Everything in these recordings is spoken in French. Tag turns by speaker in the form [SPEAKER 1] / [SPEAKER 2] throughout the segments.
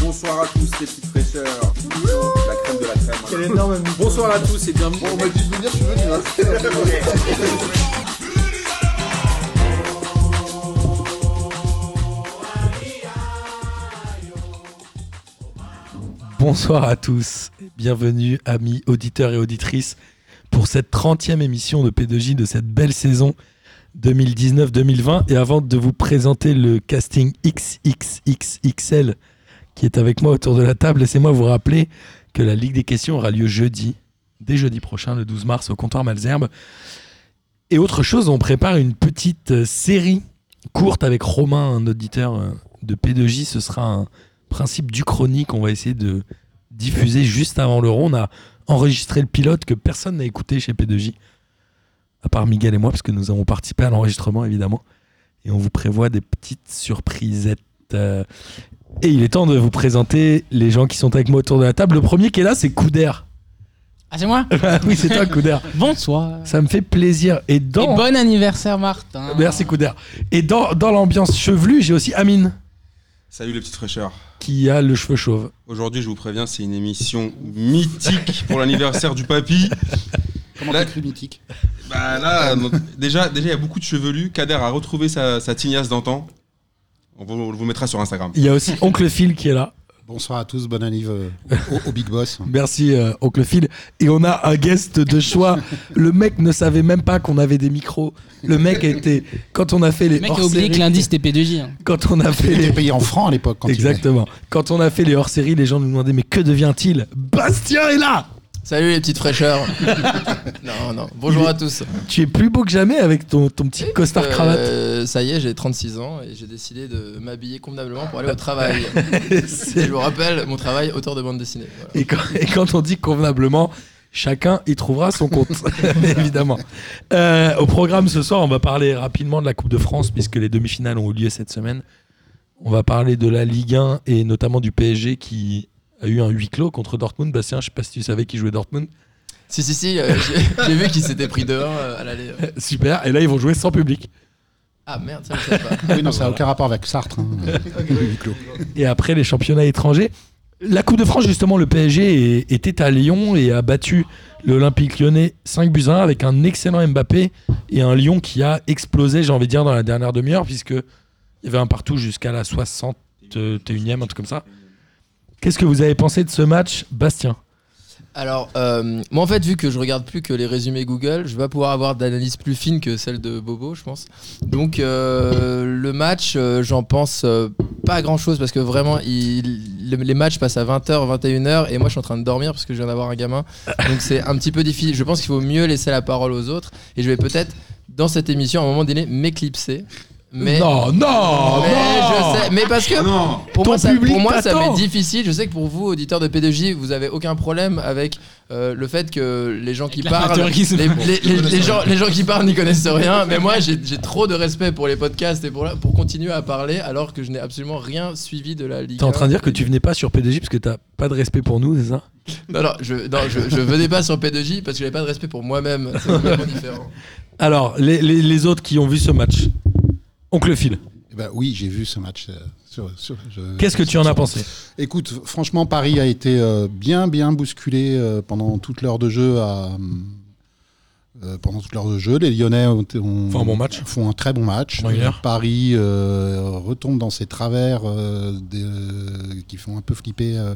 [SPEAKER 1] Bonsoir à tous les petites fraîcheurs. La crème de la crème.
[SPEAKER 2] Quel énorme ami.
[SPEAKER 1] Bonsoir à tous et bienvenue.
[SPEAKER 3] On m'a dit de venir, tu veux, tu vas.
[SPEAKER 4] Bonsoir à tous, et bienvenue amis auditeurs et auditrices pour cette 30e émission de P2J de cette belle saison 2019-2020. Et avant de vous présenter le casting XXXXL qui est avec moi autour de la table, laissez-moi vous rappeler que la Ligue des questions aura lieu jeudi, dès jeudi prochain, le 12 mars, au comptoir Malzerbe. Et autre chose, on prépare une petite euh, série courte avec Romain, un auditeur euh, de P2J. Ce sera un principe du chronique. On va essayer de diffuser juste avant l'euro. On a enregistré le pilote que personne n'a écouté chez P2J, à part Miguel et moi, parce que nous avons participé à l'enregistrement, évidemment. Et on vous prévoit des petites surprisettes. euh. Et il est temps de vous présenter les gens qui sont avec moi autour de la table. Le premier qui est là, c'est Couder.
[SPEAKER 5] Ah, c'est moi
[SPEAKER 4] oui, c'est toi, Couder.
[SPEAKER 5] Bonsoir.
[SPEAKER 4] Ça me fait plaisir. Et
[SPEAKER 5] Et
[SPEAKER 4] dans.
[SPEAKER 5] bon anniversaire, Martin.
[SPEAKER 4] Merci Couder. Et dans, dans l'ambiance chevelue, j'ai aussi Amine
[SPEAKER 1] Salut les petites fraîcheurs.
[SPEAKER 4] qui a le cheveu chauve.
[SPEAKER 1] Aujourd'hui, je vous préviens, c'est une émission mythique pour l'anniversaire du papy.
[SPEAKER 3] Comment
[SPEAKER 1] Là-
[SPEAKER 3] t'as écrit mythique
[SPEAKER 1] Bah là, mon- déjà, déjà, il y a beaucoup de chevelus. Kader a retrouvé sa, sa tignasse d'antan. On vous, on vous mettra sur Instagram.
[SPEAKER 4] Il y a aussi Oncle Phil qui est là.
[SPEAKER 3] Bonsoir à tous, bonne anniv euh, au, au Big Boss.
[SPEAKER 4] Merci euh, Oncle Phil. Et on a un guest de choix. Le mec ne savait même pas qu'on avait des micros. Le mec était quand on a fait les
[SPEAKER 5] Le mec a
[SPEAKER 4] hors
[SPEAKER 5] oublié que lundi c'était P2J. hein.
[SPEAKER 4] quand on a fait
[SPEAKER 3] Il
[SPEAKER 4] les
[SPEAKER 3] était payé en francs à l'époque quand il venait.
[SPEAKER 4] Exactement. Quand on a fait les hors-séries, les gens nous demandaient mais que devient-il Bastien est là.
[SPEAKER 6] Salut les petites fraîcheurs. non, non. Bonjour à tous.
[SPEAKER 4] Tu es plus beau que jamais avec ton, ton petit costard cravate.
[SPEAKER 6] Euh, ça y est, j'ai 36 ans et j'ai décidé de m'habiller convenablement pour aller au travail. et
[SPEAKER 4] C'est-
[SPEAKER 6] je vous rappelle, mon travail, auteur de bande dessinée. Voilà.
[SPEAKER 4] Et quand, et quand on dit convenablement, chacun y trouvera son compte, évidemment. Euh, au programme ce soir, on va parler rapidement de la Coupe de France, puisque les demi-finales ont eu lieu cette semaine. On va parler de la Ligue 1 et notamment du PSG qui a eu un huis clos contre Dortmund. Bastien, je sais pas si tu savais qui jouait Dortmund.
[SPEAKER 6] Si, si, si, euh, j'ai- j'ai vu qu'ils s'étaient pris dehors euh, à l'aller.
[SPEAKER 4] Super. Et là, ils vont jouer sans public.
[SPEAKER 6] Ah merde, ça je savais pas.
[SPEAKER 3] Oui, non, ça n'a aucun rapport avec Sartre. hein. Le huis clos.
[SPEAKER 4] et après les championnats étrangers. La Coupe de France, justement, le PSG est- était à Lyon et a battu l'Olympique lyonnais 5 buts à 1 avec un excellent Mbappé et un Lyon qui a explosé, j'ai envie de dire, dans la dernière demi-heure, puisque il y avait un partout jusqu'à la 61e, un truc comme ça. Qu'est-ce que vous avez pensé de ce match, Bastien
[SPEAKER 6] Alors, euh, moi en fait, vu que je regarde plus que les résumés Google, je vais pas pouvoir avoir d'analyse plus fine que celle de Bobo, je pense. Donc, euh, le match, euh, j'en pense euh, pas grand chose parce que vraiment, il- le- les matchs passent à 20h, 21h et moi je suis en train de dormir parce que je viens d'avoir un gamin. Donc, c'est un petit peu difficile. Je pense qu'il faut mieux laisser la parole aux autres et je vais peut-être, dans cette émission, à un moment donné, m'éclipser. Mais,
[SPEAKER 4] Non, non,
[SPEAKER 6] mais
[SPEAKER 4] non
[SPEAKER 6] je sais, mais parce que
[SPEAKER 1] non
[SPEAKER 6] pour
[SPEAKER 4] Ton
[SPEAKER 6] moi, ça,
[SPEAKER 4] public
[SPEAKER 6] pour moi, ça
[SPEAKER 4] t'attend.
[SPEAKER 6] m'est difficile. Je sais que pour vous, auditeurs de P2J, vous avez aucun problème avec euh, le fait que les gens qui
[SPEAKER 5] Avec
[SPEAKER 6] parlent,
[SPEAKER 5] l'amateurisme.
[SPEAKER 6] les, les- les- les gens, les gens qui parlent n'y connaissent rien. Mais moi, j'ai j'ai trop de respect pour les podcasts et pour la- pour continuer à parler alors que je n'ai absolument rien suivi de la ligue.
[SPEAKER 4] T'es en train de
[SPEAKER 6] 1.
[SPEAKER 4] dire que tu venais pas sur PDJ parce que t'as pas de respect pour nous, c'est ça
[SPEAKER 6] Non, non, je, non, je, je venais pas sur P2J parce que j'avais pas de respect pour moi-même. C'est complètement différent.
[SPEAKER 4] Alors, les, les- les autres qui ont vu ce match, oncle Phil,
[SPEAKER 3] Eh ben, oui, j'ai vu ce match. euh, sur- sur- je-
[SPEAKER 4] qu'est-ce que tu en as pensé
[SPEAKER 3] Écoute, franchement, Paris a été euh, bien, bien bousculé euh, pendant toute l'heure de jeu. À, euh, pendant toute l'heure de jeu, les Lyonnais ont, ont-
[SPEAKER 4] Font un bon match.
[SPEAKER 3] font un très bon match.
[SPEAKER 4] Pendant une heure.
[SPEAKER 3] Paris euh, retombe dans ses travers euh, des- qui font un peu flipper euh,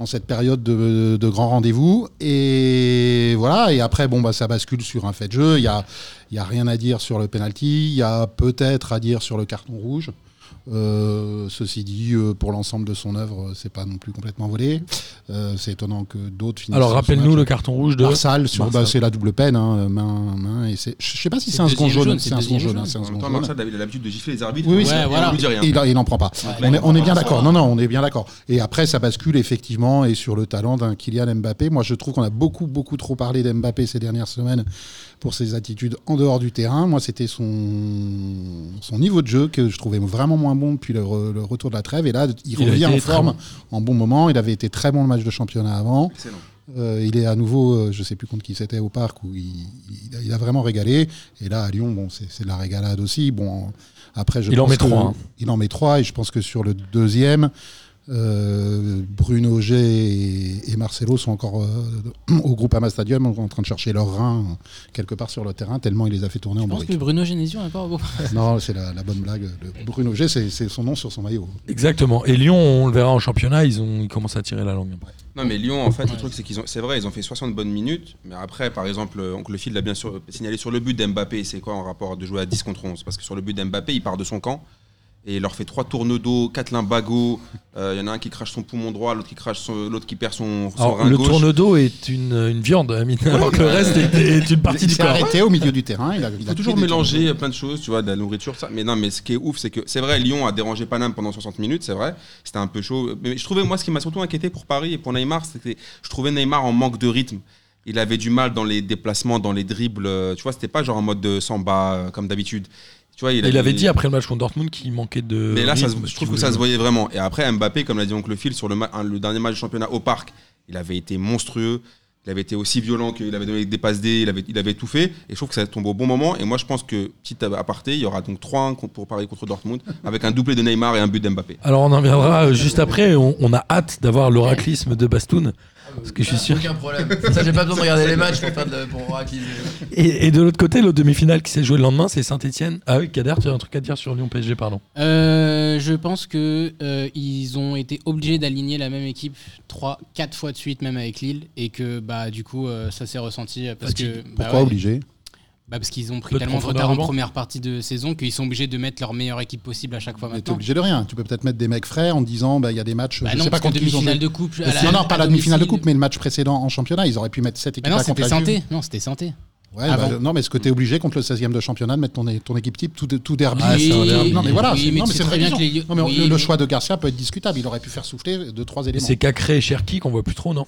[SPEAKER 3] en cette période de, de grand rendez-vous. Et voilà. Et après, bon, bah, ça bascule sur un fait de jeu. Il y a, il y a rien à dire sur le penalty. Il y a peut-être à dire sur le carton rouge. Euh, ceci dit, euh, pour l'ensemble de son œuvre, euh, c'est pas non plus complètement volé. Euh, c'est étonnant que d'autres finissent.
[SPEAKER 4] Alors,
[SPEAKER 3] sur ce
[SPEAKER 4] rappelle-nous
[SPEAKER 3] match.
[SPEAKER 4] le carton rouge de.
[SPEAKER 3] Marsal sur
[SPEAKER 4] Marsal.
[SPEAKER 3] bah, c'est la double peine, hein, main, main, et c'est. Je sais pas si
[SPEAKER 5] C'est
[SPEAKER 3] c'est un
[SPEAKER 5] le
[SPEAKER 3] second
[SPEAKER 5] deuxième
[SPEAKER 3] jaune,
[SPEAKER 5] jaune,
[SPEAKER 3] c'est
[SPEAKER 5] c'est
[SPEAKER 3] un
[SPEAKER 5] le
[SPEAKER 3] second
[SPEAKER 5] deuxième
[SPEAKER 3] jaune, hein,
[SPEAKER 5] jaune.
[SPEAKER 3] c'est un
[SPEAKER 1] En même
[SPEAKER 3] second
[SPEAKER 1] temps,
[SPEAKER 3] jaune.
[SPEAKER 1] Marshall avait l'habitude de gifler les arbitres.
[SPEAKER 3] Oui, oui,
[SPEAKER 1] et
[SPEAKER 3] c'est-
[SPEAKER 1] on
[SPEAKER 5] voilà.
[SPEAKER 1] lui dit rien.
[SPEAKER 3] Et il, en- il en prend pas.
[SPEAKER 5] Ouais.
[SPEAKER 3] On est, on est bien
[SPEAKER 1] Ah,
[SPEAKER 3] d'accord.
[SPEAKER 1] ça
[SPEAKER 3] Non, non, on est bien d'accord. Et après, ça bascule effectivement et sur le talent d'un Kylian Mbappé. Moi, je trouve qu'on a beaucoup, beaucoup trop parlé d'Mbappé ces dernières semaines pour ses attitudes en dehors du terrain. Moi, c'était son, son niveau de jeu que je trouvais vraiment moins bon depuis le, re- le retour de la trêve. Et là, il,
[SPEAKER 4] a
[SPEAKER 3] revient
[SPEAKER 4] été
[SPEAKER 3] en
[SPEAKER 4] très
[SPEAKER 3] forme,
[SPEAKER 4] bon.
[SPEAKER 3] en bon moment. Il avait été très bon le match de championnat avant.
[SPEAKER 1] Excellent.
[SPEAKER 3] Euh, il est à nouveau, euh, je sais plus contre qui c'était au parc, où il, il a- il a vraiment régalé. Et là, à Lyon, bon, c'est c'est de la régalade aussi. Bon, après, je
[SPEAKER 4] Il en
[SPEAKER 3] pense
[SPEAKER 4] met
[SPEAKER 3] que-
[SPEAKER 4] trois, hein.
[SPEAKER 3] Il en met trois, et je pense que sur le deuxième, Euh, Bruno Auger et, et Marcelo sont encore euh, au groupe Ama Stadium en train de chercher leur rein hein, quelque part sur le terrain, tellement il les a fait tourner en
[SPEAKER 5] Je pense
[SPEAKER 3] bourrique.
[SPEAKER 5] que Bruno Genesio est encore au bout.
[SPEAKER 3] Non, c'est la, la bonne blague. de Bruno Auger, c'est c'est son nom sur son maillot.
[SPEAKER 4] Exactement. Et Lyon, on le verra en championnat, ils, ont, ils commencent à tirer la langue.
[SPEAKER 1] Non, mais Lyon, en fait, le
[SPEAKER 5] Ouais.
[SPEAKER 1] truc, c'est qu'ils ont, c'est vrai, ils ont fait 60 bonnes minutes, mais après, par exemple, euh, Oncle Phil l'a bien sûr- signalé sur le but d'Mbappé, c'est quoi en rapport de jouer à 10 contre 11 Parce que sur le but d'Mbappé, il part de son camp et il leur fait trois tournes d'eau, quatre limbago, euh, il y en a un qui crache son poumon droit, l'autre qui crache son- l'autre qui perd son, son
[SPEAKER 4] Alors,
[SPEAKER 1] rein
[SPEAKER 4] le
[SPEAKER 1] gauche.
[SPEAKER 4] tourne-dos est une, une viande, Amine, alors que le reste est, est une partie
[SPEAKER 3] Il
[SPEAKER 4] du
[SPEAKER 3] s'est
[SPEAKER 4] corps.
[SPEAKER 3] arrêté au milieu du terrain. Il a, il
[SPEAKER 1] Il
[SPEAKER 3] a
[SPEAKER 1] faut toujours
[SPEAKER 3] pris des
[SPEAKER 1] mélanger euh, plein de choses, tu vois, de la nourriture, ça. Mais non, mais ce qui est ouf, c'est que c'est vrai, Lyon a dérangé Paname pendant 60 minutes, c'est vrai. C'était un peu chaud. Mais je trouvais, moi, ce qui m'a surtout inquiété pour Paris et pour Neymar, c'était je trouvais Neymar en manque de rythme. Il avait du mal dans les déplacements, dans les dribbles. euh, Tu vois, c'était pas genre en mode de samba euh, comme d'habitude. Tu vois,
[SPEAKER 4] Il avait dit après le match contre Dortmund qu'il manquait de.
[SPEAKER 1] mais là, ça se-
[SPEAKER 4] rythme,
[SPEAKER 1] je trouve
[SPEAKER 4] qu'il
[SPEAKER 1] que ça
[SPEAKER 4] voulait-
[SPEAKER 1] se voyait vraiment. Et après, Mbappé, comme l'a dit Oncle Phil, sur le, ma- un- le dernier match du championnat au parc, il avait été monstrueux. Il avait été aussi violent qu'il avait donné des passes D, il avait, il avait tout fait. Et je trouve que ça tombe au bon moment. Et moi, je pense que, petit aparté, il y aura donc 3-1 con- pour Paris contre Dortmund, avec un doublé de Neymar et un but d'Mbappé.
[SPEAKER 4] Alors on en viendra euh, juste après. On, on a hâte d'avoir l'oraclisme de Bastoun. Parce que je suis sûr.
[SPEAKER 6] Ah, Aucun problème. Ça, j'ai pas besoin de regarder les matchs pour faire de la- pour oracliser.
[SPEAKER 4] Et, et de l'autre côté, l'autre demi-finale qui s'est jouée le lendemain, c'est Saint-Etienne. Ah oui, Kader, tu as un truc à dire sur Lyon PSG, pardon.
[SPEAKER 5] Euh, je pense que euh, ils ont été obligés d'aligner la même équipe 3 4 fois de suite même avec Lille et que bah du coup euh, ça s'est ressenti euh, parce que
[SPEAKER 3] tours.
[SPEAKER 5] bah
[SPEAKER 3] Pourquoi
[SPEAKER 5] ouais,
[SPEAKER 3] obligé
[SPEAKER 5] bah, parce qu'ils ont
[SPEAKER 4] Peu
[SPEAKER 5] pris
[SPEAKER 4] de
[SPEAKER 5] tellement de
[SPEAKER 4] profondeur
[SPEAKER 5] retard en
[SPEAKER 4] au banc.
[SPEAKER 5] première partie de saison qu'ils sont obligés de mettre leur meilleure équipe possible à chaque fois
[SPEAKER 3] Mais t'es
[SPEAKER 5] maintenant.
[SPEAKER 3] obligé de rien. Tu peux peut-être mettre des mecs frais en disant bah, il y a des matchs.
[SPEAKER 5] Bah
[SPEAKER 3] je
[SPEAKER 5] non,
[SPEAKER 3] sais pas
[SPEAKER 5] parce
[SPEAKER 3] quand
[SPEAKER 5] que
[SPEAKER 3] ils ont joué.
[SPEAKER 5] demi-finale de coupe. à
[SPEAKER 3] non, non,
[SPEAKER 5] à
[SPEAKER 3] pas la demi-finale de
[SPEAKER 5] domicile.
[SPEAKER 3] coupe, mais le match précédent en championnat. Ils auraient pu mettre cette équipe
[SPEAKER 5] Bah non,
[SPEAKER 3] là contre
[SPEAKER 5] c'était
[SPEAKER 3] la Juve.
[SPEAKER 5] santé. Ah Non, c'était santé.
[SPEAKER 3] Ouais, bah,
[SPEAKER 5] Avant.
[SPEAKER 3] non, mais est-ce que tu es obligé contre le 16e de championnat de mettre ton, é- ton équipe type, tout, de- tout derby
[SPEAKER 4] Ah,
[SPEAKER 5] Oui,
[SPEAKER 4] c'est un derby.
[SPEAKER 3] Non, mais voilà,
[SPEAKER 5] oui,
[SPEAKER 3] c'est-
[SPEAKER 5] mais
[SPEAKER 3] non,
[SPEAKER 5] tu
[SPEAKER 3] mais
[SPEAKER 5] sais
[SPEAKER 3] c'est
[SPEAKER 5] très bien
[SPEAKER 3] raison.
[SPEAKER 5] que les-
[SPEAKER 3] Non, mais on-
[SPEAKER 5] oui,
[SPEAKER 3] le, le
[SPEAKER 5] mais-
[SPEAKER 3] choix de Garcia peut être discutable. Il aurait pu faire souffler deux, trois éléments.
[SPEAKER 4] C'est Cacré et Cherki qu'on voit plus trop, non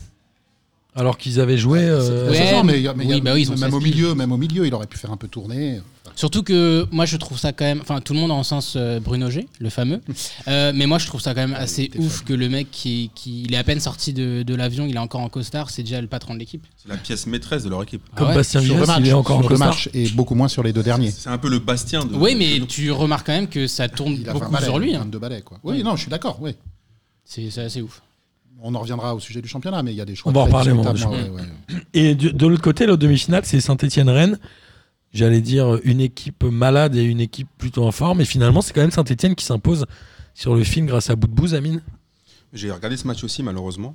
[SPEAKER 4] Alors qu'ils avaient joué. euh,
[SPEAKER 5] Ouais.
[SPEAKER 3] C'est ça, mais il y a- mais il y a-
[SPEAKER 5] oui, bah oui, ils ont
[SPEAKER 3] même au
[SPEAKER 5] 16 piges.
[SPEAKER 3] milieu, même au milieu, il aurait pu faire un peu tourner.
[SPEAKER 5] Surtout que moi je trouve ça quand même, enfin tout le monde en sens euh, Bruno G, le fameux, Euh, mais moi je trouve ça quand même assez
[SPEAKER 3] t'es
[SPEAKER 5] ouf que le mec qui, qui- il est à peine sorti de, de l'avion, il est encore en costard, c'est déjà le patron de l'équipe.
[SPEAKER 1] C'est la pièce maîtresse de leur équipe.
[SPEAKER 4] Comme
[SPEAKER 5] Ah ouais
[SPEAKER 4] Bastien
[SPEAKER 3] Sur
[SPEAKER 4] Villès,
[SPEAKER 3] le match,
[SPEAKER 4] il est encore en
[SPEAKER 3] sur le
[SPEAKER 4] costard.
[SPEAKER 3] match et beaucoup moins sur les deux derniers.
[SPEAKER 1] C'est un peu le bastien de.
[SPEAKER 5] Oui,
[SPEAKER 1] de-
[SPEAKER 5] mais
[SPEAKER 1] de-
[SPEAKER 5] tu remarques quand même que ça tourne
[SPEAKER 3] Il a 20
[SPEAKER 5] beaucoup
[SPEAKER 3] balais,
[SPEAKER 5] sur lui. hein.
[SPEAKER 3] 22 balais, quoi. Oui,
[SPEAKER 5] Oui.
[SPEAKER 3] non, je suis d'accord. Oui.
[SPEAKER 5] C'est c'est assez ouf.
[SPEAKER 3] On en reviendra au sujet du championnat, mais il y a des choix.
[SPEAKER 4] On va en
[SPEAKER 3] très
[SPEAKER 4] reparler,
[SPEAKER 3] discutables,
[SPEAKER 4] moi,
[SPEAKER 3] ouais, ouais.
[SPEAKER 4] Et du- de l'autre côté, la demi-finale, c'est Saint-Etienne-Rennes. J'allais dire euh, une équipe malade et une équipe plutôt en forme. Et finalement, c'est quand même Saint-Etienne qui s'impose sur le film grâce à bout de bouse, Amine.
[SPEAKER 1] J'ai regardé ce match aussi, malheureusement.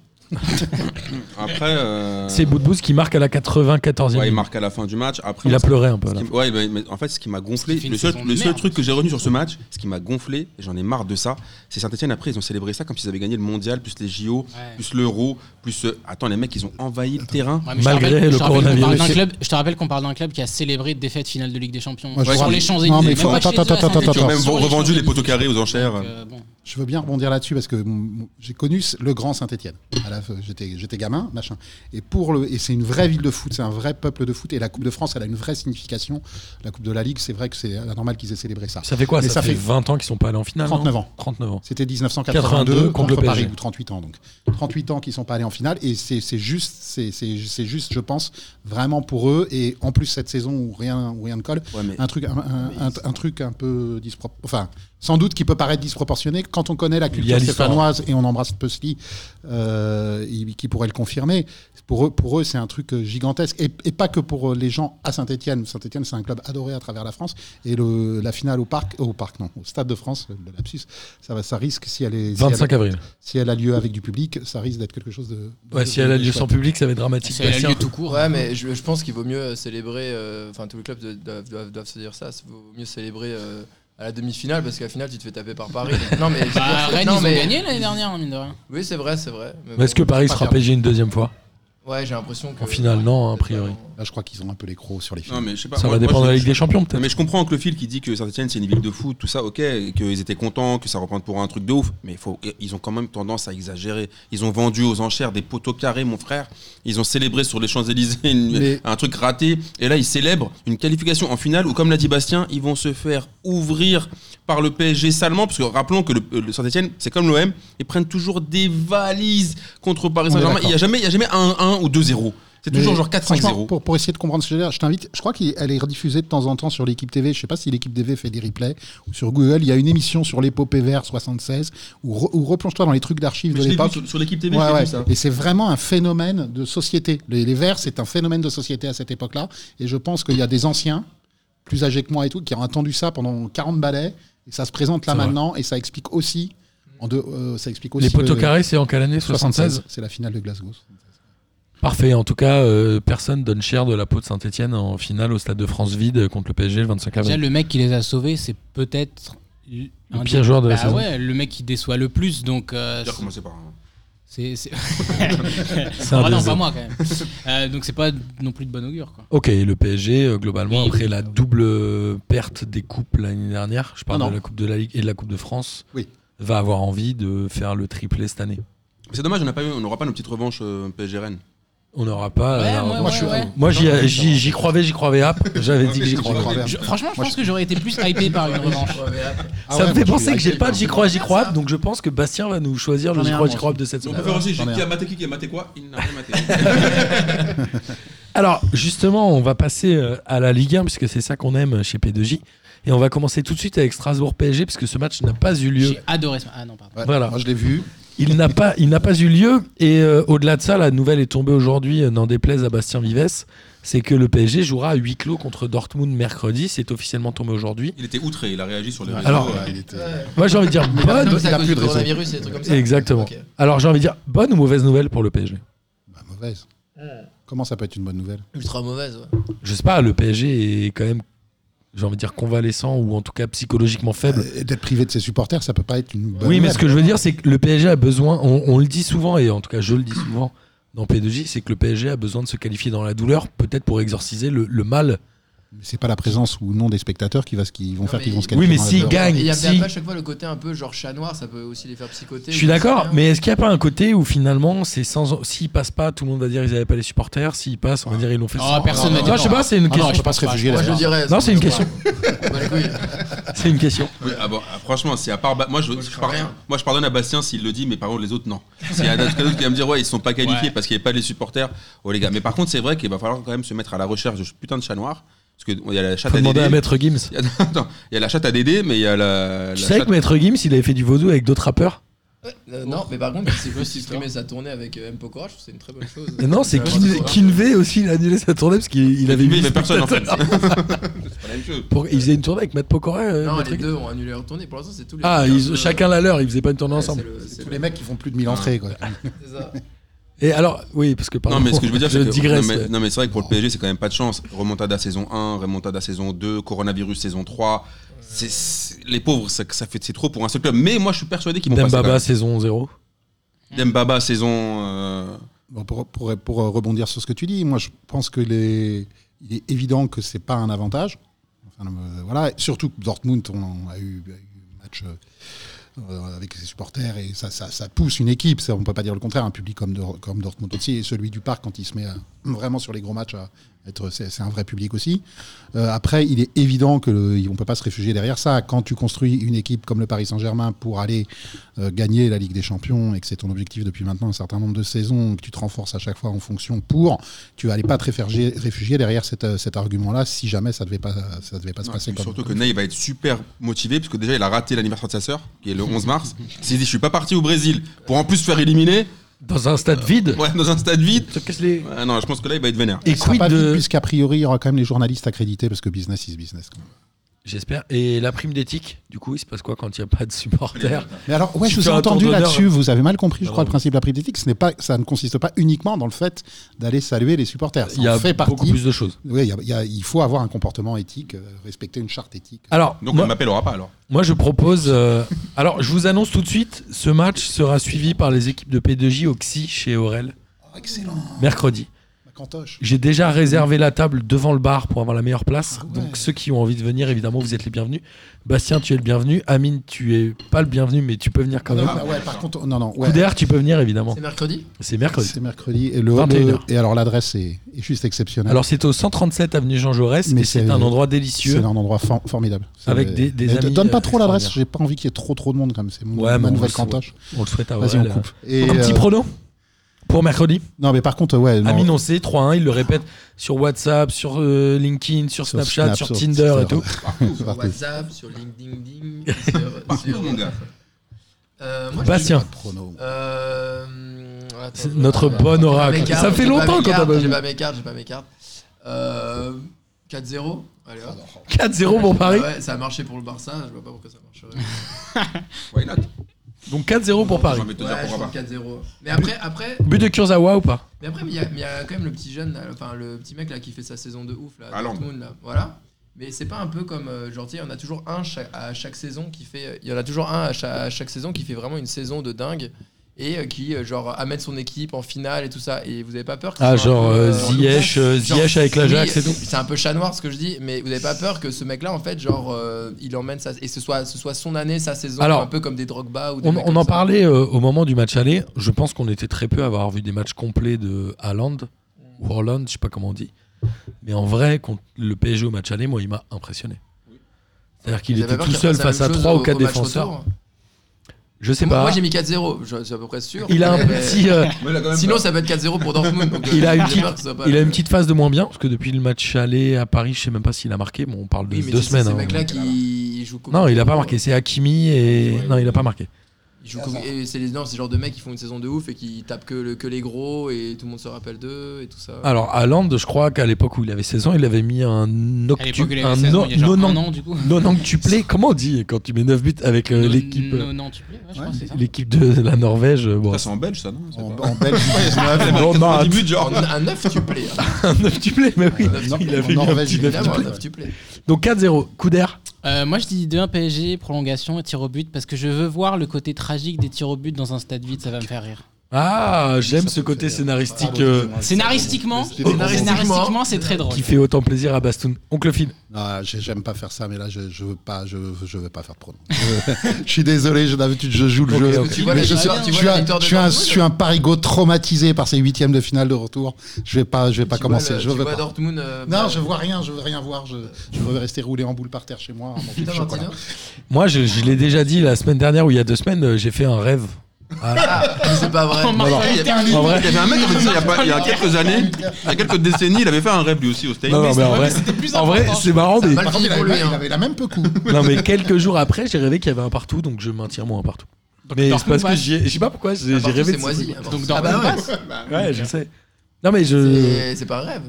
[SPEAKER 1] Après. euh,
[SPEAKER 4] C'est bout de bouse qui marque à la 94e.
[SPEAKER 1] ouais, il
[SPEAKER 4] minute.
[SPEAKER 1] marque à la fin du match. Après,
[SPEAKER 4] il a
[SPEAKER 1] on-
[SPEAKER 4] pleuré un peu
[SPEAKER 1] Ce
[SPEAKER 4] là.
[SPEAKER 1] qui- ouais, mais- mais en fait, ce qui m'a gonflé,
[SPEAKER 5] Parce qu'il fait
[SPEAKER 1] le
[SPEAKER 5] une
[SPEAKER 1] seul,
[SPEAKER 5] saison de
[SPEAKER 1] le seul
[SPEAKER 5] merde.
[SPEAKER 1] truc que j'ai retenu sur ce match, ce qui m'a gonflé, et j'en ai marre de ça, c'est Saint-Etienne. Après, ils ont célébré ça comme s'ils avaient gagné le mondial, plus les JO, plus l'euro, plus. euh, Attends, les mecs, ils ont envahi le terrain.
[SPEAKER 5] Ouais, mais je te
[SPEAKER 4] Malgré
[SPEAKER 5] rappelle- je
[SPEAKER 4] le
[SPEAKER 5] te rappelle qu'on
[SPEAKER 4] coronavirus.
[SPEAKER 5] parle d'un club- Je te rappelle qu'on parle d'un club qui a célébré de défaite finale de Ligue des Champions.
[SPEAKER 3] Moi, je
[SPEAKER 5] sur
[SPEAKER 3] crois-
[SPEAKER 5] les Champs-Élysées.
[SPEAKER 3] Non, mais il
[SPEAKER 5] Même
[SPEAKER 3] faut-
[SPEAKER 5] pas
[SPEAKER 3] attends,
[SPEAKER 5] chez eux, à
[SPEAKER 3] attends, attends,
[SPEAKER 5] Saint-Etienne.
[SPEAKER 1] Ils ont
[SPEAKER 3] attends.
[SPEAKER 1] même
[SPEAKER 5] Sur les
[SPEAKER 1] revendu les poteaux
[SPEAKER 5] Champs-Élysées. Bah,
[SPEAKER 1] carrés aux enchères.
[SPEAKER 5] Donc, euh, bon.
[SPEAKER 3] Je veux bien rebondir là-dessus parce que mm, j'ai connu c- le grand Saint-Etienne. J'étais j'étais gamin, machin. Et, pour le- et c'est une vraie ville de foot, c'est un vrai peuple de foot. Et la Coupe de France, elle a une vraie signification. La Coupe de la Ligue, c'est vrai que c'est normal qu'ils aient célébré ça.
[SPEAKER 4] Ça fait quoi
[SPEAKER 3] Mais
[SPEAKER 4] ça,
[SPEAKER 3] ça
[SPEAKER 4] fait
[SPEAKER 3] fait
[SPEAKER 4] 20 ans qu'ils sont pas allés en finale. non
[SPEAKER 3] 39 ans.
[SPEAKER 4] 39 ans.
[SPEAKER 3] C'était 1982
[SPEAKER 4] 82
[SPEAKER 3] contre,
[SPEAKER 4] contre le
[SPEAKER 3] Paris,
[SPEAKER 4] PSG.
[SPEAKER 3] ou 38 ans donc. 38 ans qui sont pas allés en finale et c'est c'est juste, c'est- c'est c'est juste, je pense, vraiment pour eux et en plus cette saison où rien, où rien ne colle,
[SPEAKER 1] Ouais, mais-
[SPEAKER 3] un truc, un, un- un- un truc un peu dispro- enfin, sans doute qui peut paraître disproportionné quand on connaît la
[SPEAKER 4] Il y a
[SPEAKER 3] culture
[SPEAKER 4] l'histoire.
[SPEAKER 3] stéphanoise et on embrasse Pesli, euh, il- qui pourrait le confirmer. Pour eux, pour eux, c'est un truc euh, gigantesque et, et pas que pour euh, les gens à Saint-Étienne. Saint-Étienne, c'est un club adoré à travers la France et le, la finale au parc, au parc non, au stade de France, euh, le lapsus, ça va, ça risque si elle est si elle-
[SPEAKER 4] 25 avril.
[SPEAKER 3] si elle a lieu avec du public, ça risque d'être quelque chose de. de-
[SPEAKER 4] Ouais, si elle a
[SPEAKER 3] de
[SPEAKER 4] lieu
[SPEAKER 3] chouette.
[SPEAKER 4] sans public, ça va être dramatique.
[SPEAKER 5] C'est la
[SPEAKER 4] Bastien.
[SPEAKER 5] lieu tout court. hein.
[SPEAKER 6] Ouais, mais je, je pense qu'il vaut mieux euh, célébrer. euh, Enfin, tous les clubs de- doivent, doivent, doivent se dire ça. Il vaut mieux célébrer euh, à la demi-finale parce qu'à la finale, tu te fais taper par Paris. Donc, non, mais. je veux
[SPEAKER 5] Bah,
[SPEAKER 6] dire,
[SPEAKER 5] Rennes,
[SPEAKER 6] non,
[SPEAKER 5] ils
[SPEAKER 6] mais-
[SPEAKER 5] ont gagné l'année dernière, hein, mine de rien.
[SPEAKER 6] Oui, c'est vrai, c'est vrai. Mais
[SPEAKER 4] Mais Est-ce que
[SPEAKER 6] bon,
[SPEAKER 4] Paris
[SPEAKER 6] faut
[SPEAKER 4] sera
[SPEAKER 6] pas faire-
[SPEAKER 4] pégé une deuxième fois
[SPEAKER 6] Ouais, j'ai l'impression que.
[SPEAKER 4] En finale, non, a priori.
[SPEAKER 3] Là, je crois qu'ils ont un peu les crocs sur les films.
[SPEAKER 1] Non, mais je sais pas,
[SPEAKER 4] Ça
[SPEAKER 1] Bah, moi-
[SPEAKER 4] va
[SPEAKER 1] moi,
[SPEAKER 4] dépendre de la
[SPEAKER 1] je-
[SPEAKER 4] Ligue des Champions peut-être.
[SPEAKER 1] Non, mais je comprends que le fil qui dit que Saint-Etienne c'est une ville de foot, tout ça, ok, et qu'ils étaient contents, que ça représente pour un truc de ouf, mais il faut, ils ont quand même tendance à exagérer. Ils ont vendu aux enchères des poteaux carrés, mon frère. Ils ont célébré sur les Champs-Élysées une-
[SPEAKER 3] Mais-
[SPEAKER 1] un truc raté, et là ils célèbrent une qualification en finale où, comme l'a dit Bastien, ils vont se faire ouvrir par le PSG salement, parce que rappelons que le, euh, le Saint-Etienne, c'est comme l'OM, ils prennent toujours des valises contre Paris
[SPEAKER 3] On est
[SPEAKER 1] Saint-Germain.
[SPEAKER 3] d'accord.
[SPEAKER 1] Il n'y a jamais, il y a jamais un 1 ou 2-0. C'est toujours
[SPEAKER 3] Mais
[SPEAKER 1] genre
[SPEAKER 3] franchement,
[SPEAKER 1] 4-5-0.
[SPEAKER 3] Pour, pour essayer de comprendre ce que je veux dire, je t'invite. Je crois qu'elle est rediffusée de temps en temps sur l'équipe TV. Je sais pas si l'équipe TV fait des replays ou sur Google. Il y a une émission sur l'épopée vert 76 où, re- où replonge-toi dans les trucs d'archives
[SPEAKER 1] Mais
[SPEAKER 3] de
[SPEAKER 1] je l'ai vu
[SPEAKER 3] l'époque.
[SPEAKER 1] sur, sur l'équipe TV,
[SPEAKER 3] Ouais,
[SPEAKER 1] j'ai
[SPEAKER 3] ouais.
[SPEAKER 1] vu ça.
[SPEAKER 3] Et c'est vraiment un phénomène de société. Les, les Verts, c'est un phénomène de société à cette époque-là. Et je pense qu'il y a des anciens, plus âgés que moi et tout, qui ont attendu ça pendant 40 balais. Et ça se présente là
[SPEAKER 4] C'est vrai.
[SPEAKER 3] maintenant. Et ça explique aussi. En deux, euh, ça explique aussi
[SPEAKER 4] Les poteaux
[SPEAKER 3] le-
[SPEAKER 4] carrés, c'est en quelle année 76
[SPEAKER 3] C'est la finale de Glasgow.
[SPEAKER 4] Parfait. En tout cas, euh, personne donne cher de la peau de Saint-Etienne en finale au Stade de France vide contre le PSG le 25
[SPEAKER 5] Déjà,
[SPEAKER 4] avril.
[SPEAKER 5] le mec qui les a sauvés, c'est peut-être le
[SPEAKER 4] pire joueur de la saison.
[SPEAKER 5] Bah ouais, le mec qui déçoit le plus, donc euh,
[SPEAKER 1] J'ai recommencé par un-
[SPEAKER 5] c'est. c'est-
[SPEAKER 4] C'est un
[SPEAKER 5] Ah non,
[SPEAKER 4] des-
[SPEAKER 5] pas moi quand même. Euh, donc c'est pas non plus de bonne augure quoi.
[SPEAKER 4] Ok, et le PSG, euh, globalement,
[SPEAKER 5] Oui,
[SPEAKER 4] après
[SPEAKER 5] oui.
[SPEAKER 4] la double perte des coupes l'année dernière, je parle
[SPEAKER 3] Ah non.
[SPEAKER 4] de la Coupe de la Ligue et de la Coupe de France,
[SPEAKER 3] Oui.
[SPEAKER 4] va avoir envie de faire le triplé cette année.
[SPEAKER 1] Mais C'est dommage, on n'a pas eu- on n'aura pas nos petites revanches euh, PSG Rennes.
[SPEAKER 4] On n'aura pas.
[SPEAKER 5] Ouais,
[SPEAKER 4] euh,
[SPEAKER 5] ouais,
[SPEAKER 4] moi,
[SPEAKER 5] ouais,
[SPEAKER 4] je-
[SPEAKER 5] ouais.
[SPEAKER 4] moi, j'y- j'y j'y croyais, j'y croyais, hop, j'avais dit que j'y
[SPEAKER 1] J'y
[SPEAKER 4] croyais.
[SPEAKER 1] crois.
[SPEAKER 5] Je- franchement, je pense que j'aurais été plus hypé par une revanche.
[SPEAKER 3] Ah
[SPEAKER 4] ça
[SPEAKER 3] ouais,
[SPEAKER 4] me fait
[SPEAKER 3] moi, je
[SPEAKER 4] penser
[SPEAKER 3] suis
[SPEAKER 4] que j'ai
[SPEAKER 3] hypé,
[SPEAKER 4] pas
[SPEAKER 3] hein.
[SPEAKER 4] de j'y crois, j'y crois, donc je pense que Bastien va nous choisir le
[SPEAKER 5] J'en ai
[SPEAKER 4] j'y
[SPEAKER 5] un,
[SPEAKER 4] crois, j'y
[SPEAKER 5] moi
[SPEAKER 4] crois de cette
[SPEAKER 1] On
[SPEAKER 4] semaine.
[SPEAKER 1] peut faire aussi, j'ai
[SPEAKER 3] j'en ai
[SPEAKER 1] qui
[SPEAKER 3] un.
[SPEAKER 1] a maté qui, qui a maté quoi Il n'a rien maté.
[SPEAKER 4] Alors, justement, on va passer euh, à la Ligue 1, puisque c'est ça qu'on aime chez P2J. Et on va commencer tout de suite avec Strasbourg-PSG, puisque ce match n'a pas eu lieu.
[SPEAKER 5] J'ai adoré ce Ah non, pardon.
[SPEAKER 3] Ouais,
[SPEAKER 4] Voilà.
[SPEAKER 3] Moi, je l'ai vu.
[SPEAKER 4] Il n'a pas, il n'a pas eu lieu. Et euh, au-delà de ça, la nouvelle est tombée aujourd'hui, euh, n'en déplaise à Bastien Vives, c'est que le PSG jouera à huis clos contre Dortmund mercredi. C'est officiellement tombé aujourd'hui.
[SPEAKER 1] Il était outré, il a réagi sur les réseaux.
[SPEAKER 4] Alors,
[SPEAKER 1] euh,
[SPEAKER 3] il était-
[SPEAKER 4] Moi, j'ai envie de dire bonne.
[SPEAKER 3] il a plus de raison.
[SPEAKER 6] coronavirus et des trucs comme ça.
[SPEAKER 4] Exactement.
[SPEAKER 6] Ok.
[SPEAKER 4] Alors, j'ai envie de dire bonne ou mauvaise nouvelle pour le PSG.
[SPEAKER 3] Bah, mauvaise.
[SPEAKER 6] Hmm.
[SPEAKER 3] Comment ça peut être une bonne nouvelle
[SPEAKER 6] Ultra mauvaise. ouais.
[SPEAKER 4] Je sais pas, le PSG est quand même, j'ai envie de dire convalescent ou en tout cas psychologiquement faible.
[SPEAKER 3] Euh, D'être privé de ses supporters, ça peut pas être une bonne
[SPEAKER 4] oui, mais
[SPEAKER 3] nouvelle.
[SPEAKER 4] ce que je veux dire, c'est que le PSG a besoin, on, on le dit souvent, et en tout cas je le dis souvent dans P2J, c'est que le PSG a besoin de se qualifier dans la douleur, peut-être pour exorciser le, le mal.
[SPEAKER 3] C'est pas la présence ou non des spectateurs qui va ce qu'ils vont
[SPEAKER 6] Non,
[SPEAKER 3] faire
[SPEAKER 6] mais-
[SPEAKER 3] qu'ils vont se
[SPEAKER 4] Oui, mais
[SPEAKER 3] qualifier. dans la
[SPEAKER 4] s'ils
[SPEAKER 3] douleur.
[SPEAKER 6] Et il y
[SPEAKER 4] gagnent,
[SPEAKER 6] a
[SPEAKER 4] si,
[SPEAKER 6] pas à chaque fois le côté un peu genre chat noir, ça peut aussi les faire psychoter.
[SPEAKER 4] je suis
[SPEAKER 6] ou
[SPEAKER 4] d'accord,
[SPEAKER 6] sais rien.
[SPEAKER 4] mais est-ce qu'il n'y a pas un côté où finalement, c'est sans, s'ils passent pas, tout le monde va dire ils n'avaient pas les supporters, s'ils passent, on va dire ils l'ont fait
[SPEAKER 5] Oh,
[SPEAKER 4] sans.
[SPEAKER 5] personne
[SPEAKER 4] Non,
[SPEAKER 5] n'a dit
[SPEAKER 4] je sais
[SPEAKER 5] non.
[SPEAKER 4] pas, c'est une
[SPEAKER 3] Ah non, on
[SPEAKER 4] question.
[SPEAKER 3] peut pas se réfugier
[SPEAKER 6] Moi je
[SPEAKER 3] là.
[SPEAKER 6] dirais.
[SPEAKER 4] Non, c'est une question.
[SPEAKER 6] Bonne couille.
[SPEAKER 4] C'est une question.
[SPEAKER 1] oui, ah bon, ah, franchement, si à part. Ba- Moi, je,
[SPEAKER 6] Moi, je
[SPEAKER 1] je
[SPEAKER 6] crois
[SPEAKER 1] par-
[SPEAKER 6] rien.
[SPEAKER 1] moi, je pardonne à Bastien s'il le dit, mais par contre, les autres, non. S'il y a quelqu'un d'autre qui va me dire, ouais, ils sont pas qualifiés
[SPEAKER 5] Ouais.
[SPEAKER 1] parce qu'il n'y a pas les supporters, oh les gars. Mais par contre, c'est vrai qu'il va falloir quand même se mettre à la recherche de ce putain de chat noir. Parce qu'il y a la chatte
[SPEAKER 4] Faut
[SPEAKER 1] à
[SPEAKER 4] demander à
[SPEAKER 1] Dédé.
[SPEAKER 4] Maître Gims.
[SPEAKER 1] Il y a- attends, il y a la chatte à Dédé, mais il y a la.
[SPEAKER 4] Tu
[SPEAKER 1] la
[SPEAKER 4] sais
[SPEAKER 1] chatte-
[SPEAKER 4] que Maître Gims, il avait fait du vaudou avec d'autres rappeurs
[SPEAKER 6] Euh, Non, mais par contre, il s'est plus supprimé sa tournée avec euh, M. Pokora, je trouve que c'est une très bonne chose. Euh,
[SPEAKER 4] Et Non, c'est
[SPEAKER 6] Ouais, c'est
[SPEAKER 4] Kinve-
[SPEAKER 6] vrai.
[SPEAKER 4] Kinvey aussi, il a annulé sa tournée parce qu'il il avait
[SPEAKER 1] mais
[SPEAKER 4] huit
[SPEAKER 1] il y avait personne en fait.
[SPEAKER 4] spectateurs.
[SPEAKER 1] C'est pas la même chose.
[SPEAKER 4] Pour- il faisait une tournée avec Matt Pokora. euh,
[SPEAKER 6] Non,
[SPEAKER 4] Maître
[SPEAKER 6] les
[SPEAKER 4] Gims.
[SPEAKER 6] deux ont annulé leur tournée. Pour l'instant, c'est tous les.
[SPEAKER 4] Ah,
[SPEAKER 6] mecs un
[SPEAKER 4] ils-
[SPEAKER 6] peu-
[SPEAKER 4] chacun la leur, ils faisaient pas une tournée
[SPEAKER 6] Ouais,
[SPEAKER 4] ensemble.
[SPEAKER 6] c'est le- c'est
[SPEAKER 3] Tous
[SPEAKER 6] le-
[SPEAKER 3] les mecs qui font plus de 1000 entrées. Quoi.
[SPEAKER 6] c'est ça.
[SPEAKER 4] Et alors, oui, parce que pardon,
[SPEAKER 1] Non, mais ce que je veux dire, c'est que.
[SPEAKER 4] digresse.
[SPEAKER 1] non, mais, non, mais c'est vrai que pour le PSG, c'est quand même pas de chance. Remontada saison 1, remontada saison 2, coronavirus saison 3. C'est- c'est- les pauvres, ça, ça fait, c'est trop pour un seul club. Mais moi, je suis persuadé qu'ils vont passer.
[SPEAKER 4] Dembaba saison 0.
[SPEAKER 1] quand même. Dembaba, saison. euh,
[SPEAKER 3] Bon, pour, pour, pour, euh, rebondir sur ce que tu dis, moi je pense qu'il est, il est évident que c'est pas un avantage. Enfin, euh, voilà, Et surtout que Dortmund on a eu, a eu un match euh, euh, avec ses supporters et ça, ça, ça pousse une équipe. Ça, on peut pas dire le contraire. Un public comme, Dor- comme Dortmund aussi et celui du parc quand il se met à- vraiment sur les gros matchs à être, c'est c'est un vrai public aussi. Euh, après, il est évident que le- on peut pas se réfugier derrière ça. Quand tu construis une équipe comme le Paris Saint-Germain pour aller euh, gagner la Ligue des Champions et que c'est ton objectif depuis maintenant un certain nombre de saisons, que tu te renforces à chaque fois en fonction pour, tu vas aller pas te réfugier, réfugier derrière cet, euh, cet argument-là si jamais ça devait pas ça devait pas se
[SPEAKER 1] non,
[SPEAKER 3] passer.
[SPEAKER 1] puis
[SPEAKER 3] Comme...
[SPEAKER 1] surtout que Ney va être super motivé, parce que déjà, il a raté l'anniversaire de sa sœur, qui est le 11 mars. Il s'est dit, je suis pas parti au Brésil pour en plus se faire éliminer
[SPEAKER 4] Dans un stade vide.
[SPEAKER 1] ouais, dans un stade vide.
[SPEAKER 4] Ça casse les-
[SPEAKER 1] Ouais, non, je pense que là, il va être vénère.
[SPEAKER 4] Et
[SPEAKER 3] Ce sera
[SPEAKER 4] quid
[SPEAKER 3] pas vite,
[SPEAKER 4] de.
[SPEAKER 3] puisqu'a priori il y aura quand même les journalistes accrédités parce que business is business. quand même.
[SPEAKER 4] J'espère. Et la prime d'éthique, du coup, il se passe quoi quand il n'y a pas de supporters
[SPEAKER 3] Mais alors, ouais,
[SPEAKER 4] Tu
[SPEAKER 3] je vous
[SPEAKER 4] fais
[SPEAKER 3] ai
[SPEAKER 4] un
[SPEAKER 3] entendu
[SPEAKER 4] tour d'honneur. Ah bah
[SPEAKER 3] là-dessus. Vous avez mal compris, je
[SPEAKER 4] Pardon.
[SPEAKER 3] crois, le principe de la prime d'éthique. Ce n'est pas, ça ne consiste pas uniquement dans le fait d'aller saluer les supporters. Ça
[SPEAKER 4] Il y
[SPEAKER 3] en
[SPEAKER 4] a
[SPEAKER 3] fait
[SPEAKER 4] beaucoup
[SPEAKER 3] partie.
[SPEAKER 4] plus de choses.
[SPEAKER 3] Oui, il, y a- il y a- il faut avoir un comportement éthique, euh, respecter une charte éthique.
[SPEAKER 4] Alors,
[SPEAKER 1] Donc,
[SPEAKER 4] moi,
[SPEAKER 1] on m'appellera pas alors.
[SPEAKER 4] moi, je propose. euh, Alors, je vous annonce tout de suite, ce match sera suivi par les équipes de P2J au XI chez Aurel,
[SPEAKER 3] excellent,
[SPEAKER 4] mercredi.
[SPEAKER 3] Cantoche.
[SPEAKER 4] J'ai déjà réservé la table devant le bar pour avoir la meilleure place.
[SPEAKER 3] Ah ouais.
[SPEAKER 4] Donc ceux qui ont envie de venir, évidemment, vous êtes les bienvenus. Bastien, tu es le bienvenu. Amine, tu es pas le bienvenu, mais tu peux venir quand
[SPEAKER 3] Non,
[SPEAKER 4] même.
[SPEAKER 3] bah ouais, par contre, non, non. ouais.
[SPEAKER 4] Couder, tu peux venir, évidemment.
[SPEAKER 6] C'est mercredi
[SPEAKER 4] C'est mercredi.
[SPEAKER 3] C'est mercredi. Et, le,
[SPEAKER 4] 21
[SPEAKER 3] le-
[SPEAKER 4] heures.
[SPEAKER 3] et alors l'adresse est, est juste exceptionnelle.
[SPEAKER 4] Alors c'est au 137 avenue Jean Jaurès,
[SPEAKER 3] Mais
[SPEAKER 4] et c'est
[SPEAKER 3] c'est-
[SPEAKER 4] un endroit
[SPEAKER 3] c'est
[SPEAKER 4] délicieux.
[SPEAKER 3] un endroit for- formidable. C'est-
[SPEAKER 4] Avec des- des
[SPEAKER 3] Et
[SPEAKER 4] amis,
[SPEAKER 3] Donne
[SPEAKER 4] euh,
[SPEAKER 3] pas trop l'adresse.
[SPEAKER 4] extraordinaires.
[SPEAKER 3] J'ai pas envie qu'il y ait trop trop de monde comme c'est mon
[SPEAKER 4] Ouais, mais on
[SPEAKER 3] ma nouvelle
[SPEAKER 4] le sait, ouais.
[SPEAKER 3] cantoche.
[SPEAKER 4] On le souhaite à
[SPEAKER 3] Vas-y,
[SPEAKER 4] Aurel.
[SPEAKER 3] on coupe.
[SPEAKER 4] Un
[SPEAKER 3] Et,
[SPEAKER 4] petit
[SPEAKER 3] euh,
[SPEAKER 4] prono pour mercredi.
[SPEAKER 3] Non, mais par contre, ouais. non.
[SPEAKER 4] Amine, on sait, 3-1, il le répète sur WhatsApp, sur euh, LinkedIn, sur
[SPEAKER 3] Sur
[SPEAKER 4] Snapchat,
[SPEAKER 3] Snap,
[SPEAKER 4] sur
[SPEAKER 3] sur
[SPEAKER 4] Tinder
[SPEAKER 3] Twitter.
[SPEAKER 4] et tout.
[SPEAKER 1] Partout.
[SPEAKER 6] Sur
[SPEAKER 3] Partout.
[SPEAKER 6] WhatsApp, sur LinkedIn, sur.
[SPEAKER 1] Partout,
[SPEAKER 6] sur-
[SPEAKER 1] mon gars.
[SPEAKER 6] Euh, moi, je
[SPEAKER 4] Bastien.
[SPEAKER 3] Pas de prono.
[SPEAKER 6] Euh, attends,
[SPEAKER 4] Bah, C'est
[SPEAKER 6] je-
[SPEAKER 4] notre
[SPEAKER 6] attends,
[SPEAKER 4] bon
[SPEAKER 6] j'ai pas
[SPEAKER 4] oracle.
[SPEAKER 6] mes cartes,
[SPEAKER 4] Ça fait
[SPEAKER 6] j'ai pas
[SPEAKER 4] longtemps
[SPEAKER 6] mes
[SPEAKER 4] qu'on t'a
[SPEAKER 6] cartes,
[SPEAKER 4] pas vu.
[SPEAKER 6] J'ai pas mes cartes, j'ai pas mes cartes. Euh, 4-0 Allez hop.
[SPEAKER 4] 4-0 pour Paris.
[SPEAKER 6] Ah ouais, ça a marché pour le Barça, je vois pas pourquoi ça marcherait.
[SPEAKER 1] Why not
[SPEAKER 4] Donc 4-0 pour Paris.
[SPEAKER 1] J'ai envie de te dire
[SPEAKER 6] Ouais, je
[SPEAKER 1] pourquoi
[SPEAKER 6] trouve
[SPEAKER 1] pas.
[SPEAKER 6] 4-0. Mais après, après,
[SPEAKER 4] But de Kurzawa ou pas
[SPEAKER 6] mais après, mais il y, a- mais il y a quand même le petit jeune, là, enfin le petit mec là qui fait sa saison de ouf là,
[SPEAKER 1] Haaland.
[SPEAKER 6] Dortmund, là. voilà. Mais c'est pas un peu comme euh, genre, tu sais, il y en a toujours un cha- à chaque saison qui fait, il y en a toujours un à cha- à chaque, saison qui fait vraiment une saison de dingue et euh, qui euh, genre amène son équipe en finale et tout ça. Et vous avez pas peur que
[SPEAKER 4] Ah,
[SPEAKER 6] ce soit un
[SPEAKER 4] genre
[SPEAKER 6] peu,
[SPEAKER 4] euh,
[SPEAKER 6] euh,
[SPEAKER 4] Ziyech, euh,
[SPEAKER 6] Genre,
[SPEAKER 4] Ziyech avec l'Ajax
[SPEAKER 6] oui,
[SPEAKER 4] et tout.
[SPEAKER 6] C'est un peu chat noir ce que je dis, mais vous n'avez pas peur que ce mec-là, en fait, genre, euh, il emmène sa. et ce soit, ce soit son année, sa saison,
[SPEAKER 4] Alors,
[SPEAKER 6] un peu comme des Drogba ou des
[SPEAKER 4] On,
[SPEAKER 6] mecs
[SPEAKER 4] on
[SPEAKER 6] comme
[SPEAKER 4] en
[SPEAKER 6] ça.
[SPEAKER 4] parlait euh, au moment du match aller. Je pense qu'on était très peu à avoir vu des matchs complets de Haaland ou Haaland, je sais pas comment on dit. Mais en vrai, contre le PSG au match aller, moi, il m'a impressionné. C'est-à-dire qu'il
[SPEAKER 6] Vous avez
[SPEAKER 4] était
[SPEAKER 6] pas
[SPEAKER 4] tout
[SPEAKER 6] peur
[SPEAKER 4] seul
[SPEAKER 6] qu'il fasse
[SPEAKER 4] face
[SPEAKER 6] la
[SPEAKER 4] à
[SPEAKER 6] même chose
[SPEAKER 4] 3 ou
[SPEAKER 6] au-
[SPEAKER 4] 4
[SPEAKER 6] au match
[SPEAKER 4] défenseurs.
[SPEAKER 6] retour
[SPEAKER 4] Je sais
[SPEAKER 6] Moi,
[SPEAKER 4] pas. hein.
[SPEAKER 6] moi, j'ai mis 4-0, je suis à peu près sûr.
[SPEAKER 4] Bah. Il a un
[SPEAKER 6] Mais-
[SPEAKER 4] petit. euh,
[SPEAKER 1] Ouais, il a quand même
[SPEAKER 6] Sinon,
[SPEAKER 1] pas-
[SPEAKER 6] ça peut être 4-0 pour Dortmund. donc, euh,
[SPEAKER 4] Il a une
[SPEAKER 6] j'ai
[SPEAKER 4] petite-
[SPEAKER 6] peur que ce soit pas
[SPEAKER 4] Il a
[SPEAKER 6] le-
[SPEAKER 4] une petite phase de moins bien, parce que depuis le match aller à Paris, je sais même pas s'il a marqué. Bon, on parle de
[SPEAKER 6] Oui, mais
[SPEAKER 4] deux
[SPEAKER 6] tu sais,
[SPEAKER 4] semaines.
[SPEAKER 6] Ces
[SPEAKER 4] hein.
[SPEAKER 6] mecs-là qui ils jouent
[SPEAKER 4] Non, il a pas marqué. C'est Hakimi et. Non, il a pas marqué.
[SPEAKER 6] Ils jouent comme- et c'est les, non, c'est le genre de mecs qui font une saison de ouf et qui tapent que, le- que les gros et tout le monde se rappelle d'eux et tout ça.
[SPEAKER 4] Alors, Haaland, je crois qu'à l'époque où il avait 16 ans, il avait mis un
[SPEAKER 5] À l'époque, il
[SPEAKER 4] octuple.
[SPEAKER 5] avait
[SPEAKER 4] Un
[SPEAKER 5] 16 ans,
[SPEAKER 4] no-
[SPEAKER 5] il y a genre
[SPEAKER 4] nonan-
[SPEAKER 5] un an, du coup.
[SPEAKER 4] nonantuplé. Comment on dit quand tu mets 9 buts avec euh,
[SPEAKER 5] Non-
[SPEAKER 4] l'équipe euh,
[SPEAKER 5] nonantuplé, ouais, je crois, c'est ça.
[SPEAKER 4] l'équipe de la Norvège euh, bon,
[SPEAKER 1] Ça, c'est en belge, ça, non C'est
[SPEAKER 3] En,
[SPEAKER 1] pas-
[SPEAKER 3] en Belgique,
[SPEAKER 4] Non, non,
[SPEAKER 1] 90 buts, genre.
[SPEAKER 6] En- un 9 tu plais.
[SPEAKER 4] Un octuplé, mais oui.
[SPEAKER 6] Un
[SPEAKER 4] Ah,
[SPEAKER 6] octuplé.
[SPEAKER 4] Il
[SPEAKER 3] En
[SPEAKER 4] avait mis un
[SPEAKER 3] Norvège,
[SPEAKER 4] petit
[SPEAKER 3] il
[SPEAKER 4] neuf
[SPEAKER 3] a
[SPEAKER 6] Évidemment,
[SPEAKER 4] du
[SPEAKER 3] Ouais.
[SPEAKER 4] play.
[SPEAKER 6] un 9 tu plais.
[SPEAKER 4] Donc 4-0, coup d'air.
[SPEAKER 5] Euh, moi, je dis 2-1 PSG, prolongation, tir au but, parce que je veux voir le côté tragique des tirs au but dans un stade vide, ça va me faire rire.
[SPEAKER 4] Ah, j'aime
[SPEAKER 3] Ça
[SPEAKER 4] ce
[SPEAKER 3] peut
[SPEAKER 4] côté
[SPEAKER 3] faire.
[SPEAKER 4] scénaristique euh,
[SPEAKER 5] Ah, Scénaristiquement,
[SPEAKER 6] Scénaristiquement,
[SPEAKER 5] scénaristiquement, c'est très drôle.
[SPEAKER 4] qui fait autant plaisir à Bastoun. Oncle Phil.
[SPEAKER 3] Non, j'ai- j'aime pas faire ça, mais là, je, je veux pas, je, je veux pas faire de prono. Je, je suis désolé, je- d'habitude, je joue le
[SPEAKER 4] Ok,
[SPEAKER 3] jeu.
[SPEAKER 4] ok.
[SPEAKER 6] Tu vois
[SPEAKER 3] Mais
[SPEAKER 6] la
[SPEAKER 3] je suis,
[SPEAKER 6] victoire- tu
[SPEAKER 3] je
[SPEAKER 6] vois
[SPEAKER 3] suis
[SPEAKER 6] la
[SPEAKER 3] un,
[SPEAKER 6] victoire de
[SPEAKER 3] je suis un- je
[SPEAKER 6] Dortmund
[SPEAKER 3] suis un parigo traumatisé par ces huitièmes de finale de retour. Je vais pas, je vais pas
[SPEAKER 6] Tu vois
[SPEAKER 3] commencer.
[SPEAKER 6] le-
[SPEAKER 3] je
[SPEAKER 6] tu
[SPEAKER 3] veux
[SPEAKER 6] vois
[SPEAKER 3] pas.
[SPEAKER 6] Dortmund. euh,
[SPEAKER 3] Non,
[SPEAKER 6] bah,
[SPEAKER 3] je vois rien, je veux rien voir. Je, je veux rester roulé en boule par terre chez moi. à manger
[SPEAKER 6] putain,
[SPEAKER 3] du chocolat.
[SPEAKER 6] Martino.
[SPEAKER 4] Moi, je, je l'ai déjà dit la semaine dernière ou il y a deux semaines, euh, j'ai fait un rêve. Ah,
[SPEAKER 6] Ah, mais c'est pas vrai.
[SPEAKER 5] Oh, Martino,
[SPEAKER 6] Il y a-
[SPEAKER 5] t'es un
[SPEAKER 4] en vrai,
[SPEAKER 1] Il y avait un mec qui avait dit ça il y a pas- il y a quelques années, il y a quelques décennies, il avait fait un rêve lui aussi au Stade.
[SPEAKER 4] non, non, mais en vrai, en vrai, c'est marrant,
[SPEAKER 6] Ça
[SPEAKER 4] mais,
[SPEAKER 6] m'a
[SPEAKER 3] Par contre, il
[SPEAKER 6] Pour
[SPEAKER 3] avait,
[SPEAKER 6] lui,
[SPEAKER 3] la- il
[SPEAKER 6] hein.
[SPEAKER 3] avait la même peu coup.
[SPEAKER 4] non, mais quelques jours après, j'ai rêvé qu'il y avait un partout, donc je maintiens moi un partout. Mais c'est parce que j'y ai- je sais pas pourquoi, j'ai
[SPEAKER 6] Ah,
[SPEAKER 4] j'ai
[SPEAKER 6] partout,
[SPEAKER 4] rêvé
[SPEAKER 6] c'est
[SPEAKER 4] de ce
[SPEAKER 6] moisi.
[SPEAKER 4] truc.
[SPEAKER 5] Donc,
[SPEAKER 6] Ah, bah
[SPEAKER 5] Dortmund
[SPEAKER 6] ouais.
[SPEAKER 4] Ouais, je sais. Non, mais je.
[SPEAKER 6] C'est- C'est pas un rêve.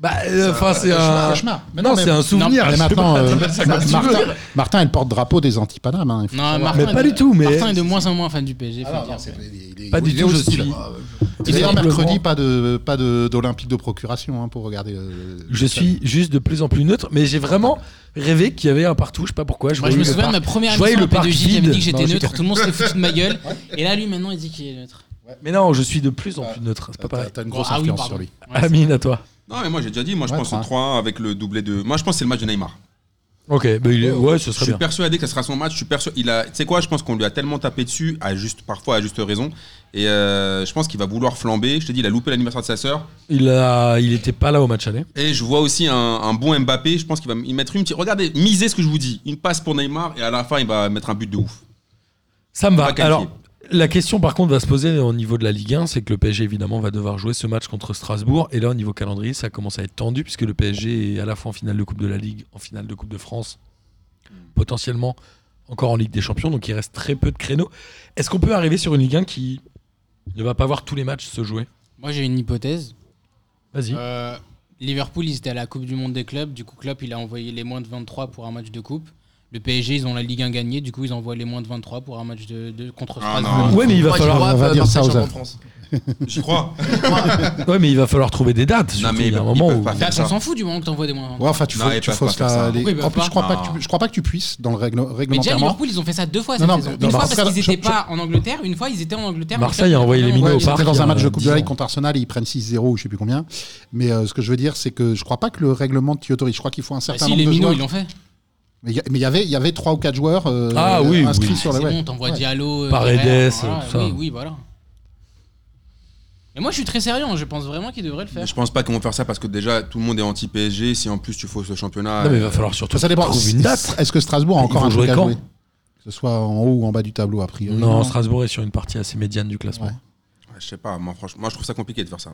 [SPEAKER 4] Bah, euh, enfin, c'est
[SPEAKER 3] Ah,
[SPEAKER 4] un.
[SPEAKER 3] cauchemar. Mais
[SPEAKER 4] Non,
[SPEAKER 3] mais-
[SPEAKER 4] c'est un souvenir.
[SPEAKER 3] mais
[SPEAKER 4] je sais
[SPEAKER 3] maintenant,
[SPEAKER 4] pas.
[SPEAKER 3] euh,
[SPEAKER 6] comme tu
[SPEAKER 3] Martin,
[SPEAKER 6] veux.
[SPEAKER 3] Martin est le porte-drapeau des anti-Paname. hein, il faut
[SPEAKER 5] Non,
[SPEAKER 3] savoir.
[SPEAKER 5] Martin
[SPEAKER 4] Mais
[SPEAKER 5] est
[SPEAKER 4] pas
[SPEAKER 5] de-
[SPEAKER 4] du tout, mais-
[SPEAKER 5] Martin est de moins en moins fan du PSG. faut
[SPEAKER 3] Ah non,
[SPEAKER 5] le dire.
[SPEAKER 3] non, c'est- il est-
[SPEAKER 4] Pas du
[SPEAKER 3] il est
[SPEAKER 4] tout, je
[SPEAKER 3] hostile.
[SPEAKER 4] suis.
[SPEAKER 3] D'ailleurs,
[SPEAKER 4] Simplement.
[SPEAKER 3] mercredi, pas de pas de- d'Olympique de, procuration hein, pour regarder. euh,
[SPEAKER 4] Je
[SPEAKER 3] le-
[SPEAKER 4] suis juste de plus en plus neutre, mais j'ai vraiment rêvé qu'il y avait un partout, je sais pas pourquoi. Je
[SPEAKER 5] Moi,
[SPEAKER 4] voyais
[SPEAKER 5] je me
[SPEAKER 4] le
[SPEAKER 5] souviens de
[SPEAKER 4] parc.
[SPEAKER 5] ma première
[SPEAKER 4] Je voyais
[SPEAKER 5] émission
[SPEAKER 4] le
[SPEAKER 5] en
[SPEAKER 4] parc
[SPEAKER 5] P2J qui
[SPEAKER 4] vide.
[SPEAKER 5] avait dit que
[SPEAKER 4] Non,
[SPEAKER 5] j'étais
[SPEAKER 4] je
[SPEAKER 5] neutre,
[SPEAKER 4] décarte.
[SPEAKER 5] tout le monde s'est foutu de ma gueule. Et là, lui, maintenant, il dit qu'il est neutre.
[SPEAKER 4] Mais non, je suis de plus en plus
[SPEAKER 6] Ah,
[SPEAKER 4] neutre, c'est pas
[SPEAKER 3] T'as
[SPEAKER 4] pareil.
[SPEAKER 3] t'as une grosse
[SPEAKER 5] Ah oui,
[SPEAKER 3] influence
[SPEAKER 5] pardon.
[SPEAKER 3] sur lui.
[SPEAKER 5] Ouais,
[SPEAKER 4] Amine, à toi.
[SPEAKER 1] Non, mais moi j'ai déjà dit, moi je
[SPEAKER 3] Ouais,
[SPEAKER 1] pense au 3-1 avec le doublé de. Moi je pense que c'est le match de Neymar.
[SPEAKER 4] Ok, bah, il est-
[SPEAKER 6] Oh,
[SPEAKER 4] ouais, ce
[SPEAKER 1] Je
[SPEAKER 4] serait
[SPEAKER 1] suis
[SPEAKER 4] bien.
[SPEAKER 1] persuadé que ça sera son match. Je suis persuadé. Il a. Tu sais quoi Je pense qu'on lui a tellement tapé dessus, à juste parfois à juste raison. Et euh, je pense qu'il va vouloir flamber. Je te dis, il a loupé l'anniversaire de sa sœur.
[SPEAKER 4] Il, a, il était pas là au match aller.
[SPEAKER 1] Et je vois aussi un, un bon Mbappé. Je pense qu'il va y mettre une petite. Regardez, misez ce que je vous dis. Une passe pour Neymar et à la fin il va mettre un but de ouf.
[SPEAKER 4] Ça me va.
[SPEAKER 1] Pas qualifié.
[SPEAKER 4] Alors, la question par contre va se poser au niveau de la Ligue 1, c'est que le PSG évidemment va devoir jouer ce match contre Strasbourg. Et là, au niveau calendrier, ça commence à être tendu puisque le PSG est à la fois en finale de Coupe de la Ligue, en finale de Coupe de France, potentiellement encore en Ligue des Champions. Donc il reste très peu de créneaux. Est-ce qu'on peut arriver sur une Ligue 1 qui ne va pas voir tous les matchs se jouer
[SPEAKER 5] Moi, j'ai une hypothèse.
[SPEAKER 4] Vas-y.
[SPEAKER 5] Euh, Liverpool, ils étaient à la Coupe du Monde des clubs. Du coup, Klopp, il a envoyé les moins de 23 pour un match de coupe. Le PSG, ils ont la Ligue 1 gagnée. Du coup, ils envoient les moins de 23 pour un match de, de- contre
[SPEAKER 1] Ah,
[SPEAKER 5] Strasbourg.
[SPEAKER 1] non.
[SPEAKER 4] ouais, mais il va
[SPEAKER 6] Moi, j'y
[SPEAKER 4] falloir.
[SPEAKER 6] crois,
[SPEAKER 3] on va
[SPEAKER 6] euh,
[SPEAKER 3] dire
[SPEAKER 6] Marseille
[SPEAKER 3] ça aux
[SPEAKER 6] champion de
[SPEAKER 3] autres.
[SPEAKER 6] France.
[SPEAKER 1] J'y crois.
[SPEAKER 4] Ouais, mais il va falloir trouver des dates. surtout.
[SPEAKER 1] mais
[SPEAKER 4] il y a un
[SPEAKER 1] ils
[SPEAKER 4] moment
[SPEAKER 1] peuvent
[SPEAKER 4] où-
[SPEAKER 1] pas
[SPEAKER 5] Date,
[SPEAKER 1] faire
[SPEAKER 5] on
[SPEAKER 1] ça.
[SPEAKER 5] s'en fout du moment que t'envoies des moins de 23.
[SPEAKER 3] Ouais, enfin, tu
[SPEAKER 1] Non,
[SPEAKER 3] faut,
[SPEAKER 1] ils
[SPEAKER 3] tu
[SPEAKER 1] peuvent
[SPEAKER 3] fausses
[SPEAKER 1] pas faire ça.
[SPEAKER 3] la- les-
[SPEAKER 5] Pourquoi ils peuvent
[SPEAKER 3] En plus,
[SPEAKER 5] pas
[SPEAKER 3] je crois pas,
[SPEAKER 1] Non.
[SPEAKER 3] que tu, je crois pas que tu puisses dans le règle-
[SPEAKER 5] Mais déjà,
[SPEAKER 3] réglementairement.
[SPEAKER 5] Liverpool, ils ont fait ça deux fois
[SPEAKER 3] Non,
[SPEAKER 5] cette
[SPEAKER 3] non,
[SPEAKER 5] saison.
[SPEAKER 3] mais
[SPEAKER 5] Une
[SPEAKER 3] dans
[SPEAKER 5] fois
[SPEAKER 3] ce
[SPEAKER 5] parce
[SPEAKER 3] cas-là,
[SPEAKER 5] qu'ils étaient
[SPEAKER 3] je-
[SPEAKER 5] pas en Angleterre, une fois ils étaient en Angleterre.
[SPEAKER 4] Marseille a envoyé les
[SPEAKER 5] Klopp,
[SPEAKER 4] minots
[SPEAKER 3] Ouais,
[SPEAKER 4] au
[SPEAKER 3] ils
[SPEAKER 4] parc.
[SPEAKER 3] étaient dans un
[SPEAKER 4] il y a
[SPEAKER 3] match de Coupe
[SPEAKER 4] 10
[SPEAKER 3] de la
[SPEAKER 4] ans.
[SPEAKER 3] Ligue contre Arsenal, et ils prennent 6-0 ou je sais plus combien. Mais euh, ce que je veux dire, c'est que je crois pas que le règlement t'y autorise. Je crois qu'il faut un
[SPEAKER 5] Bah,
[SPEAKER 3] certain
[SPEAKER 5] si, les
[SPEAKER 3] nombre de
[SPEAKER 5] minots,
[SPEAKER 3] joueurs.
[SPEAKER 5] ils l'ont fait.
[SPEAKER 3] Mais il y a- mais il y avait, il y avait trois ou quatre joueurs euh,
[SPEAKER 4] Ah oui,
[SPEAKER 3] inscrits
[SPEAKER 4] oui.
[SPEAKER 3] sur
[SPEAKER 5] C'est
[SPEAKER 3] le.
[SPEAKER 5] bon,
[SPEAKER 3] ouais.
[SPEAKER 5] t'envoies
[SPEAKER 3] Ouais.
[SPEAKER 5] Diallo, euh,
[SPEAKER 4] Paredes,
[SPEAKER 5] Herrera,
[SPEAKER 4] tout ça.
[SPEAKER 5] voilà, Oui, oui, voilà. Mais moi, je suis très sérieux. hein, Je pense vraiment qu'ils devraient le faire.
[SPEAKER 1] Je pense pas qu'ils vont faire ça parce que déjà tout le monde est anti PSG. Si en plus tu fausses le championnat.
[SPEAKER 4] Non, mais il
[SPEAKER 1] euh,
[SPEAKER 4] va falloir surtout
[SPEAKER 3] Ça dépend.
[SPEAKER 4] trouver une date.
[SPEAKER 3] Est-ce que Strasbourg a
[SPEAKER 4] Ils
[SPEAKER 3] encore
[SPEAKER 4] vont
[SPEAKER 3] un
[SPEAKER 4] jouer
[SPEAKER 3] truc à
[SPEAKER 4] quand
[SPEAKER 3] jouer Que ce soit en haut ou en bas du tableau, a priori.
[SPEAKER 4] Non, Strasbourg est sur une partie assez médiane du classement.
[SPEAKER 3] Ouais.
[SPEAKER 1] Je sais pas, moi, franchement, moi, je trouve ça compliqué de faire ça.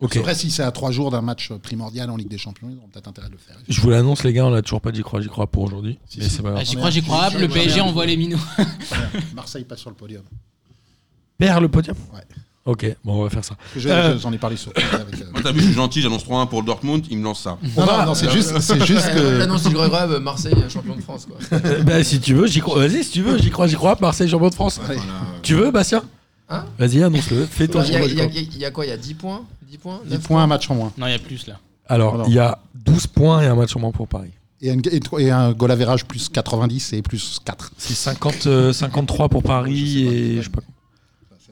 [SPEAKER 4] Ok.
[SPEAKER 3] C'est vrai, si c'est à trois jours d'un match primordial en Ligue des Champions, ils ont peut-être intérêt de le faire.
[SPEAKER 4] Je vous l'annonce, les gars, on l'a toujours pas dit croire, j'y crois pour aujourd'hui.
[SPEAKER 3] Si,
[SPEAKER 4] Mais
[SPEAKER 3] si.
[SPEAKER 4] c'est pas
[SPEAKER 5] Ah,
[SPEAKER 4] grave.
[SPEAKER 5] j'y crois, j'y crois.
[SPEAKER 3] J'ai-
[SPEAKER 5] Le
[SPEAKER 3] j'ai-
[SPEAKER 5] PSG envoie les minots.
[SPEAKER 3] Marseille passe sur le podium.
[SPEAKER 4] Perd le podium
[SPEAKER 3] Ouais.
[SPEAKER 4] Ok, bon, on va faire ça.
[SPEAKER 3] Je-
[SPEAKER 4] Euh.
[SPEAKER 3] J'en ai parlé sur. avec, euh,
[SPEAKER 1] Moi, t'as vu, je suis gentil, j'annonce 3-1 pour le Dortmund, il me lance ça.
[SPEAKER 3] Non, non, non, c'est juste, c'est juste que.
[SPEAKER 6] Ah non, si je regrette, euh, Marseille euh, champion de France. Quoi.
[SPEAKER 4] Euh, bah, si tu veux, j'y crois. Vas-y, si tu veux, j'y crois, j'y crois. Marseille, champion de France.
[SPEAKER 3] Ouais.
[SPEAKER 4] Tu veux, Bastien
[SPEAKER 6] Hein
[SPEAKER 4] Vas-y, annonce-le. Fais ton
[SPEAKER 6] Il y, a-
[SPEAKER 4] champion de
[SPEAKER 6] il y a-
[SPEAKER 4] France.
[SPEAKER 6] il y a quoi Il y a 10 points 10 points
[SPEAKER 3] 10
[SPEAKER 6] 9
[SPEAKER 3] points, un match en moins.
[SPEAKER 5] Non, il y a plus là.
[SPEAKER 4] Alors,
[SPEAKER 3] Alors.
[SPEAKER 4] il y a 12 points et un match en moins pour Paris.
[SPEAKER 3] Et, une- et tro- et un goal average plus 90 et plus 4.
[SPEAKER 4] C'est 50, euh, 53 pour
[SPEAKER 3] Je sais pas.
[SPEAKER 4] Paris et je sais pas.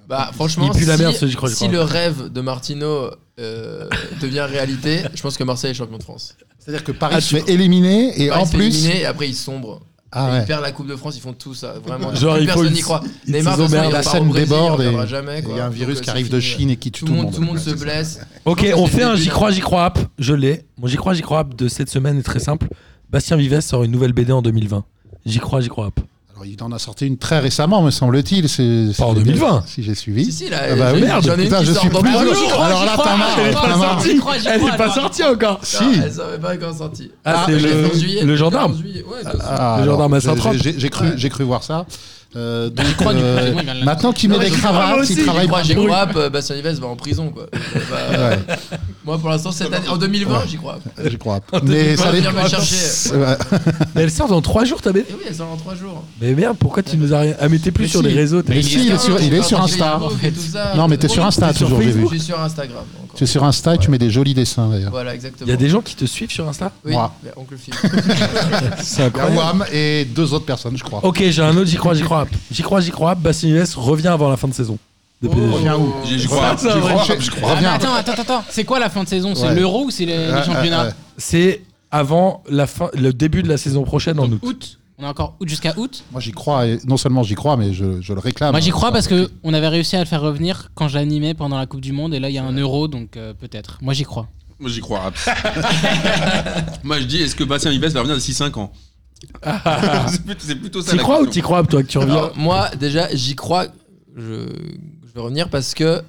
[SPEAKER 6] Bah franchement,
[SPEAKER 4] Il pue
[SPEAKER 6] si,
[SPEAKER 4] la merde, ce j'y crois, j'y
[SPEAKER 6] si
[SPEAKER 4] crois.
[SPEAKER 6] le rêve de Martino euh, devient réalité, je pense que Marseille est champion de France.
[SPEAKER 3] C'est-à-dire que Paris
[SPEAKER 4] Ah,
[SPEAKER 3] se
[SPEAKER 4] tu-
[SPEAKER 3] fait éliminer et
[SPEAKER 6] Paris
[SPEAKER 3] en
[SPEAKER 6] se fait
[SPEAKER 3] plus.
[SPEAKER 6] éliminer, et après ils sombrent.
[SPEAKER 3] Ah
[SPEAKER 6] Et
[SPEAKER 3] ouais.
[SPEAKER 6] Ils perdent la Coupe de France, ils font tout ça. Vraiment,
[SPEAKER 4] Genre,
[SPEAKER 6] Plus
[SPEAKER 4] il faut
[SPEAKER 6] personne
[SPEAKER 4] une-
[SPEAKER 6] n'y croit.
[SPEAKER 4] une
[SPEAKER 6] Neymar, de toute
[SPEAKER 4] saison
[SPEAKER 6] façon,
[SPEAKER 4] merde.
[SPEAKER 6] il
[SPEAKER 3] La
[SPEAKER 6] repart au
[SPEAKER 3] scène
[SPEAKER 6] Brésil,
[SPEAKER 3] déborde
[SPEAKER 6] il reviendra
[SPEAKER 3] et-
[SPEAKER 6] jamais,
[SPEAKER 3] et il
[SPEAKER 6] quoi.
[SPEAKER 3] y a un
[SPEAKER 6] Donc,
[SPEAKER 3] virus
[SPEAKER 6] euh,
[SPEAKER 3] qui
[SPEAKER 6] c'est
[SPEAKER 3] arrive de
[SPEAKER 6] fini.
[SPEAKER 3] Chine et qui tue
[SPEAKER 6] Tout le monde, tout le monde se
[SPEAKER 3] Ouais, c'est ça.
[SPEAKER 6] blesse.
[SPEAKER 4] Ok,
[SPEAKER 6] Je pense
[SPEAKER 4] on
[SPEAKER 6] que c'est
[SPEAKER 4] fait
[SPEAKER 6] le
[SPEAKER 4] un
[SPEAKER 6] début
[SPEAKER 4] J'y
[SPEAKER 6] de-
[SPEAKER 4] crois, j'y crois app. Je l'ai. Mon J'y crois, j'y crois app de cette semaine est très simple. Bastien Vives sort une nouvelle BD en 2020. J'y crois, j'y crois app.
[SPEAKER 3] Alors, il en a sorti une très récemment, me semble-t-il. c'est-
[SPEAKER 4] Pas en
[SPEAKER 3] c'est-
[SPEAKER 4] 2020.
[SPEAKER 3] Si j'ai
[SPEAKER 6] Si,
[SPEAKER 3] suivi.
[SPEAKER 6] si, là,
[SPEAKER 3] Ah bah
[SPEAKER 6] j'ai-
[SPEAKER 4] merde,
[SPEAKER 6] j'en ai une
[SPEAKER 3] putain,
[SPEAKER 6] qui
[SPEAKER 3] je
[SPEAKER 6] sort
[SPEAKER 3] suis
[SPEAKER 6] dans
[SPEAKER 3] plus
[SPEAKER 6] deux
[SPEAKER 3] heureux.
[SPEAKER 6] jours.
[SPEAKER 3] crois, Alors Ah, j'y là, crois. t'as marre,
[SPEAKER 4] Elle est
[SPEAKER 3] t'as
[SPEAKER 4] pas
[SPEAKER 3] marre.
[SPEAKER 4] sortie.
[SPEAKER 5] J'y crois, j'y
[SPEAKER 4] Elle
[SPEAKER 5] crois,
[SPEAKER 4] est pas
[SPEAKER 5] alors.
[SPEAKER 4] sortie encore.
[SPEAKER 3] Si.
[SPEAKER 6] Ah, Elle savait pas quand sortie.
[SPEAKER 4] Ah, c'est
[SPEAKER 6] je l'ai
[SPEAKER 4] le-
[SPEAKER 6] fait en juillet,
[SPEAKER 4] le
[SPEAKER 6] je l'ai fait en
[SPEAKER 4] gendarme.
[SPEAKER 6] juillet. Ouais, bien sûr.
[SPEAKER 3] Ah,
[SPEAKER 4] Le
[SPEAKER 3] alors,
[SPEAKER 4] gendarme à
[SPEAKER 3] j'ai-
[SPEAKER 4] 130.
[SPEAKER 3] j'ai- J'ai cru, j'ai cru voir ça. Euh, donc,
[SPEAKER 5] crois, du coup,
[SPEAKER 3] euh,
[SPEAKER 5] c'est moi qui viens de l'annoncer.
[SPEAKER 3] maintenant qu'il met
[SPEAKER 4] Non, mais
[SPEAKER 3] des
[SPEAKER 4] j'y crois, moi
[SPEAKER 3] cravates,
[SPEAKER 4] aussi,
[SPEAKER 3] il
[SPEAKER 4] j'y
[SPEAKER 3] travaille.
[SPEAKER 6] Moi,
[SPEAKER 3] pas
[SPEAKER 6] j'y
[SPEAKER 3] beaucoup.
[SPEAKER 6] crois, euh, Bastien Ives va en prison. Quoi. Euh, bah,
[SPEAKER 3] Ouais.
[SPEAKER 6] Moi, pour l'instant, cette année, en 2020, j'y crois.
[SPEAKER 3] J'y crois.
[SPEAKER 4] Mais
[SPEAKER 3] Mais
[SPEAKER 6] ça
[SPEAKER 3] ça
[SPEAKER 6] va
[SPEAKER 3] dépend.
[SPEAKER 6] venir me chercher.
[SPEAKER 3] C'est vrai.
[SPEAKER 4] Mais elle sort dans 3 jours ta BD.
[SPEAKER 6] Et oui, elle sort en 3 jours.
[SPEAKER 4] Mais merde, pourquoi tu nous as rien. Ah, mais t'es plus
[SPEAKER 3] Mais
[SPEAKER 4] sur
[SPEAKER 3] si.
[SPEAKER 4] les réseaux. t'es-
[SPEAKER 3] Mais si, il est sur, il est sur Insta. Non, mais t'es sur Insta
[SPEAKER 4] sur
[SPEAKER 3] toujours, j'ai vu.
[SPEAKER 4] Facebook.
[SPEAKER 6] Je suis sur Instagram. encore.
[SPEAKER 3] Tu es sur Insta et tu mets des jolis dessins d'ailleurs.
[SPEAKER 6] Voilà,
[SPEAKER 4] Il
[SPEAKER 6] exactement.
[SPEAKER 4] y a des gens qui te suivent sur Insta
[SPEAKER 6] Oui,
[SPEAKER 3] Moi.
[SPEAKER 6] mais oncle Phil.
[SPEAKER 4] C'est
[SPEAKER 3] Il y a Wam et deux autres personnes, je crois.
[SPEAKER 4] Ok, j'ai un autre, j'y crois, j'y crois. app. J'y crois, j'y crois. app. Bastien Vives revient avant la fin de saison.
[SPEAKER 6] Oh.
[SPEAKER 4] De PSG.
[SPEAKER 3] On revient où
[SPEAKER 1] J'y j'y crois.
[SPEAKER 4] ça,
[SPEAKER 3] J'y
[SPEAKER 4] ouais.
[SPEAKER 3] crois, j'y
[SPEAKER 5] Ah,
[SPEAKER 3] crois.
[SPEAKER 5] mais
[SPEAKER 3] Reviens.
[SPEAKER 5] attends, attends, attends. C'est quoi la fin de saison C'est
[SPEAKER 3] Ouais.
[SPEAKER 5] l'Euro ou c'est les, les
[SPEAKER 3] Ouais, ouais,
[SPEAKER 5] championnats
[SPEAKER 3] ouais.
[SPEAKER 4] C'est avant la fin, le début de la saison prochaine en août.
[SPEAKER 5] Août. On est encore août jusqu'à août.
[SPEAKER 3] Moi j'y crois, et non seulement j'y crois, mais je, je le réclame.
[SPEAKER 5] Moi j'y crois
[SPEAKER 3] Ah,
[SPEAKER 5] parce que on avait réussi à le faire revenir quand j'animais pendant la Coupe du Monde et là il y a un euro donc euh, peut-être. Moi j'y crois.
[SPEAKER 1] Moi, j'y crois. abs. Moi, je dis, est-ce que Bastien Vives va revenir d'ici 5 ans C'est plutôt- C'est plutôt ça.
[SPEAKER 4] T'y
[SPEAKER 1] la
[SPEAKER 4] Ah. crois ou
[SPEAKER 1] question.
[SPEAKER 4] t'y crois, toi, que tu reviens
[SPEAKER 6] Alors, moi, déjà, j'y crois. Je, je vais revenir parce que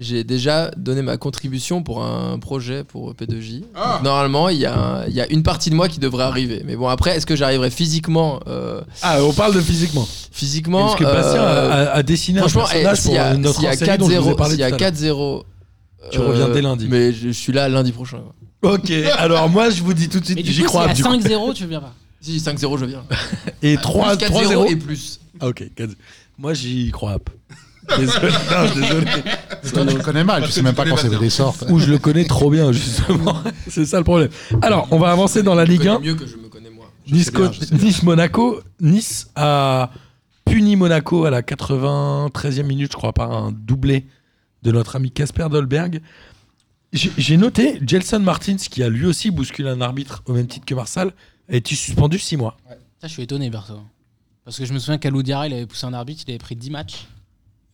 [SPEAKER 6] j'ai déjà donné ma contribution pour un projet pour P2J.
[SPEAKER 1] Ah.
[SPEAKER 6] Donc, normalement, il y, a un- il y a une partie de moi qui devrait arriver. Mais bon, après, est-ce que j'arriverai physiquement euh,
[SPEAKER 4] Ah, on parle de physiquement.
[SPEAKER 6] Physiquement.
[SPEAKER 4] Parce que Bastien
[SPEAKER 6] euh,
[SPEAKER 4] a, a- a dessiné un
[SPEAKER 6] Franchement, eh,
[SPEAKER 4] personnage
[SPEAKER 6] s'il
[SPEAKER 4] pour
[SPEAKER 6] y a,
[SPEAKER 4] euh, notre
[SPEAKER 6] s'il y a
[SPEAKER 4] série dont je vous ai
[SPEAKER 6] 4-0,
[SPEAKER 4] parlé
[SPEAKER 6] s'il y a
[SPEAKER 4] tout à l'heure.
[SPEAKER 6] 4-0,
[SPEAKER 4] Tu reviens dès lundi.
[SPEAKER 6] Mais je, je suis là lundi prochain. quoi.
[SPEAKER 4] Ok, alors moi, je vous dis tout de
[SPEAKER 5] Mais
[SPEAKER 4] suite,
[SPEAKER 5] du
[SPEAKER 4] j'y
[SPEAKER 5] coup,
[SPEAKER 4] crois.
[SPEAKER 5] s'il y a
[SPEAKER 4] app, du coup.
[SPEAKER 5] 5-0, tu viens pas.
[SPEAKER 6] Si 5-0, je viens.
[SPEAKER 4] Et
[SPEAKER 6] Plus
[SPEAKER 4] 3
[SPEAKER 6] 4-0 et
[SPEAKER 4] 3-0.
[SPEAKER 6] plus.
[SPEAKER 4] Ah, ok, 4-0. Moi, j'y crois. app. Désolé. Non, je suis désolé.
[SPEAKER 3] Toi, tu le connais mal, tu sais même pas quand c'est des sortes.
[SPEAKER 4] Ou je le connais trop bien, justement. C'est ça le problème. Alors, on va avancer dans la
[SPEAKER 6] Je
[SPEAKER 4] Ligue 1.
[SPEAKER 6] connais mieux que je me connais moi.
[SPEAKER 4] Nice-Co-
[SPEAKER 3] bien, je sais bien.
[SPEAKER 4] Nice-Monaco. Nice a puni Monaco à la 93e minute, je crois, par un doublé de notre ami Casper Dolberg. J'ai j'ai noté Jelson Martins, qui a lui aussi bousculé un arbitre au même titre que Marsal, a été suspendu 6 mois.
[SPEAKER 5] Ça je suis étonné perso. Parce que je me souviens qu'Alou Diarra il avait poussé un arbitre, il avait pris 10 matchs.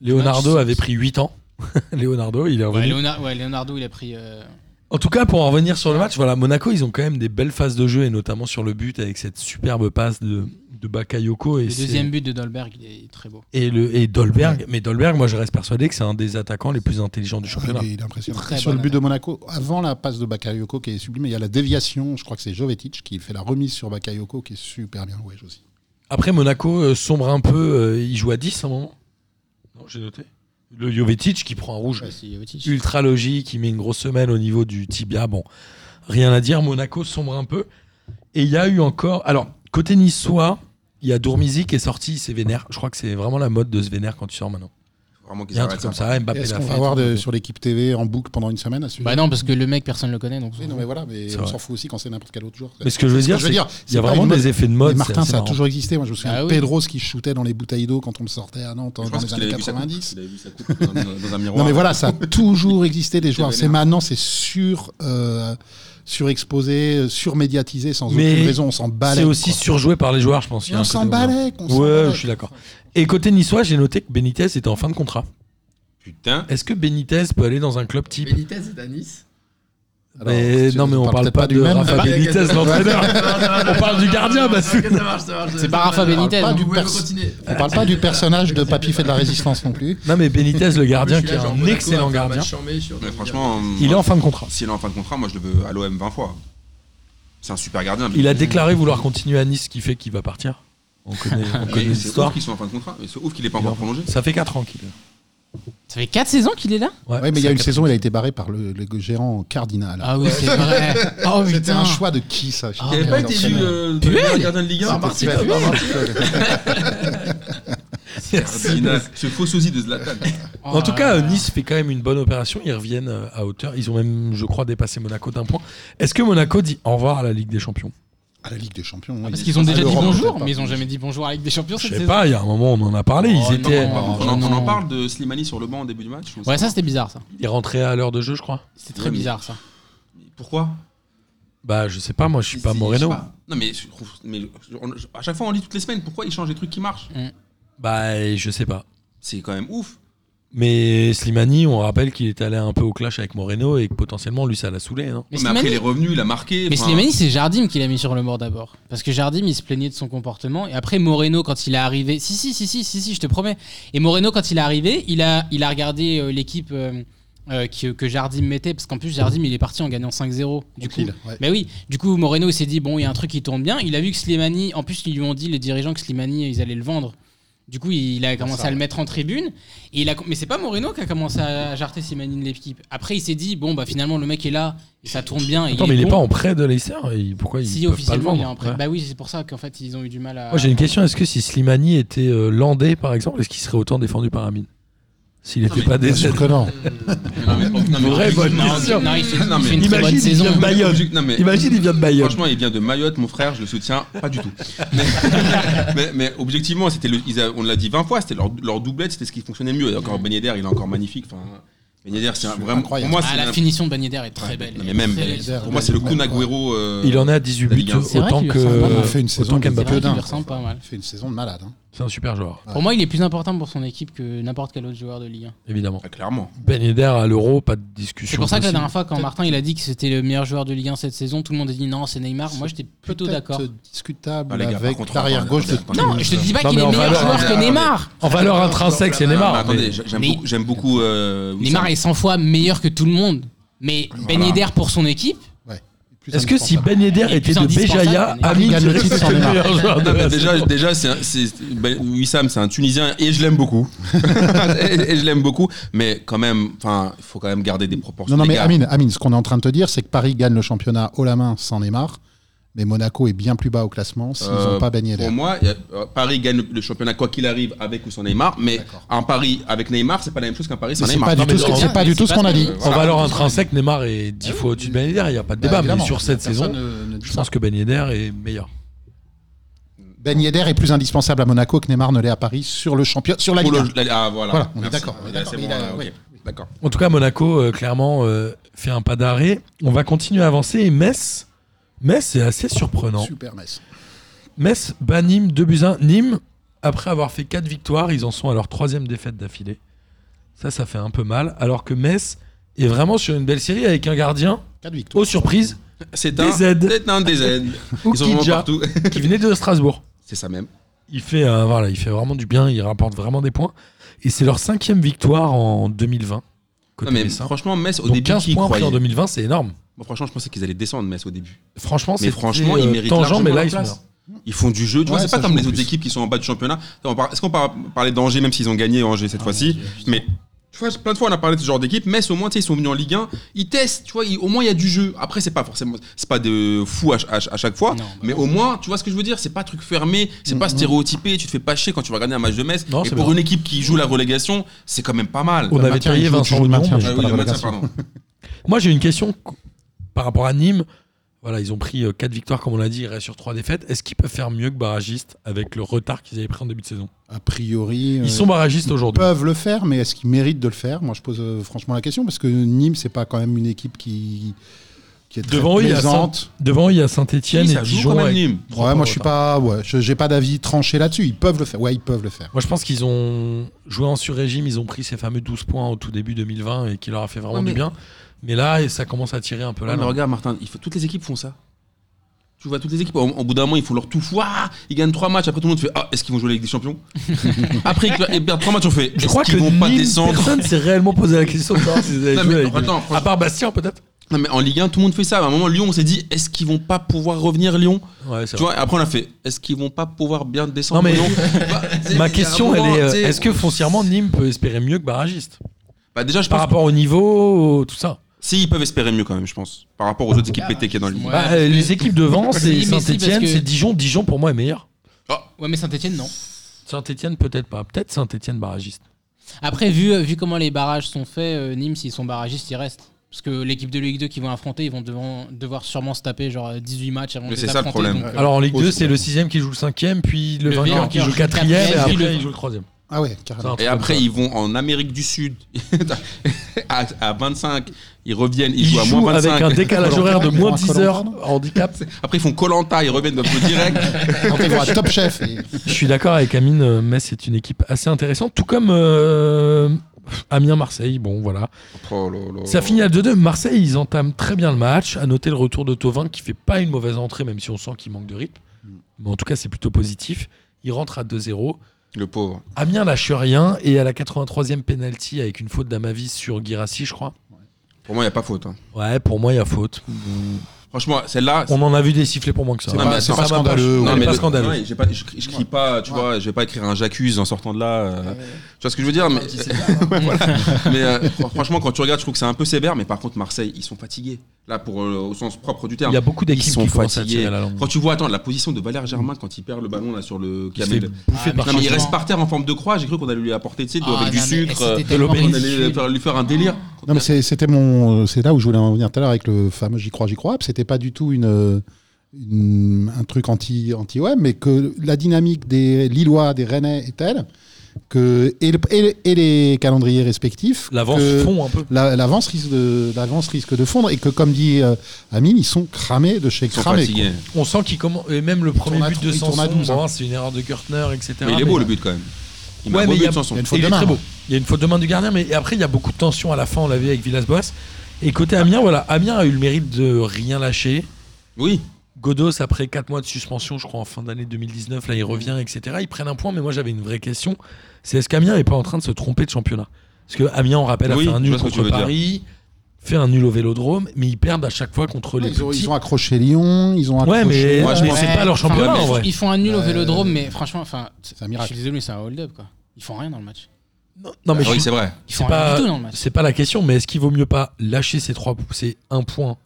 [SPEAKER 4] Leonardo
[SPEAKER 5] Match.
[SPEAKER 4] avait pris 8 ans. Leonardo, il est
[SPEAKER 5] Ouais,
[SPEAKER 4] revenu.
[SPEAKER 5] Leonardo, ouais, Leonardo il a pris. euh,
[SPEAKER 4] En tout cas, pour en revenir sur le match, voilà, Monaco, ils ont quand même des belles phases de jeu, et notamment sur le but avec cette superbe passe de, de Bakayoko. Et
[SPEAKER 5] le
[SPEAKER 4] c'est-
[SPEAKER 5] deuxième but de Dolberg, il est très beau.
[SPEAKER 4] et, le, et Dolberg. Mais Dolberg, moi, je reste persuadé que c'est un des attaquants les plus intelligents du championnat.
[SPEAKER 3] Il est impressionnant.
[SPEAKER 5] Très
[SPEAKER 3] Sur le
[SPEAKER 5] bonne
[SPEAKER 3] but de Monaco, avant la passe de Bakayoko qui est sublime, il y a la déviation, je crois que c'est Jovetic qui fait la remise sur Bakayoko qui est super bien loué aussi.
[SPEAKER 4] Après, Monaco euh, sombre un peu. euh, il joue à 10 à un moment. Non, j'ai noté. Le Jovetic qui prend un rouge
[SPEAKER 5] Ouais, c'est Jovetic.
[SPEAKER 4] ultra logique, qui met une grosse semelle au niveau du tibia. Bon, rien à dire. Monaco sombre un peu. Et il y a eu encore. Alors, côté niçois, il y a Dourmizi qui est sorti, il s'est vénère. Je crois que c'est vraiment la mode de se vénère quand tu sors maintenant.
[SPEAKER 1] Vraiment
[SPEAKER 4] Il
[SPEAKER 1] qu'ils
[SPEAKER 4] y a un
[SPEAKER 1] arrêtent
[SPEAKER 4] truc comme
[SPEAKER 1] ça.
[SPEAKER 4] ça. Mbappé
[SPEAKER 3] Est-ce
[SPEAKER 4] Ah, l'a
[SPEAKER 3] qu'on
[SPEAKER 4] fait,
[SPEAKER 3] va avoir
[SPEAKER 4] tout
[SPEAKER 3] de-
[SPEAKER 4] le-
[SPEAKER 3] sur l'équipe TV en boucle pendant une semaine à ce sujet
[SPEAKER 5] Bah non parce que le mec personne le connaît donc.
[SPEAKER 3] Oui, non, mais voilà, mais
[SPEAKER 4] C'est
[SPEAKER 3] on
[SPEAKER 4] vrai.
[SPEAKER 3] s'en fout aussi quand c'est n'importe quel autre joueur.
[SPEAKER 4] Mais ce que je veux
[SPEAKER 3] Ce que
[SPEAKER 4] dire,
[SPEAKER 3] je veux
[SPEAKER 4] c'est
[SPEAKER 3] dire,
[SPEAKER 4] qu'il y a
[SPEAKER 3] c'est pas
[SPEAKER 4] vraiment
[SPEAKER 3] une mode.
[SPEAKER 4] des effets de mode.
[SPEAKER 3] Mais
[SPEAKER 4] c'est
[SPEAKER 3] Martin,
[SPEAKER 4] assez
[SPEAKER 3] ça a
[SPEAKER 4] marrant.
[SPEAKER 3] toujours existé. Moi, je me souviens
[SPEAKER 5] Ah
[SPEAKER 3] de
[SPEAKER 5] oui.
[SPEAKER 3] Pedros qui shootait dans les bouteilles d'eau quand on le sortait à Nantes hein,
[SPEAKER 1] Je
[SPEAKER 3] dans
[SPEAKER 1] pense
[SPEAKER 3] les
[SPEAKER 1] qu'il
[SPEAKER 3] années
[SPEAKER 1] avait vu sa coupe,
[SPEAKER 3] 90.
[SPEAKER 1] il avait vu sa coupe dans, dans- dans un miroir.
[SPEAKER 3] Non, mais voilà, ça a toujours existé des joueurs.
[SPEAKER 1] C'est
[SPEAKER 3] C'est
[SPEAKER 1] vénère.
[SPEAKER 3] maintenant, c'est sur, euh, surexposé, euh, surmédiatisé sans
[SPEAKER 4] Mais
[SPEAKER 3] aucune raison. On s'en balèque.
[SPEAKER 4] C'est aussi surjoué par les joueurs, je pense. Il y a
[SPEAKER 3] On
[SPEAKER 4] un
[SPEAKER 3] s'en
[SPEAKER 4] côté-
[SPEAKER 3] balèque. on s'en
[SPEAKER 4] Ouais,
[SPEAKER 3] balèque.
[SPEAKER 4] je suis d'accord. Et côté niçois, j'ai noté que Benitez était en fin de contrat.
[SPEAKER 1] Putain.
[SPEAKER 4] Est-ce que Benitez peut aller dans un club type
[SPEAKER 6] Benitez est à Nice.
[SPEAKER 3] Alors,
[SPEAKER 4] mais,
[SPEAKER 3] tu-
[SPEAKER 4] non, mais
[SPEAKER 3] tu
[SPEAKER 4] on
[SPEAKER 3] parles
[SPEAKER 4] parle
[SPEAKER 3] peut-être
[SPEAKER 4] pas,
[SPEAKER 3] pas du
[SPEAKER 4] de
[SPEAKER 3] même.
[SPEAKER 4] Rafa
[SPEAKER 3] Ah,
[SPEAKER 4] Benitez, l'entraîneur.
[SPEAKER 2] On
[SPEAKER 4] parle du gardien, Bassou.
[SPEAKER 5] C'est pas Rafa Benitez.
[SPEAKER 3] pas du
[SPEAKER 2] Vous pouvez
[SPEAKER 3] perso-
[SPEAKER 2] continuer.
[SPEAKER 3] On parle pas du personnage de Papy fait de la résistance non plus.
[SPEAKER 4] Non, mais Benitez, le
[SPEAKER 6] Je
[SPEAKER 4] gardien,
[SPEAKER 6] suis
[SPEAKER 4] qui
[SPEAKER 6] là,
[SPEAKER 4] est
[SPEAKER 6] genre,
[SPEAKER 4] un
[SPEAKER 6] Monaco
[SPEAKER 4] excellent
[SPEAKER 6] a fait un match
[SPEAKER 4] gardien,
[SPEAKER 6] chambé sur-
[SPEAKER 1] Mais franchement,
[SPEAKER 4] il est
[SPEAKER 1] moi,
[SPEAKER 4] en fin de contrat.
[SPEAKER 1] s'il est en fin de contrat, moi je le veux à l'OM 20 fois. C'est un super gardien.
[SPEAKER 4] Il a déclaré vouloir continuer à Nice, ce qui fait qu'il va partir. On connaît, on connaît
[SPEAKER 1] Mais c'est ouf
[SPEAKER 4] l'histoire.
[SPEAKER 1] qu'ils sont en fin de contrat. Mais c'est ouf qu'il n'est pas
[SPEAKER 4] Il
[SPEAKER 1] encore
[SPEAKER 4] en-
[SPEAKER 1] prolongé.
[SPEAKER 4] Ça fait 4 ans qu'il est
[SPEAKER 5] Ça fait 4 saisons qu'il est là
[SPEAKER 1] Ah,
[SPEAKER 4] là.
[SPEAKER 3] Ouais, mais il y a
[SPEAKER 4] ça
[SPEAKER 3] une
[SPEAKER 4] fait-
[SPEAKER 3] saison, il a été barré par le, le gérant Cardinal.
[SPEAKER 5] Ah oui, c'est vrai. Oh
[SPEAKER 3] C'était
[SPEAKER 5] putain.
[SPEAKER 3] un choix de qui ça
[SPEAKER 1] Il
[SPEAKER 5] Ah,
[SPEAKER 1] n'avait
[SPEAKER 5] mais
[SPEAKER 1] pas été élu
[SPEAKER 3] l'entraîneur.
[SPEAKER 1] euh, de meilleur gardien de Ligue 1
[SPEAKER 3] C'était
[SPEAKER 1] par
[SPEAKER 3] Puel,
[SPEAKER 1] Martinez.
[SPEAKER 3] par Martinez.
[SPEAKER 1] Ce faux sosie de Zlatan.
[SPEAKER 5] Oh
[SPEAKER 4] En tout
[SPEAKER 5] là
[SPEAKER 4] cas,
[SPEAKER 5] là.
[SPEAKER 4] euh, Nice fait quand même une bonne opération. Ils reviennent euh, à hauteur. Ils ont même, je crois, dépassé Monaco d'un point. Est-ce que Monaco dit au revoir à la Ligue des Champions
[SPEAKER 3] À la Ligue des Champions.
[SPEAKER 4] Ah,
[SPEAKER 3] ouais,
[SPEAKER 5] Parce
[SPEAKER 3] il-
[SPEAKER 5] qu'ils ont
[SPEAKER 3] à
[SPEAKER 5] déjà dit
[SPEAKER 3] l'Europe,
[SPEAKER 5] bonjour,
[SPEAKER 3] peut-être
[SPEAKER 5] mais ils
[SPEAKER 3] pas.
[SPEAKER 5] ont jamais dit bonjour à la Ligue des Champions
[SPEAKER 4] Je
[SPEAKER 5] cette
[SPEAKER 4] sais
[SPEAKER 5] saison.
[SPEAKER 4] pas. Il y a un moment, on en a parlé.
[SPEAKER 1] Oh,
[SPEAKER 4] ils étaient,
[SPEAKER 1] non,
[SPEAKER 5] Oh,
[SPEAKER 1] on, en, on en
[SPEAKER 5] non.
[SPEAKER 1] parle de Slimani sur le banc au début du match ou
[SPEAKER 5] Ouais, ça c'était bizarre ça.
[SPEAKER 4] ils rentraient à l'heure de jeu, je crois.
[SPEAKER 5] C'est
[SPEAKER 1] Ouais,
[SPEAKER 5] très
[SPEAKER 1] mais-
[SPEAKER 5] bizarre ça.
[SPEAKER 1] Pourquoi
[SPEAKER 4] Bah, je sais pas. Moi, je suis pas
[SPEAKER 1] C'est-
[SPEAKER 4] Moreno.
[SPEAKER 1] je sais pas. Non, mais, je trouve- mais je- on- je- à chaque fois, on lit toutes les semaines. Pourquoi ils changent des trucs qui marchent
[SPEAKER 4] Bah, je sais pas.
[SPEAKER 1] C'est quand même ouf.
[SPEAKER 4] Mais Slimani, on rappelle qu'il est allé un peu au clash avec Moreno et que potentiellement, lui, ça l'a saoulé. hein. non
[SPEAKER 5] Mais
[SPEAKER 1] Mais, après, il
[SPEAKER 5] Slimani-
[SPEAKER 1] est revenu, il a marqué.
[SPEAKER 5] Mais
[SPEAKER 1] enfin,
[SPEAKER 5] Slimani, c'est Jardim qui l'a mis sur le mort d'abord. Parce que Jardim, il se plaignait de son comportement. Et après, Moreno, quand il est arrivé. Si, si, si, si, si, si, je te promets. Et Moreno, quand il est arrivé, il a, il a regardé euh, l'équipe euh, euh, qui- que Jardim mettait. Parce qu'en plus, Jardim, il est parti en gagnant 5-0. Du
[SPEAKER 3] Donc,
[SPEAKER 5] coup,
[SPEAKER 3] il- ouais.
[SPEAKER 5] bah oui, du coup Moreno il s'est dit bon il y a un truc qui tourne bien. Il a vu que Slimani, en plus ils lui ont dit les dirigeants que Slimani ils allaient le vendre. Du coup il a commencé à le mettre en tribune. Et il a, mais c'est pas Moreno qui a commencé à jarter Slimani de l'équipe. Après il s'est dit bon bah finalement le mec est là, et ça tourne bien. et
[SPEAKER 4] Attends, mais il est
[SPEAKER 5] bon.
[SPEAKER 4] pas en prêt de Leicester. et Pourquoi ils
[SPEAKER 5] Si
[SPEAKER 4] peuvent pas le
[SPEAKER 5] officiellement
[SPEAKER 4] vendre
[SPEAKER 5] il est en prêt.
[SPEAKER 4] Ouais.
[SPEAKER 5] Bah euh, oui c'est pour ça qu'en fait ils ont eu du mal à.
[SPEAKER 4] Moi, j'ai une question. Est-ce que si Slimani était euh, landais, par exemple, est-ce qu'il serait autant défendu par Amine S'il
[SPEAKER 1] Non,
[SPEAKER 4] n'était
[SPEAKER 1] mais
[SPEAKER 4] pas
[SPEAKER 3] Bien
[SPEAKER 4] des
[SPEAKER 3] sûr que non.
[SPEAKER 1] mais non, mais- non, mais-
[SPEAKER 4] Vraie bonne
[SPEAKER 1] non,
[SPEAKER 4] question.
[SPEAKER 5] Non, il fait,
[SPEAKER 1] Non,
[SPEAKER 5] il
[SPEAKER 1] mais-
[SPEAKER 5] fait une très
[SPEAKER 4] Imagine,
[SPEAKER 5] bonne
[SPEAKER 4] il
[SPEAKER 5] saison.
[SPEAKER 4] vient de Bayern.
[SPEAKER 1] Non, mais-
[SPEAKER 4] Imagine, il vient de Bayonne.
[SPEAKER 1] Franchement, il vient de Mayotte, mon frère, je le soutiens pas du tout. Mais, mais- mais objectivement, c'était le- ils a- on l'a dit 20 fois, c'était leur, leur doublette, c'était ce qui fonctionnait le mieux. Et encore Ben Yedder, il est encore magnifique. Enfin, ben Yedder, c'est un-
[SPEAKER 3] C'est
[SPEAKER 1] vraiment.
[SPEAKER 3] incroyable.
[SPEAKER 1] Pour moi,
[SPEAKER 5] Ah,
[SPEAKER 1] c'est
[SPEAKER 5] la
[SPEAKER 1] un-
[SPEAKER 5] finition de Bagnéder est très
[SPEAKER 1] Ouais,
[SPEAKER 5] belle.
[SPEAKER 1] non,
[SPEAKER 5] elle
[SPEAKER 1] mais
[SPEAKER 5] est
[SPEAKER 1] même-
[SPEAKER 5] très belle.
[SPEAKER 3] Bagnéder,
[SPEAKER 1] pour moi, c'est le Kun Agüero. euh,
[SPEAKER 4] Il en est à
[SPEAKER 1] la
[SPEAKER 4] 18
[SPEAKER 1] Ligue un.
[SPEAKER 5] C'est vrai
[SPEAKER 4] autant
[SPEAKER 5] qu'il
[SPEAKER 4] que
[SPEAKER 5] ressemble pas mal.
[SPEAKER 3] Il fait une saison
[SPEAKER 4] autant
[SPEAKER 3] de
[SPEAKER 4] qu'Mbappé.
[SPEAKER 5] C'est vrai qu'il
[SPEAKER 3] dingue.
[SPEAKER 5] ressemble pas mal.
[SPEAKER 3] Il fait une saison de malade. hein.
[SPEAKER 4] C'est un super joueur,
[SPEAKER 5] Pour moi il est plus important pour son équipe que n'importe quel autre joueur de Ligue 1.
[SPEAKER 4] évidemment.
[SPEAKER 1] Ah, clairement.
[SPEAKER 4] Ben Yedder à l'Euro, pas de discussion.
[SPEAKER 5] C'est pour ça que la
[SPEAKER 4] possible.
[SPEAKER 5] dernière fois, quand Martin il a dit que c'était le meilleur joueur de Ligue 1 cette saison, tout le monde a dit non, c'est Neymar. Moi, j'étais plutôt
[SPEAKER 3] Peut-être
[SPEAKER 5] d'accord.
[SPEAKER 3] discutable
[SPEAKER 1] Ah, les gars, par
[SPEAKER 3] avec
[SPEAKER 1] contre,
[SPEAKER 3] l'arrière gauche de
[SPEAKER 1] attendez,
[SPEAKER 5] Non, je te dis pas
[SPEAKER 4] Non,
[SPEAKER 5] qu'il
[SPEAKER 4] mais
[SPEAKER 5] est
[SPEAKER 4] en
[SPEAKER 5] meilleur
[SPEAKER 4] valeur-
[SPEAKER 5] joueur que
[SPEAKER 1] Attendez,
[SPEAKER 5] Neymar.
[SPEAKER 4] En valeur intrinsèque, c'est
[SPEAKER 1] Non,
[SPEAKER 4] Neymar.
[SPEAKER 5] Bah,
[SPEAKER 1] mais attendez,
[SPEAKER 4] mais-
[SPEAKER 1] j'ai- j'aime
[SPEAKER 5] mais-
[SPEAKER 1] beaucoup. J'aime beaucoup euh, Wissam.
[SPEAKER 5] Neymar est 100 fois meilleur que tout le monde. Mais Ben Yedder pour son équipe,
[SPEAKER 3] Plus
[SPEAKER 4] Est-ce que si
[SPEAKER 3] indispensable.
[SPEAKER 4] Ben Yedder
[SPEAKER 5] Et
[SPEAKER 4] était
[SPEAKER 5] plus
[SPEAKER 4] de
[SPEAKER 5] indispensable,
[SPEAKER 4] Béjaïa,
[SPEAKER 5] Ben Yedder.
[SPEAKER 4] Amine
[SPEAKER 3] Il gagne le
[SPEAKER 4] dirait que
[SPEAKER 3] titre
[SPEAKER 4] c'est
[SPEAKER 3] sans
[SPEAKER 4] le
[SPEAKER 3] Neymar.
[SPEAKER 4] meilleur joueur de
[SPEAKER 1] Non, Ah, mais
[SPEAKER 4] la
[SPEAKER 1] déjà,
[SPEAKER 4] saison.
[SPEAKER 1] déjà c'est un- c'est- ben, Wissam, c'est un Tunisien et je l'aime beaucoup. et, et je l'aime beaucoup, mais quand même, enfin, il faut quand même garder des proportions.
[SPEAKER 3] Non, non,
[SPEAKER 1] les
[SPEAKER 3] mais
[SPEAKER 1] gars.
[SPEAKER 3] Amine, Amine, ce qu'on est en train de te dire, c'est que Paris gagne le championnat haut la main sans Neymar, mais Monaco est bien plus bas au classement s'ils
[SPEAKER 1] Euh,
[SPEAKER 3] n'ont pas baigné
[SPEAKER 1] Pour
[SPEAKER 3] d'air.
[SPEAKER 1] moi, y a- euh, Paris gagne le championnat quoi qu'il arrive avec ou sans Neymar, mais
[SPEAKER 3] D'accord.
[SPEAKER 1] un Paris avec Neymar, c'est pas la même chose qu'un Paris sans
[SPEAKER 3] Mais C'est
[SPEAKER 1] Neymar.
[SPEAKER 3] pas
[SPEAKER 4] Non,
[SPEAKER 3] du
[SPEAKER 4] mais
[SPEAKER 3] tout ce que-
[SPEAKER 4] non,
[SPEAKER 3] c'est pas
[SPEAKER 5] mais
[SPEAKER 3] du tout
[SPEAKER 5] c'est
[SPEAKER 3] ce qu'on
[SPEAKER 5] pas
[SPEAKER 3] a
[SPEAKER 5] ce
[SPEAKER 3] dit.
[SPEAKER 5] que-
[SPEAKER 4] En
[SPEAKER 1] Voilà. Ah Bah,
[SPEAKER 4] valeur intrinsèque, Neymar est 10 fois au-dessus de Ben Yedder, il n'y a pas de débat. Mais sur cette saison, je pense que Ben Yedder est meilleur.
[SPEAKER 3] Ben Yedder est plus indispensable à Monaco que Neymar ne l'est à Paris sur le champion, sur la
[SPEAKER 1] Pour
[SPEAKER 3] Ligue
[SPEAKER 1] le-
[SPEAKER 3] 1.
[SPEAKER 1] la- ah, voilà.
[SPEAKER 3] Voilà, on est
[SPEAKER 1] Merci.
[SPEAKER 3] d'accord, on est
[SPEAKER 1] Là,
[SPEAKER 3] d'accord.
[SPEAKER 1] c'est bon,
[SPEAKER 3] Il a-
[SPEAKER 1] euh, ok.
[SPEAKER 3] ouais.
[SPEAKER 1] D'accord.
[SPEAKER 4] En tout cas, Monaco, euh, clairement, euh, fait un pas d'arrêt. On va continuer à avancer. Et Metz, Metz, c'est assez surprenant.
[SPEAKER 3] Super Metz.
[SPEAKER 4] Metz bat Nîmes 2 buts 1. Nîmes, après avoir fait 4 victoires, ils en sont à leur troisième défaite d'affilée. Ça, ça fait un peu mal. Alors que Metz est vraiment sur une belle série avec un gardien,
[SPEAKER 3] Quatre victoires.
[SPEAKER 4] aux surprises,
[SPEAKER 1] C'est un,
[SPEAKER 4] DZ.
[SPEAKER 1] c'est un DZ. Ils sont vraiment
[SPEAKER 4] Oukidja,
[SPEAKER 1] partout.
[SPEAKER 4] qui venait de Strasbourg.
[SPEAKER 1] C'est ça même.
[SPEAKER 4] Il fait, euh, voilà, il fait vraiment du bien, il rapporte vraiment des points. Et c'est leur cinquième victoire en 2020. Côté
[SPEAKER 1] Non, mais
[SPEAKER 4] messin.
[SPEAKER 1] franchement, Metz, au
[SPEAKER 4] Donc
[SPEAKER 1] début,
[SPEAKER 4] 15
[SPEAKER 1] qui y
[SPEAKER 4] points pris
[SPEAKER 1] croyait
[SPEAKER 4] en 2020, c'est énorme.
[SPEAKER 1] Moi, franchement, je pensais qu'ils allaient descendre Metz au début.
[SPEAKER 4] Franchement,
[SPEAKER 1] Mais
[SPEAKER 4] c'est
[SPEAKER 1] franchement, ils méritent
[SPEAKER 4] euh, tangent,
[SPEAKER 1] largement
[SPEAKER 4] mais là,
[SPEAKER 1] leur
[SPEAKER 4] ils sont
[SPEAKER 1] place.
[SPEAKER 4] bien.
[SPEAKER 1] Ils font du jeu. Tu vois,
[SPEAKER 3] Ouais,
[SPEAKER 1] c'est pas
[SPEAKER 3] ça
[SPEAKER 1] comme
[SPEAKER 3] joue
[SPEAKER 1] les
[SPEAKER 3] en
[SPEAKER 1] autres
[SPEAKER 3] plus.
[SPEAKER 1] équipes qui sont en bas du championnat. On par- Est-ce qu'on par- parlait d'Angers, même s'ils ont gagné Angers cette fois-ci Mais tu vois, plein de fois, on a parlé de ce genre d'équipe. Metz, au moins, tu sais, ils sont venus en Ligue 1. Ils testent. Tu vois, ils- au moins, il y a du jeu. Après, c'est pas forcément. C'est pas de fou à, ch- à ch- à chaque fois.
[SPEAKER 5] Non, bah
[SPEAKER 1] mais au moins, tu vois ce que je veux dire C'est pas truc fermé. C'est pas stéréotypé. Tu te fais pas chier quand tu vas regarder un match de Metz.
[SPEAKER 4] Mm, Non,
[SPEAKER 1] Et
[SPEAKER 4] c'est
[SPEAKER 1] pour
[SPEAKER 4] vrai.
[SPEAKER 1] une équipe qui joue la relégation, c'est quand même pas mal.
[SPEAKER 4] On
[SPEAKER 3] Le
[SPEAKER 4] avait
[SPEAKER 3] maintien,
[SPEAKER 4] taillé
[SPEAKER 3] il joue
[SPEAKER 4] Vincent
[SPEAKER 3] toujours le
[SPEAKER 4] Lyon,
[SPEAKER 3] maintien,
[SPEAKER 4] mais
[SPEAKER 3] je
[SPEAKER 1] Ah
[SPEAKER 4] je
[SPEAKER 1] oui,
[SPEAKER 4] sais
[SPEAKER 1] le
[SPEAKER 4] pas la
[SPEAKER 1] maintien,
[SPEAKER 4] relation.
[SPEAKER 1] pardon.
[SPEAKER 4] Moi, j'ai une question co- par rapport à Nîmes. Voilà, ils ont pris 4 victoires, comme on l'a dit, ils restent sur 3 défaites. Est-ce qu'ils peuvent faire mieux que barragiste avec le retard qu'ils avaient pris en début de saison
[SPEAKER 3] A priori, euh,
[SPEAKER 4] Ils sont barragistes aujourd'hui.
[SPEAKER 3] peuvent le faire, mais est-ce qu'ils méritent de le faire Moi, je pose euh, franchement la question parce que Nîmes, c'est pas quand même une équipe qui qui qui est très
[SPEAKER 4] Devant eux, il y a Saint-
[SPEAKER 3] plaisante.
[SPEAKER 4] devant eux, il y a
[SPEAKER 1] Si,
[SPEAKER 4] Saint-Etienne et
[SPEAKER 1] ça joue
[SPEAKER 4] Dijon.
[SPEAKER 1] quand même
[SPEAKER 4] avec-
[SPEAKER 1] Nîmes.
[SPEAKER 4] trois
[SPEAKER 3] Ouais,
[SPEAKER 4] points
[SPEAKER 3] moi
[SPEAKER 4] de
[SPEAKER 3] je suis
[SPEAKER 4] retard.
[SPEAKER 3] pas, ouais, je- j'ai pas d'avis tranché là-dessus. Ils peuvent le faire. Ouais, ils peuvent le faire.
[SPEAKER 4] Moi, je pense qu'ils ont joué en sur-régime, ils ont pris ces fameux 12 points au tout début 2020 et qui leur a fait vraiment
[SPEAKER 1] Ouais, mais-
[SPEAKER 4] du bien. Mais là, et ça commence à tirer un peu là.
[SPEAKER 1] Ouais, mais regarde, Martin, il faut- toutes les équipes font ça. Tu vois, toutes les équipes, au, au bout d'un moment, ils font leur tout fou. Ah, ils gagnent trois matchs. Après, tout le monde fait Ah, est-ce qu'ils vont jouer la Ligue des Champions Après, ils ils perdent trois matchs, on fait
[SPEAKER 4] Je
[SPEAKER 1] Est-ce
[SPEAKER 4] crois que
[SPEAKER 1] qu'ils vont pas
[SPEAKER 4] Nîmes,
[SPEAKER 1] descendre
[SPEAKER 4] personne s'est réellement posé la question de savoir s'ils
[SPEAKER 1] Non,
[SPEAKER 4] allaient
[SPEAKER 1] mais
[SPEAKER 4] jouer avec
[SPEAKER 1] attends,
[SPEAKER 4] lui. À
[SPEAKER 1] franchement-
[SPEAKER 4] part Bastien, peut-être
[SPEAKER 1] Non, mais en Ligue 1, tout le monde fait ça. À un moment, Lyon, on s'est dit Est-ce qu'ils vont pas pouvoir revenir, Lyon
[SPEAKER 4] Ouais, c'est
[SPEAKER 1] Tu vois, et après, on a fait Est-ce qu'ils vont pas pouvoir bien descendre,
[SPEAKER 4] Non, mais-
[SPEAKER 1] Lyon Bah, c'est- il y a un
[SPEAKER 4] Ma question, elle
[SPEAKER 1] moment,
[SPEAKER 4] est euh,
[SPEAKER 1] tu sais-
[SPEAKER 4] est-ce que foncièrement Nîmes peut espérer mieux que barragiste
[SPEAKER 1] Bah, déjà, je
[SPEAKER 4] Par
[SPEAKER 1] pense.
[SPEAKER 4] rapport au niveau, tout ça.
[SPEAKER 1] Si, ils peuvent espérer mieux quand même, je pense. Par rapport aux autres équipes pétées qu'il y a dans le
[SPEAKER 5] Ouais,
[SPEAKER 1] Ligue.
[SPEAKER 4] Bah,
[SPEAKER 5] parce
[SPEAKER 4] euh,
[SPEAKER 5] que-
[SPEAKER 4] les équipes devant, c'est
[SPEAKER 5] Oui, mais si,
[SPEAKER 4] Saint-Etienne,
[SPEAKER 5] parce que-
[SPEAKER 4] c'est Dijon. Dijon, pour moi, est meilleur.
[SPEAKER 5] Ouais, mais Saint-Etienne, non.
[SPEAKER 4] Saint-Etienne, peut-être pas. Peut-être Saint-Etienne barragiste.
[SPEAKER 5] Après, vu, vu comment les barrages sont faits, euh, Nîmes, s'ils sont barragistes, ils restent. Parce que l'équipe de Ligue 2 qu'ils vont affronter, ils vont devant- devoir sûrement se taper genre 18 matchs avant
[SPEAKER 1] Mais
[SPEAKER 5] de les
[SPEAKER 1] c'est ça le
[SPEAKER 5] affronter,
[SPEAKER 1] problème.
[SPEAKER 5] donc, euh,
[SPEAKER 4] Alors en Ligue
[SPEAKER 3] Oh,
[SPEAKER 4] 2,
[SPEAKER 3] je
[SPEAKER 4] c'est le 6 qui joue le 5 puis le
[SPEAKER 5] Le
[SPEAKER 4] vainqueur qui
[SPEAKER 5] vainqueur
[SPEAKER 4] joue le
[SPEAKER 5] qui joue le
[SPEAKER 4] 4 et
[SPEAKER 5] quatrième,
[SPEAKER 4] après
[SPEAKER 5] puis le-
[SPEAKER 4] il joue le 3
[SPEAKER 3] Ah ouais, carrément.
[SPEAKER 1] Et après, ils vont en Amérique du Sud à, à 25. Ils reviennent, ils,
[SPEAKER 4] Il
[SPEAKER 1] jouent à
[SPEAKER 4] joue
[SPEAKER 1] moins
[SPEAKER 4] avec
[SPEAKER 1] 25.
[SPEAKER 4] un décalage horaire de
[SPEAKER 3] Ils
[SPEAKER 4] moins
[SPEAKER 3] vont à
[SPEAKER 4] 10 heures handicap.
[SPEAKER 1] Après, ils font Colanta, ils reviennent dans le direct.
[SPEAKER 3] Quand ils vont à Top Chef. et-
[SPEAKER 4] Je suis d'accord avec Amine, euh, Metz est une équipe assez intéressante, tout comme euh, Amiens-Marseille. Bon, voilà.
[SPEAKER 1] Oh là là.
[SPEAKER 4] Ça finit à 2-2. Marseille, ils entament très bien le match. À noter le retour de Tovin qui fait pas une mauvaise entrée, même si on sent qu'il manque de rythme.
[SPEAKER 1] Mm.
[SPEAKER 4] Mais en tout cas, c'est plutôt positif. Il rentre à 2-0.
[SPEAKER 1] Le pauvre.
[SPEAKER 4] Amiens lâche rien et à la 83e penalty avec une faute d'Amavis sur Girassi, je crois.
[SPEAKER 1] Pour moi, il n'y a pas faute. hein.
[SPEAKER 4] Ouais, pour moi, il y a faute.
[SPEAKER 1] Franchement, celle-là.
[SPEAKER 4] On en a vu des sifflés pour moins que ça.
[SPEAKER 3] C'est
[SPEAKER 1] Non,
[SPEAKER 3] pas,
[SPEAKER 1] mais
[SPEAKER 3] c'est
[SPEAKER 1] attends,
[SPEAKER 3] pas
[SPEAKER 4] ça m'a
[SPEAKER 3] scandaleux.
[SPEAKER 4] pas-
[SPEAKER 3] ouais.
[SPEAKER 4] Non, mais- pas
[SPEAKER 1] le-
[SPEAKER 4] scandaleux.
[SPEAKER 1] ouais, j'ai pas- je, je crie pas, tu vois, je vais pas écrire un j'accuse en sortant de là. euh, Tu vois ce que je veux dire mais, Ouais, voilà. Mais, euh, fr- franchement, quand tu regardes, je trouve que c'est un peu sévère. Mais par contre, Marseille, ils sont fatigués. Là, pour, euh, au sens propre du terme.
[SPEAKER 4] Il y a beaucoup
[SPEAKER 1] Ils
[SPEAKER 4] d'équipes
[SPEAKER 1] sont
[SPEAKER 4] qui commencent à
[SPEAKER 1] fatigués.
[SPEAKER 4] tirer la langue.
[SPEAKER 1] Quand tu vois, attends, la position de Valère Germain quand il perd le ballon là sur le
[SPEAKER 4] Il
[SPEAKER 1] qui
[SPEAKER 4] se
[SPEAKER 1] a
[SPEAKER 4] fait
[SPEAKER 1] mis le-
[SPEAKER 4] bouffer
[SPEAKER 5] Ah,
[SPEAKER 4] par
[SPEAKER 5] mais
[SPEAKER 1] Non, mais il
[SPEAKER 5] franchement.
[SPEAKER 1] reste par terre en forme de croix. J'ai cru qu'on allait lui apporter, tu sais, de-
[SPEAKER 5] Ah,
[SPEAKER 1] avec du
[SPEAKER 5] non, mais
[SPEAKER 1] sucre.
[SPEAKER 5] c'était
[SPEAKER 1] euh,
[SPEAKER 5] tellement
[SPEAKER 4] l'obélisque.
[SPEAKER 1] On allait
[SPEAKER 5] ridicule.
[SPEAKER 1] faire- lui faire un délire.
[SPEAKER 3] Non, mais c'est- c'était mon, euh, c'est là où je voulais en venir tout à l'heure avec le fameux j'y crois, j'y crois. C'était pas du tout une, euh, une- un truc anti, anti web, mais que la dynamique des Lillois, des Rennais est telle que et, le- et, le- et les calendriers respectifs,
[SPEAKER 4] L'avance
[SPEAKER 3] que
[SPEAKER 4] fond un peu.
[SPEAKER 3] la- l'avance risque de l'avance risque de fondre et que comme dit euh, Amine, ils sont cramés de chez
[SPEAKER 1] Ils sont
[SPEAKER 3] cramés.
[SPEAKER 1] fatigués.
[SPEAKER 4] On sent qu'il commence. Et même le premier
[SPEAKER 3] tourne à
[SPEAKER 4] but de
[SPEAKER 3] tr- il tourne à
[SPEAKER 4] Sanson,
[SPEAKER 3] 12, hein.
[SPEAKER 4] bon, c'est une erreur de Gertner, etc.
[SPEAKER 1] Mais il est beau le but quand même. Il met
[SPEAKER 4] Ouais,
[SPEAKER 1] un beau
[SPEAKER 4] mais il y
[SPEAKER 1] but
[SPEAKER 4] a-
[SPEAKER 1] de
[SPEAKER 3] Il y
[SPEAKER 1] Sanson.
[SPEAKER 3] a une faute
[SPEAKER 4] Il
[SPEAKER 3] de
[SPEAKER 4] est
[SPEAKER 3] main.
[SPEAKER 4] très beau. Il y a une faute de main du gardien, mais après, il y a beaucoup de tension à la fin. On l'a vu avec Villas-Boas. Et côté Amiens, voilà, Amiens a eu le mérite de rien lâcher.
[SPEAKER 1] Oui.
[SPEAKER 4] Godos, après 4 mois de suspension, je crois, en fin d'année 2019, là, il revient, etc. Ils prennent un point, mais moi, j'avais une vraie question. C'est est-ce qu'Amiens n'est pas en train de se tromper de championnat Parce que Amiens, on rappelle,
[SPEAKER 1] Oui,
[SPEAKER 4] a fait un
[SPEAKER 1] je
[SPEAKER 4] nul
[SPEAKER 1] vois ce que tu
[SPEAKER 4] contre
[SPEAKER 1] veux dire.
[SPEAKER 4] Paris, fait un nul au Vélodrome, mais ils perdent à chaque fois contre les
[SPEAKER 3] Ils ont,
[SPEAKER 4] petits.
[SPEAKER 3] ils ont accroché Lyon, ils ont
[SPEAKER 4] Ouais,
[SPEAKER 3] accroché.
[SPEAKER 4] mais
[SPEAKER 1] Moi, je
[SPEAKER 4] mais
[SPEAKER 1] pense-
[SPEAKER 4] c'est pas leur
[SPEAKER 5] hein. Enfin,
[SPEAKER 4] championnat,
[SPEAKER 5] ouais,
[SPEAKER 4] en vrai.
[SPEAKER 5] Ils font un nul au
[SPEAKER 3] Euh,
[SPEAKER 5] Vélodrome, mais franchement, enfin,
[SPEAKER 3] c'est un miracle.
[SPEAKER 5] je suis désolé, mais c'est un hold-up quoi. Ils font rien dans le match.
[SPEAKER 4] Non, non, mais je
[SPEAKER 1] Ah Oui,
[SPEAKER 4] suis-
[SPEAKER 1] c'est vrai.
[SPEAKER 5] Ils font
[SPEAKER 4] Ah C'est
[SPEAKER 5] rien
[SPEAKER 4] pas-
[SPEAKER 5] du tout dans le match.
[SPEAKER 4] c'est pas la question, mais est-ce qu'il vaut mieux pas lâcher ces trois, ces un point,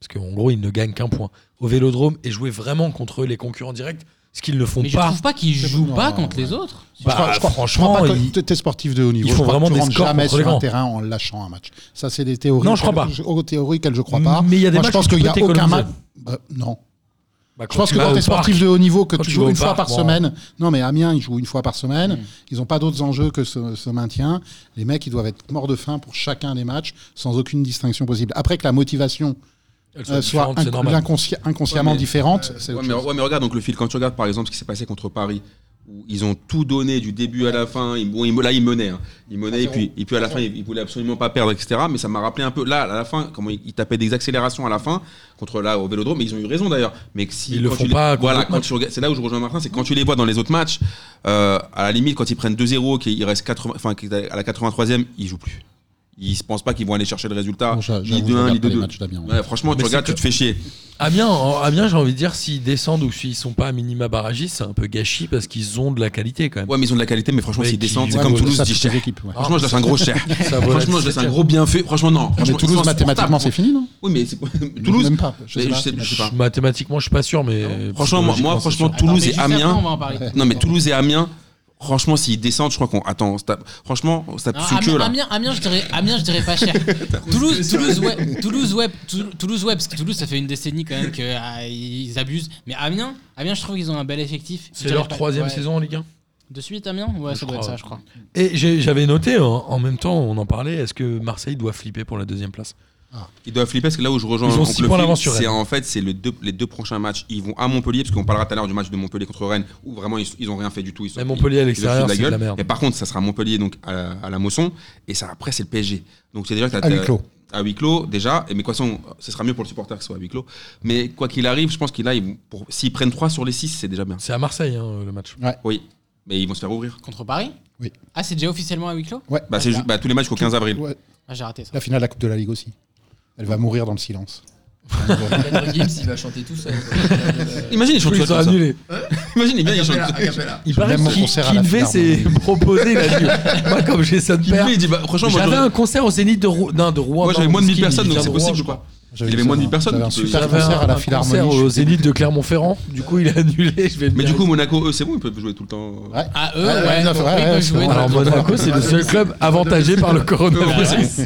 [SPEAKER 4] parce qu'en gros ils ne gagnent qu'un point au Vélodrome et jouer vraiment contre les concurrents directs, ce qu'ils ne font
[SPEAKER 5] Mais je
[SPEAKER 4] pas.
[SPEAKER 5] trouve pas qu'ils
[SPEAKER 3] C'est
[SPEAKER 5] jouent
[SPEAKER 3] bon,
[SPEAKER 5] pas
[SPEAKER 3] non,
[SPEAKER 5] contre
[SPEAKER 3] ouais.
[SPEAKER 5] les autres.
[SPEAKER 4] Bah,
[SPEAKER 3] crois- je crois-
[SPEAKER 4] franchement,
[SPEAKER 3] Je crois pas
[SPEAKER 4] ils-
[SPEAKER 3] que t'es sportif de haut niveau.
[SPEAKER 4] ils font
[SPEAKER 3] Je crois
[SPEAKER 4] vraiment
[SPEAKER 3] que tu
[SPEAKER 4] des
[SPEAKER 3] rentres
[SPEAKER 4] scores
[SPEAKER 3] jamais
[SPEAKER 4] contre
[SPEAKER 3] sur
[SPEAKER 4] les grands.
[SPEAKER 3] un terrain en lâchant un match. Ça, c'est des théories.
[SPEAKER 4] Non, je crois
[SPEAKER 3] auxquelles- Aux théories qu'elles je crois pas.
[SPEAKER 4] Mais il y a des
[SPEAKER 3] Moi, je
[SPEAKER 4] matchs
[SPEAKER 3] pense
[SPEAKER 4] que
[SPEAKER 3] qu'il
[SPEAKER 4] tu
[SPEAKER 3] n'y a
[SPEAKER 4] peux
[SPEAKER 3] aucun
[SPEAKER 4] t'économiser.
[SPEAKER 3] match. Bah, non.
[SPEAKER 4] Bah,
[SPEAKER 3] Je pense que
[SPEAKER 4] tu vas
[SPEAKER 3] quand
[SPEAKER 4] au
[SPEAKER 3] t'es sportif
[SPEAKER 4] parc,
[SPEAKER 3] de haut niveau, que
[SPEAKER 4] Quand
[SPEAKER 3] tu
[SPEAKER 4] tu
[SPEAKER 3] joues
[SPEAKER 4] vas au
[SPEAKER 3] une fois
[SPEAKER 4] parc,
[SPEAKER 3] par
[SPEAKER 4] bon. Mm.
[SPEAKER 3] semaine. Non, mais Amiens, ils jouent une fois par semaine. Ils n'ont pas d'autres enjeux que ce, ce maintien. Les mecs, ils doivent être morts de faim pour chacun des matchs, sans aucune distinction possible. Après que la motivation
[SPEAKER 4] elles sont
[SPEAKER 3] euh, soit
[SPEAKER 4] différentes, c'est
[SPEAKER 3] inc-
[SPEAKER 4] normal. euh,
[SPEAKER 3] l'inconsci- inconsciemment
[SPEAKER 1] Ouais, mais-
[SPEAKER 3] différente, c'est
[SPEAKER 1] Ouais
[SPEAKER 3] autre
[SPEAKER 1] mais,
[SPEAKER 3] chose.
[SPEAKER 1] ouais, mais regarde donc le fil. Quand tu regardes par exemple ce qui s'est passé contre Paris, où ils ont tout donné du début à la fin. Ils, bon, ils- là, ils menaient. hein. Ils
[SPEAKER 3] Ah,
[SPEAKER 1] menaient et puis, et puis à la fin, ils, ils voulaient absolument pas perdre, etc. Mais ça m'a rappelé un peu là, à la fin, comment ils, ils tapaient des accélérations à la fin contre là au Vélodrome. Mais ils ont eu raison d'ailleurs. Mais que si
[SPEAKER 4] Ils le
[SPEAKER 1] quand
[SPEAKER 4] font
[SPEAKER 1] tu
[SPEAKER 4] pas contre
[SPEAKER 1] voilà,
[SPEAKER 4] d'autres
[SPEAKER 1] quand tu regardes- c'est là où je rejoins Martin, c'est que quand tu les vois dans les autres matchs, euh, à la limite quand ils prennent 2-0, qu'ils restent 80, enfin qu'ils- à la 83e, ils jouent plus. Ils se pensent pas qu'ils vont aller chercher le résultat.
[SPEAKER 3] Bon, j'a-
[SPEAKER 1] ni
[SPEAKER 3] j'avoue, je
[SPEAKER 1] 2-1, ni
[SPEAKER 3] regarde pas les
[SPEAKER 1] 2-2.
[SPEAKER 3] matchs d'Amiens. hein.
[SPEAKER 1] Ouais, franchement,
[SPEAKER 4] Mais
[SPEAKER 1] tu
[SPEAKER 4] c'est
[SPEAKER 1] regardes,
[SPEAKER 4] que-
[SPEAKER 1] tu te fais chier.
[SPEAKER 4] Amiens, en- Amiens, j'ai envie de dire s'ils descendent ou s'ils sont pas à minima barragiste, c'est un peu gâchis parce qu'ils ont de la qualité quand même.
[SPEAKER 1] Ouais, mais ils ont de la qualité, mais franchement,
[SPEAKER 4] Mais
[SPEAKER 1] s'ils
[SPEAKER 4] qui-
[SPEAKER 1] descendent, c'est
[SPEAKER 3] Ouais,
[SPEAKER 1] comme
[SPEAKER 3] mais
[SPEAKER 1] Toulouse,
[SPEAKER 3] ça,
[SPEAKER 1] je dis
[SPEAKER 3] toutes les
[SPEAKER 1] cher.
[SPEAKER 3] équipes, ouais.
[SPEAKER 1] Franchement, je laisse un gros cher.
[SPEAKER 4] Ça vaut la
[SPEAKER 1] Franchement, je laisse un
[SPEAKER 4] 17e.
[SPEAKER 1] gros bienfait. Franchement, non.
[SPEAKER 3] Ah, Mais
[SPEAKER 1] Franchement, ils sont
[SPEAKER 3] Toulouse, mathématiquement,
[SPEAKER 1] insupportables.
[SPEAKER 3] c'est fini, non
[SPEAKER 1] Oui, mais c'est- Toulouse.
[SPEAKER 3] Même pas. Je
[SPEAKER 1] mais
[SPEAKER 3] sais
[SPEAKER 1] Je
[SPEAKER 3] pas.
[SPEAKER 1] sais, je sais pas.
[SPEAKER 4] Mathématiquement, je suis pas sûr, mais
[SPEAKER 1] Franchement, moi, moi, franchement,
[SPEAKER 5] Attends, mais
[SPEAKER 1] Toulouse et
[SPEAKER 5] juste après, on
[SPEAKER 1] Amiens.
[SPEAKER 5] va en parler.
[SPEAKER 1] Non, mais Toulouse et Amiens. Franchement, s'ils descendent, je crois qu'on. Attends, on se tape- franchement, on se tape
[SPEAKER 5] Non,
[SPEAKER 1] sous le
[SPEAKER 5] Amiens,
[SPEAKER 1] queue là.
[SPEAKER 5] Amiens, Amiens, je dirais, Amiens, je dirais pas cher. Toulouse, Toulouse, ouais, Toulouse, ouais, Tou- Toulouse, ouais, parce que Toulouse, ça fait une décennie quand même qu'ils abusent. Mais Amiens, Amiens, je trouve qu'ils ont un bel effectif. Je
[SPEAKER 4] c'est
[SPEAKER 5] dirais
[SPEAKER 4] leur
[SPEAKER 5] pas-
[SPEAKER 4] troisième
[SPEAKER 5] ouais.
[SPEAKER 4] saison en Ligue 1.
[SPEAKER 5] De suite, Amiens Ouais,
[SPEAKER 4] Je
[SPEAKER 5] ça doit être
[SPEAKER 4] crois,
[SPEAKER 5] ça,
[SPEAKER 4] ouais.
[SPEAKER 5] je crois.
[SPEAKER 4] hein, Et j'ai- j'avais noté, en, en même temps, on en parlait, est-ce que Marseille doit flipper pour la deuxième place
[SPEAKER 1] Ils doivent flipper parce que là où je rejoins
[SPEAKER 4] Ils ont
[SPEAKER 1] oncle
[SPEAKER 4] six points
[SPEAKER 1] Phil,
[SPEAKER 4] d'avance sur
[SPEAKER 1] c'est
[SPEAKER 4] Rennes.
[SPEAKER 1] en fait c'est le deux- les deux prochains matchs. Ils vont à Montpellier parce qu'on parlera tout à l'heure du match de Montpellier contre Rennes où vraiment ils, ils ont rien fait du tout. Ils sont,
[SPEAKER 4] Mais Montpellier à
[SPEAKER 1] ils- ils leur foutent
[SPEAKER 4] l'extérieur, c'est de la
[SPEAKER 1] Mais
[SPEAKER 4] merde.
[SPEAKER 1] par contre, ça sera Montpellier donc à, la- à la Mosson et ça après c'est le PSG. Donc c'est déjà que t'as-
[SPEAKER 3] À huis
[SPEAKER 1] t'as-
[SPEAKER 3] clos.
[SPEAKER 1] à huis clos déjà. Et mais quoi façon, ce sera mieux pour le supporter que ce soit à huis clos. Mais quoi qu'il arrive, je pense qu'il a ils vont- pour- s'ils prennent 3 sur les 6 c'est déjà bien.
[SPEAKER 4] C'est à Marseille hein, le match.
[SPEAKER 1] Oui, mais ils vont se faire ouvrir.
[SPEAKER 5] Contre Paris
[SPEAKER 3] Oui.
[SPEAKER 5] Ah, c'est déjà officiellement à huis clos
[SPEAKER 3] Ouais.
[SPEAKER 1] Bah, c'est ju- bah, tous les matchs qu'au 15 avril.
[SPEAKER 3] Ouais,
[SPEAKER 5] Ah, j'ai raté ça.
[SPEAKER 3] La finale de la Coupe de la Ligue aussi. Elle va mourir dans le silence.
[SPEAKER 6] Maître Gims, il va chanter tout seul.
[SPEAKER 1] Imagine les
[SPEAKER 4] Ils
[SPEAKER 1] champions
[SPEAKER 4] ont annulé.
[SPEAKER 1] Imagine les mecs ils chantent.
[SPEAKER 4] Il
[SPEAKER 3] J'aime
[SPEAKER 4] paraît
[SPEAKER 3] mon
[SPEAKER 4] qu'il
[SPEAKER 3] concert à la
[SPEAKER 4] Kinvey s'est
[SPEAKER 3] Philharmonie.
[SPEAKER 4] proposé la nuit. Moi, comme j'ai ça de
[SPEAKER 1] Qui
[SPEAKER 4] père,
[SPEAKER 1] lui, il dit bah, franchement moi
[SPEAKER 4] j'avais
[SPEAKER 1] j'aurais-
[SPEAKER 4] un concert au Zénith de Rouen. Non, de Rouen.
[SPEAKER 1] moi, j'avais
[SPEAKER 4] non,
[SPEAKER 1] moins de 1000
[SPEAKER 4] Mosquine,
[SPEAKER 1] personnes
[SPEAKER 4] il
[SPEAKER 1] donc
[SPEAKER 4] vient
[SPEAKER 1] c'est
[SPEAKER 4] de Rouen,
[SPEAKER 1] possible
[SPEAKER 4] je
[SPEAKER 1] je
[SPEAKER 4] crois.
[SPEAKER 1] crois. Il y avait moins de 1000 personnes,
[SPEAKER 3] J'avais un
[SPEAKER 1] tu peux-
[SPEAKER 3] super
[SPEAKER 4] J'avais un,
[SPEAKER 3] concert à la
[SPEAKER 4] un concert
[SPEAKER 3] Philharmonie.
[SPEAKER 4] au
[SPEAKER 3] je sais
[SPEAKER 4] Zénith
[SPEAKER 3] plus.
[SPEAKER 4] de Clermont-Ferrand. Du coup, il a annulé. Je vais
[SPEAKER 1] Mais
[SPEAKER 4] bien
[SPEAKER 1] du coup, Monaco, eux, c'est bon, ils peuvent jouer tout le temps.
[SPEAKER 3] Ouais.
[SPEAKER 5] Ah, eux,
[SPEAKER 3] Ouais,
[SPEAKER 5] ouais,
[SPEAKER 3] ouais,
[SPEAKER 5] ils
[SPEAKER 3] non, c'est vrai,
[SPEAKER 5] peuvent- ils
[SPEAKER 3] ouais,
[SPEAKER 5] peuvent
[SPEAKER 3] c'est
[SPEAKER 5] jouer
[SPEAKER 3] vrai.
[SPEAKER 5] dans
[SPEAKER 4] Alors
[SPEAKER 5] le Bah,
[SPEAKER 4] Monaco, c'est le seul club avantagé par le coronavirus.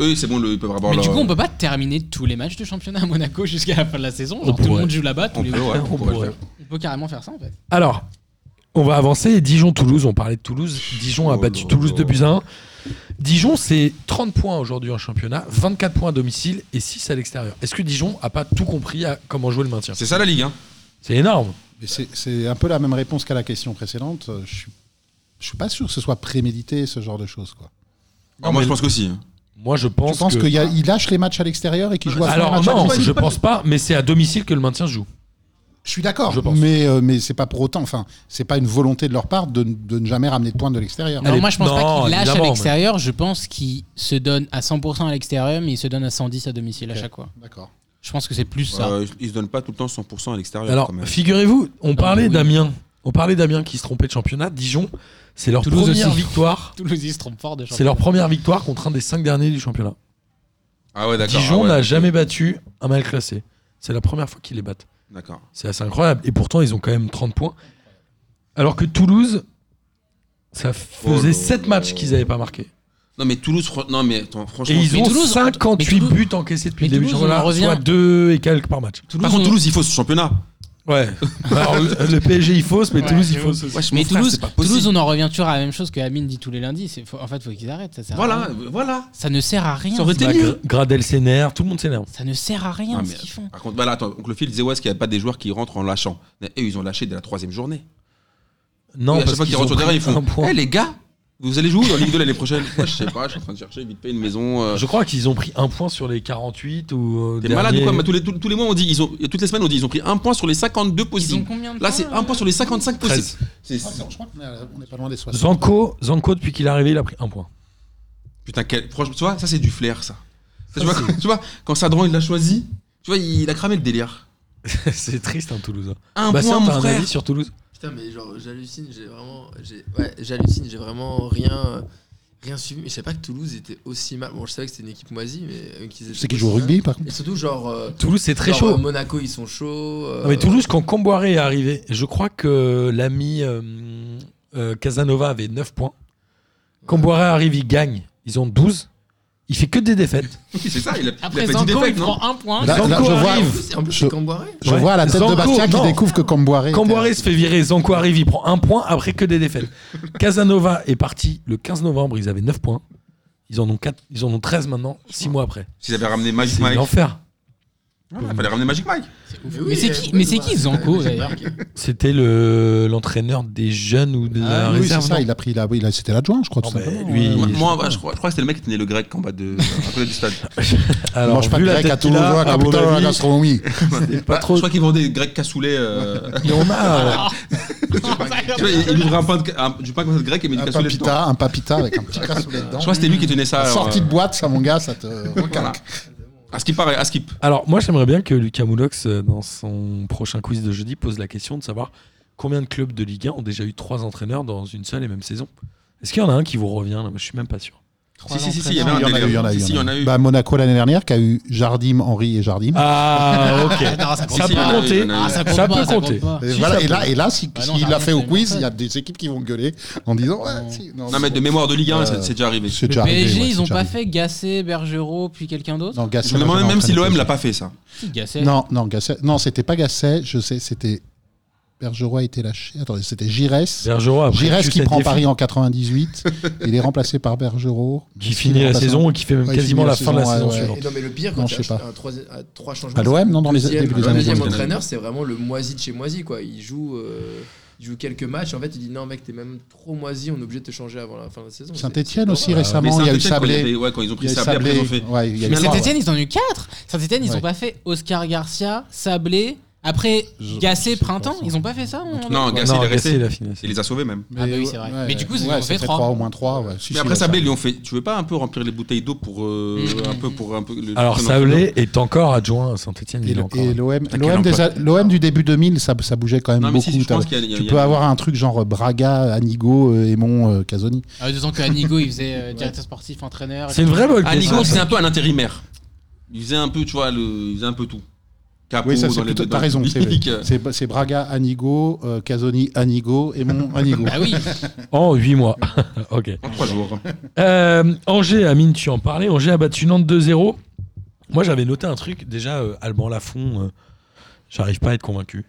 [SPEAKER 1] Eux, c'est bon, le- ils peuvent avoir
[SPEAKER 5] Mais
[SPEAKER 1] leur.
[SPEAKER 5] du coup, on peut pas terminer tous les matchs de championnat à Monaco jusqu'à la fin de la saison.
[SPEAKER 4] On
[SPEAKER 5] Genre, tout le
[SPEAKER 4] pourrait.
[SPEAKER 5] monde joue là-bas, tous
[SPEAKER 1] On
[SPEAKER 5] les
[SPEAKER 1] peut, ouais,
[SPEAKER 4] On
[SPEAKER 1] on pourrait
[SPEAKER 4] pourrait.
[SPEAKER 1] le faire.
[SPEAKER 5] On peut carrément faire ça en fait.
[SPEAKER 4] Alors, on va avancer. Dijon-Toulouse, on parlait de Toulouse. Dijon a
[SPEAKER 1] Oh
[SPEAKER 4] battu
[SPEAKER 1] là
[SPEAKER 4] Toulouse
[SPEAKER 1] là.
[SPEAKER 4] 2 buts à 1. Dijon, c'est 30 points aujourd'hui en championnat, 24 points à domicile et 6 à l'extérieur. Est-ce que Dijon a pas tout compris à comment jouer le maintien
[SPEAKER 1] C'est ça la ligue, hein.
[SPEAKER 4] C'est énorme.
[SPEAKER 3] Mais c'est- C'est un peu la même réponse qu'à la question précédente. Je suis, je suis pas sûr que ce soit prémédité ce genre de choses. Quoi.
[SPEAKER 1] Ah, moi,
[SPEAKER 4] mais-
[SPEAKER 1] je pense que si. hein.
[SPEAKER 4] Moi, je
[SPEAKER 3] Je
[SPEAKER 4] pense,
[SPEAKER 3] pense
[SPEAKER 4] que...
[SPEAKER 3] qu'il y a- il lâche les matchs à l'extérieur et qu'il joue à fond les
[SPEAKER 4] Alors
[SPEAKER 3] matchs à
[SPEAKER 4] non,
[SPEAKER 3] domicile.
[SPEAKER 4] je pense pas, mais c'est à domicile que le maintien se joue.
[SPEAKER 3] Je suis d'accord,
[SPEAKER 4] Je pense.
[SPEAKER 3] mais euh, mais c'est pas pour autant. Enfin, c'est pas une volonté de leur part de, de ne jamais ramener de points de l'extérieur.
[SPEAKER 4] Allez,
[SPEAKER 5] Alors moi je pense
[SPEAKER 4] non,
[SPEAKER 5] pas qu'il lâche à
[SPEAKER 4] évidemment,
[SPEAKER 5] l'extérieur, je pense qu'il se donne à 100% à l'extérieur mais il se donne à 110 à domicile
[SPEAKER 3] Ok.
[SPEAKER 5] à chaque fois.
[SPEAKER 3] D'accord.
[SPEAKER 5] Je pense que c'est plus ça.
[SPEAKER 1] Euh, ils se donnent pas Ah, tout le temps 100% à l'extérieur.
[SPEAKER 4] Alors,
[SPEAKER 1] quand même.
[SPEAKER 4] figurez-vous, on parlait
[SPEAKER 1] bah
[SPEAKER 5] mais oui.
[SPEAKER 4] d'Amiens. On parlait d'Amiens qui se trompait de championnat. Dijon, c'est leur
[SPEAKER 5] Toulouse
[SPEAKER 4] première
[SPEAKER 5] aussi.
[SPEAKER 4] victoire.
[SPEAKER 5] Toulouse il se trompe fort de
[SPEAKER 4] C'est leur première victoire contre un des cinq derniers du championnat.
[SPEAKER 1] Ah ouais, d'accord.
[SPEAKER 4] Dijon
[SPEAKER 1] ah ouais,
[SPEAKER 4] n'a
[SPEAKER 1] d'accord.
[SPEAKER 4] jamais battu un mal classé. C'est la première fois qu'ils les battent.
[SPEAKER 1] D'accord.
[SPEAKER 4] C'est assez incroyable. Et pourtant, ils ont quand même 30 points. Alors que Toulouse, ça
[SPEAKER 1] Oh
[SPEAKER 4] faisait
[SPEAKER 1] là
[SPEAKER 4] 7
[SPEAKER 1] là.
[SPEAKER 4] matchs qu'ils n'avaient pas marqué.
[SPEAKER 1] Non, mais Toulouse, fr- non, mais attends, franchement.
[SPEAKER 4] Et ils
[SPEAKER 5] mais
[SPEAKER 4] ont
[SPEAKER 5] Toulouse- ah,
[SPEAKER 4] 58
[SPEAKER 5] mais Toulouse-
[SPEAKER 4] buts encaissés depuis
[SPEAKER 5] mais
[SPEAKER 4] le début du
[SPEAKER 5] Toulouse, on en
[SPEAKER 4] championnat,
[SPEAKER 5] revient-
[SPEAKER 4] soit 2 et quelques par match.
[SPEAKER 1] Par contre, Toulouse, il faut ce championnat.
[SPEAKER 4] Ouais. Alors, le, le PSG, il fausse, mais
[SPEAKER 5] Ouais,
[SPEAKER 4] Toulouse, il
[SPEAKER 5] j'avoue.
[SPEAKER 4] fausse.
[SPEAKER 1] Wesh,
[SPEAKER 5] mais
[SPEAKER 1] mon frère,
[SPEAKER 5] Toulouse,
[SPEAKER 1] c'est pas
[SPEAKER 5] Toulouse,
[SPEAKER 1] possible.
[SPEAKER 5] on en revient toujours à la même chose que Amine dit tous les lundis. C'est faut- en fait, faut qu'ils arrêtent. Ça sert à
[SPEAKER 1] Voilà, euh,
[SPEAKER 5] rien.
[SPEAKER 1] voilà.
[SPEAKER 5] Ça ne sert à rien.
[SPEAKER 1] Ça aurait été
[SPEAKER 4] Bah,
[SPEAKER 1] mieux.
[SPEAKER 4] Gra- Gradel s'énerve, tout le monde s'énerve.
[SPEAKER 5] Ça ne sert à rien
[SPEAKER 1] Non, Ah,
[SPEAKER 5] ce
[SPEAKER 1] mais- euh,
[SPEAKER 5] qu'ils font.
[SPEAKER 1] Par contre, voilà, attends. Donc, le fil disait ouais, est-ce qu'il n'y a pas des joueurs qui rentrent en lâchant Mais eux, ils ont lâché dès la troisième journée.
[SPEAKER 4] Non,
[SPEAKER 1] Oui, à chaque
[SPEAKER 4] parce
[SPEAKER 1] fois
[SPEAKER 4] qu'ils
[SPEAKER 1] qu'ils
[SPEAKER 4] ont
[SPEAKER 1] rentrent sur le terrain,
[SPEAKER 4] pris
[SPEAKER 1] ils font
[SPEAKER 4] un point.
[SPEAKER 1] Eh, les gars, vous allez jouer où dans la Ligue 2 l'année prochaine Moi, je sais pas, je suis en train de chercher vite fait une maison. euh,
[SPEAKER 4] Je crois qu'ils ont pris un point sur les 48 ou. euh,
[SPEAKER 1] T'es malade ou
[SPEAKER 4] derniers.
[SPEAKER 1] quoi Mais tous, les, tous, tous les mois, on dit, ils ont, toutes les semaines, on dit, ils ont pris un point sur les 52
[SPEAKER 5] Ils ont
[SPEAKER 1] possibles.
[SPEAKER 5] combien de
[SPEAKER 1] Là,
[SPEAKER 5] temps, euh,
[SPEAKER 1] c'est un point sur les 55
[SPEAKER 4] Treize.
[SPEAKER 1] possibles. C'est- c'est-
[SPEAKER 3] je crois qu'on est à- on est pas loin des 60.
[SPEAKER 4] Zanko, Zanko, depuis qu'il est arrivé, il a pris un point.
[SPEAKER 1] Putain, quel, franchement, tu vois, ça, c'est du flair, ça. Ça, tu, vois, quand, tu vois, quand Sadran, il l'a choisi, tu vois, il a cramé le délire.
[SPEAKER 4] c'est triste, hein, Toulouse.
[SPEAKER 1] Un
[SPEAKER 4] Bah,
[SPEAKER 1] point,
[SPEAKER 4] Bastien, t'as
[SPEAKER 1] mon
[SPEAKER 4] un
[SPEAKER 1] frère.
[SPEAKER 4] avis sur Toulouse
[SPEAKER 6] Putain, mais genre, j'hallucine, j'ai vraiment. j'ai- Ouais, j'hallucine, j'ai vraiment rien. euh, Rien suivi, mais je savais pas que Toulouse était aussi mal. Bon, je savais que c'était une équipe moisie, mais. euh, qu'ils étaient
[SPEAKER 3] C'est qu'ils jouent au
[SPEAKER 6] aussi
[SPEAKER 3] rugby, par
[SPEAKER 6] mal.
[SPEAKER 3] contre.
[SPEAKER 6] Et surtout, genre. euh,
[SPEAKER 4] Toulouse, c'est très
[SPEAKER 6] genre,
[SPEAKER 4] chaud.
[SPEAKER 1] bah,
[SPEAKER 6] euh, Monaco, ils sont chauds. euh,
[SPEAKER 4] Non, mais Toulouse, quand Comboiré est arrivé, je crois que l'ami euh, euh, Casanova avait 9 points. Comboiré arrive, il gagne. Ils ont 12. Il fait que des défaites.
[SPEAKER 1] Oui, c'est ça, il a, il a
[SPEAKER 5] Après
[SPEAKER 1] fait 10
[SPEAKER 5] Zanko, il
[SPEAKER 1] défaites, non
[SPEAKER 5] prend un point.
[SPEAKER 3] Là-
[SPEAKER 4] Zanko
[SPEAKER 3] là, je vois-
[SPEAKER 6] En
[SPEAKER 4] arrive.
[SPEAKER 6] plus, en plus,
[SPEAKER 3] Je-
[SPEAKER 6] c'est Camboiré.
[SPEAKER 3] Je
[SPEAKER 4] Ouais.
[SPEAKER 3] vois à la tête
[SPEAKER 4] Zanko,
[SPEAKER 3] de Bastia qui
[SPEAKER 4] non.
[SPEAKER 3] découvre que Camboiré.
[SPEAKER 4] Camboiré se fait virer, Zanko arrive, il prend un point après que des défaites. Casanova est parti le 15 novembre, ils avaient 9 points. Ils en ont, 4, ils en ont 13 maintenant, 6 mois après.
[SPEAKER 1] S'ils avaient ramené Magic
[SPEAKER 4] C'est
[SPEAKER 1] Mike.
[SPEAKER 4] l'enfer.
[SPEAKER 1] Il Ah, fallait ramener Magic Mike.
[SPEAKER 5] Mais
[SPEAKER 6] euh,
[SPEAKER 5] c'est qui- mais c'est qui, Zanko, d'ailleurs
[SPEAKER 4] C'était le- l'entraîneur des jeunes ou de la
[SPEAKER 3] Ah, oui, c'est
[SPEAKER 4] réserve.
[SPEAKER 3] ça,
[SPEAKER 4] non
[SPEAKER 3] il a pris la, oui, là, c'était l'adjoint, je crois.
[SPEAKER 4] Non,
[SPEAKER 3] tout
[SPEAKER 4] mais
[SPEAKER 3] simplement.
[SPEAKER 4] lui,
[SPEAKER 3] Ouais.
[SPEAKER 1] Moi,
[SPEAKER 4] je
[SPEAKER 1] moi,
[SPEAKER 4] crois.
[SPEAKER 1] je crois, je crois que c'était le mec qui tenait le grec en bas de, à côté du stade.
[SPEAKER 4] Alors,
[SPEAKER 3] mange pas
[SPEAKER 4] vu
[SPEAKER 3] de
[SPEAKER 4] la
[SPEAKER 3] grec à
[SPEAKER 4] tête qu'il a,
[SPEAKER 3] Toulouse, hein,
[SPEAKER 4] à mon
[SPEAKER 3] capitale de la
[SPEAKER 4] avis,
[SPEAKER 3] gastronomie.
[SPEAKER 4] c'est pas
[SPEAKER 1] Bah,
[SPEAKER 4] trop.
[SPEAKER 1] Je crois qu'il vendait des grecs cassoulets. euh,
[SPEAKER 4] Il y en a. euh,
[SPEAKER 1] tu vois, il il ouvrait un pain de, un- du pain comme ça de grec et met du
[SPEAKER 3] Un
[SPEAKER 1] cassoulet dedans.
[SPEAKER 3] papita, un papita avec un petit cassoulet
[SPEAKER 1] Je
[SPEAKER 3] dedans.
[SPEAKER 1] crois que c'était lui qui tenait ça. alors,
[SPEAKER 3] Sortie
[SPEAKER 1] euh,
[SPEAKER 3] de boîte, ça, mon gars, ça te
[SPEAKER 1] Voilà.
[SPEAKER 3] recalque.
[SPEAKER 1] À ce qui paraît, à skip.
[SPEAKER 4] Alors, moi, j'aimerais bien que Lucas Moulox, euh, dans son prochain quiz de jeudi, pose la question de savoir combien de clubs de Ligue 1 ont déjà eu trois entraîneurs dans une seule et même saison. Est-ce qu'il y en a un qui vous revient là Je suis même pas sûr.
[SPEAKER 1] Si, si, si, si, il y avait
[SPEAKER 3] Il y
[SPEAKER 1] un
[SPEAKER 3] en a eu, il y en a eu.
[SPEAKER 1] délire. Si, si, il y en a eu.
[SPEAKER 3] Bah, Monaco l'année dernière, qui a eu Jardim, Henri et Jardim.
[SPEAKER 4] Ah, ok.
[SPEAKER 5] Non, ça
[SPEAKER 1] Si,
[SPEAKER 5] compte
[SPEAKER 4] Ça
[SPEAKER 1] si, il y en
[SPEAKER 5] pas.
[SPEAKER 1] a
[SPEAKER 4] peut
[SPEAKER 1] eu,
[SPEAKER 4] compter.
[SPEAKER 1] il y en a eu.
[SPEAKER 5] Ah, ça compte
[SPEAKER 4] Ça
[SPEAKER 5] pas,
[SPEAKER 4] peut
[SPEAKER 5] ça compte
[SPEAKER 4] compter.
[SPEAKER 5] pas.
[SPEAKER 3] Et,
[SPEAKER 4] Si,
[SPEAKER 3] voilà,
[SPEAKER 4] ça
[SPEAKER 3] et
[SPEAKER 4] peut.
[SPEAKER 3] là, et là, si,
[SPEAKER 5] Bah non,
[SPEAKER 3] s'il
[SPEAKER 5] Jardim,
[SPEAKER 3] l'a fait au
[SPEAKER 5] c'est le
[SPEAKER 3] quiz,
[SPEAKER 5] même
[SPEAKER 3] il y a des équipes qui vont gueuler en disant ouais, si, non,
[SPEAKER 1] Non, mais de mémoire de Ligue 1, c'est- c'est déjà arrivé.
[SPEAKER 3] c'est
[SPEAKER 5] Le
[SPEAKER 3] déjà arrivé,
[SPEAKER 5] PSG,
[SPEAKER 3] ouais,
[SPEAKER 5] ils
[SPEAKER 3] c'est
[SPEAKER 5] ont
[SPEAKER 3] déjà
[SPEAKER 5] pas
[SPEAKER 3] arrivé.
[SPEAKER 5] fait Gasset, Bergerot, puis quelqu'un d'autre
[SPEAKER 3] Non, Gasset,
[SPEAKER 1] Je me demandais
[SPEAKER 3] j'avais
[SPEAKER 1] même si
[SPEAKER 3] entraîné
[SPEAKER 1] l'OM
[SPEAKER 3] PSG.
[SPEAKER 1] l'a pas fait ça.
[SPEAKER 5] Si, Gasset.
[SPEAKER 3] Non, non, Gasset. Non, c'était pas Gasset. Je sais, c'était Bergerois a été lâché. Attendez, c'était Giresse.
[SPEAKER 4] Bergeron, après,
[SPEAKER 3] Giresse
[SPEAKER 4] tu
[SPEAKER 3] qui
[SPEAKER 4] sais,
[SPEAKER 3] prend
[SPEAKER 4] défi-
[SPEAKER 3] Paris en 98. il est remplacé par Bergerot.
[SPEAKER 4] Qui finit la saison et qui fait même
[SPEAKER 3] Ouais, il
[SPEAKER 4] quasiment
[SPEAKER 3] finit la
[SPEAKER 4] la, fin de la
[SPEAKER 3] saison,
[SPEAKER 4] saison
[SPEAKER 3] ouais, ouais.
[SPEAKER 4] suivante.
[SPEAKER 3] Et
[SPEAKER 6] non, mais le pire,
[SPEAKER 3] Bah, Non,
[SPEAKER 6] quand
[SPEAKER 3] je
[SPEAKER 6] tu
[SPEAKER 3] sais
[SPEAKER 6] as
[SPEAKER 3] pas.
[SPEAKER 6] un trois, à trois changements.
[SPEAKER 3] À l'OM, non, dans les
[SPEAKER 6] deuxième,
[SPEAKER 3] débuts des
[SPEAKER 6] le
[SPEAKER 3] années
[SPEAKER 6] deuxième
[SPEAKER 3] 2000.
[SPEAKER 6] entraîneur, c'est vraiment le moisi de chez moisi, quoi. Il joue, euh, il joue quelques matchs. En fait, il dit non, mec, t'es même trop moisi. On est obligé de te changer avant la fin de la saison.
[SPEAKER 3] Saint-Etienne
[SPEAKER 6] C'est-
[SPEAKER 3] aussi
[SPEAKER 6] c'est
[SPEAKER 1] Euh, Mais
[SPEAKER 3] récemment, il y a eu
[SPEAKER 1] Saint-Étienne, quand
[SPEAKER 3] Sablé.
[SPEAKER 1] avait- ouais, quand ils ont
[SPEAKER 3] Il y
[SPEAKER 1] pris
[SPEAKER 3] a eu
[SPEAKER 1] Sablé, après, ils ont
[SPEAKER 3] Sablé.
[SPEAKER 1] fait.
[SPEAKER 3] Ouais, il y a eu
[SPEAKER 5] Mais
[SPEAKER 3] Sablé. Ah,
[SPEAKER 5] Saint-Etienne, ils en ont eu 4. Saint-Etienne, ils
[SPEAKER 3] Ouais.
[SPEAKER 5] ont pas fait Oscar Garcia, Sablé, après
[SPEAKER 3] Je-
[SPEAKER 5] Gassé,
[SPEAKER 3] je sais
[SPEAKER 5] Printemps.
[SPEAKER 3] pas ça.
[SPEAKER 5] Ils ont pas fait ça en-
[SPEAKER 1] Non, Gasset,
[SPEAKER 4] Non,
[SPEAKER 1] il est
[SPEAKER 4] Gasset,
[SPEAKER 1] resté.
[SPEAKER 4] il a fini.
[SPEAKER 1] Il les a sauvés même.
[SPEAKER 5] Ah bah oui, c'est vrai. Mais du coup, ils en
[SPEAKER 3] ouais,
[SPEAKER 5] ont fait
[SPEAKER 3] ça
[SPEAKER 5] trois.
[SPEAKER 3] au moins trois. ouais. Si,
[SPEAKER 1] Mais
[SPEAKER 3] si,
[SPEAKER 1] après
[SPEAKER 3] ouais,
[SPEAKER 1] Sablé,
[SPEAKER 3] ça-
[SPEAKER 1] lui, on fait. Tu veux pas un peu remplir les bouteilles d'eau pour euh,
[SPEAKER 5] Mmh.
[SPEAKER 1] un peu pour un peu. le-
[SPEAKER 4] Alors
[SPEAKER 1] le-
[SPEAKER 4] Sablé est encore adjoint à Saint-Etienne.
[SPEAKER 3] Et
[SPEAKER 4] Il est
[SPEAKER 3] le-
[SPEAKER 4] encore.
[SPEAKER 3] et l'OM
[SPEAKER 1] Ah,
[SPEAKER 4] T'as
[SPEAKER 3] l'OM
[SPEAKER 4] quel
[SPEAKER 3] des
[SPEAKER 4] emploi
[SPEAKER 3] a- l'OM du début 2000, ça, ça bougeait quand même
[SPEAKER 1] Non mais
[SPEAKER 3] beaucoup.
[SPEAKER 1] si, je pense
[SPEAKER 3] T'as-
[SPEAKER 1] qu'il y a- il y a.
[SPEAKER 3] tu
[SPEAKER 1] il y a-
[SPEAKER 3] peux avoir un truc genre Braga, Anigo, euh, Aimon, euh, Casoni.
[SPEAKER 5] Ah, Deux ans que Anigo, il faisait euh, directeur sportif, entraîneur.
[SPEAKER 4] C'est une vraie bonne
[SPEAKER 1] Anigo,
[SPEAKER 4] question.
[SPEAKER 1] Ah, c'est un peu un intérimaire. Il faisait un peu, tu vois, le... il faisait un peu tout. Capo
[SPEAKER 3] Oui, ça c'est
[SPEAKER 1] dans les
[SPEAKER 3] plutôt.
[SPEAKER 1] dans
[SPEAKER 3] T'as
[SPEAKER 1] les
[SPEAKER 3] raison. c'est-
[SPEAKER 1] publics, euh,
[SPEAKER 3] C'est c'est Braga, Anigo, euh, Casoni, Anigo, Aimon, Anigo.
[SPEAKER 5] Bah oui,
[SPEAKER 4] En 8 Oh, mois. ok.
[SPEAKER 1] En trois jours.
[SPEAKER 4] Euh, Angers, Amine, tu en parlais. Angers a battu Nantes 2-0. Moi, j'avais noté un truc. Déjà, euh, Alban Lafont, euh, j'arrive pas à être convaincu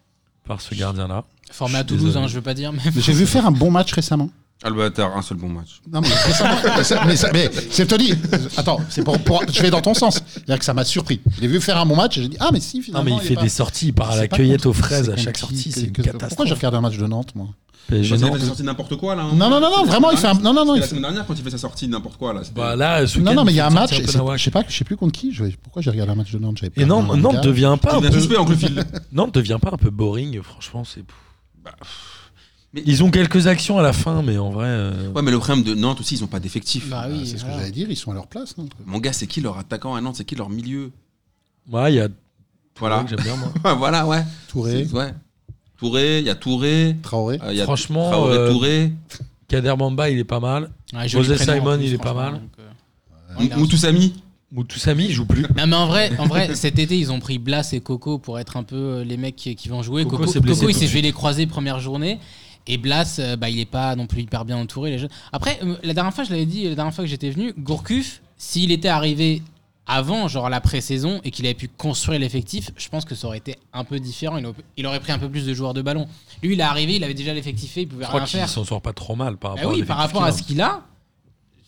[SPEAKER 4] par ce gardien-là.
[SPEAKER 5] formé
[SPEAKER 4] Je
[SPEAKER 5] à
[SPEAKER 4] suis
[SPEAKER 5] Toulouse,
[SPEAKER 4] désolé.
[SPEAKER 5] hein, je veux pas dire. Mais...
[SPEAKER 3] J'ai vu faire un bon match récemment.
[SPEAKER 1] Albatar, un seul bon match.
[SPEAKER 3] Non, mais récemment. mais ça- mais ça- mais c'est te dit. Attends, c'est pour, pour- je vais dans ton sens. C'est-à-dire que ça m'a surpris. J'ai vu faire un bon match et j'ai dit ah mais si
[SPEAKER 4] Non,
[SPEAKER 3] finalement.
[SPEAKER 4] mais il fait
[SPEAKER 3] est pas-
[SPEAKER 4] des sorties. Il part à
[SPEAKER 3] C'est
[SPEAKER 4] la
[SPEAKER 3] pas
[SPEAKER 4] cueillette
[SPEAKER 3] contre-
[SPEAKER 4] aux fraises
[SPEAKER 3] c'est
[SPEAKER 4] à chaque
[SPEAKER 3] contre qui,
[SPEAKER 4] sortie. C'est une
[SPEAKER 3] quelque- Pourquoi j'ai
[SPEAKER 4] catastrophe.
[SPEAKER 3] regardé un match de Nantes moi
[SPEAKER 4] PSG
[SPEAKER 1] Il
[SPEAKER 4] Nantes.
[SPEAKER 1] avait sorti n'importe quoi là. hein.
[SPEAKER 3] Non non non non vraiment il fait un... non non non il
[SPEAKER 1] la
[SPEAKER 3] fait-
[SPEAKER 1] semaine dernière quand il fait sa sortie n'importe quoi là. c'était-
[SPEAKER 4] Bah, là, ce
[SPEAKER 3] non
[SPEAKER 4] week-end,
[SPEAKER 3] non mais il y a un
[SPEAKER 4] sorti
[SPEAKER 3] match.
[SPEAKER 4] peu
[SPEAKER 3] et c'est-
[SPEAKER 4] Nawak.
[SPEAKER 3] Je sais pas je sais plus contre qui. je vais- Pourquoi j'ai regardé un match de Nantes j'avais
[SPEAKER 4] Et
[SPEAKER 3] pas
[SPEAKER 4] Nantes
[SPEAKER 3] regardé un
[SPEAKER 4] Nantes
[SPEAKER 3] gars.
[SPEAKER 4] devient pas un
[SPEAKER 1] Il est
[SPEAKER 4] peu.
[SPEAKER 1] suspect en Clofield.
[SPEAKER 4] Nantes devient pas un peu boring. Franchement, c'est.
[SPEAKER 1] Bah,
[SPEAKER 4] Mais Ils ont quelques actions à la fin, mais en vrai. euh,
[SPEAKER 1] Ouais, mais le problème de Nantes aussi, ils ont pas d'effectif.
[SPEAKER 5] Bah
[SPEAKER 3] Ah,
[SPEAKER 5] oui,
[SPEAKER 3] c'est ce que
[SPEAKER 5] voilà.
[SPEAKER 3] j'allais dire, ils sont à leur place. Non
[SPEAKER 1] Mon gars, c'est qui leur attaquant à Nantes C'est qui leur milieu
[SPEAKER 4] Ouais, il y a.
[SPEAKER 1] Voilà.
[SPEAKER 4] Ouais, que J'aime bien, moi.
[SPEAKER 1] voilà, ouais.
[SPEAKER 3] Touré,
[SPEAKER 1] C'est- ouais. Touré, il y a Touré.
[SPEAKER 3] Traoré.
[SPEAKER 1] euh, il y a
[SPEAKER 4] Franchement,
[SPEAKER 1] Traoré,
[SPEAKER 4] euh,
[SPEAKER 1] Touré.
[SPEAKER 4] Kader Bamba, il est pas mal.
[SPEAKER 5] Ouais, joli
[SPEAKER 4] José
[SPEAKER 5] prénom, en
[SPEAKER 4] Simon,
[SPEAKER 5] plus,
[SPEAKER 4] il est pas mal.
[SPEAKER 5] franchement, donc, euh.
[SPEAKER 1] M- Moutoussamy.
[SPEAKER 4] Moutoussamy, il joue plus.
[SPEAKER 5] Non mais en vrai, en vrai, cet été ils ont pris Blas et Coco pour être un peu euh, les mecs qui, qui vont jouer.
[SPEAKER 4] Coco
[SPEAKER 5] Coco,
[SPEAKER 4] s'est blessé
[SPEAKER 5] Coco,
[SPEAKER 4] tout
[SPEAKER 5] il s'est
[SPEAKER 4] de
[SPEAKER 5] fait les croiser première journée et Blas, euh, bah il est pas non plus hyper bien entouré les jeunes. Après, euh, la dernière fois je l'avais dit, la dernière fois que j'étais venu, Gourcuff, s'il était arrivé avant, genre à la pré-saison et qu'il avait pu construire l'effectif, je pense que ça aurait été un peu différent. Il, au- il aurait pris un peu plus de joueurs de ballon. Lui, il est arrivé, il avait déjà l'effectif fait, il pouvait
[SPEAKER 4] Je crois
[SPEAKER 5] rien
[SPEAKER 4] qu'il
[SPEAKER 5] faire.
[SPEAKER 4] s'en sort pas trop mal par
[SPEAKER 5] Bah
[SPEAKER 4] rapport,
[SPEAKER 5] oui,
[SPEAKER 4] à,
[SPEAKER 5] par rapport à ce qu'il a,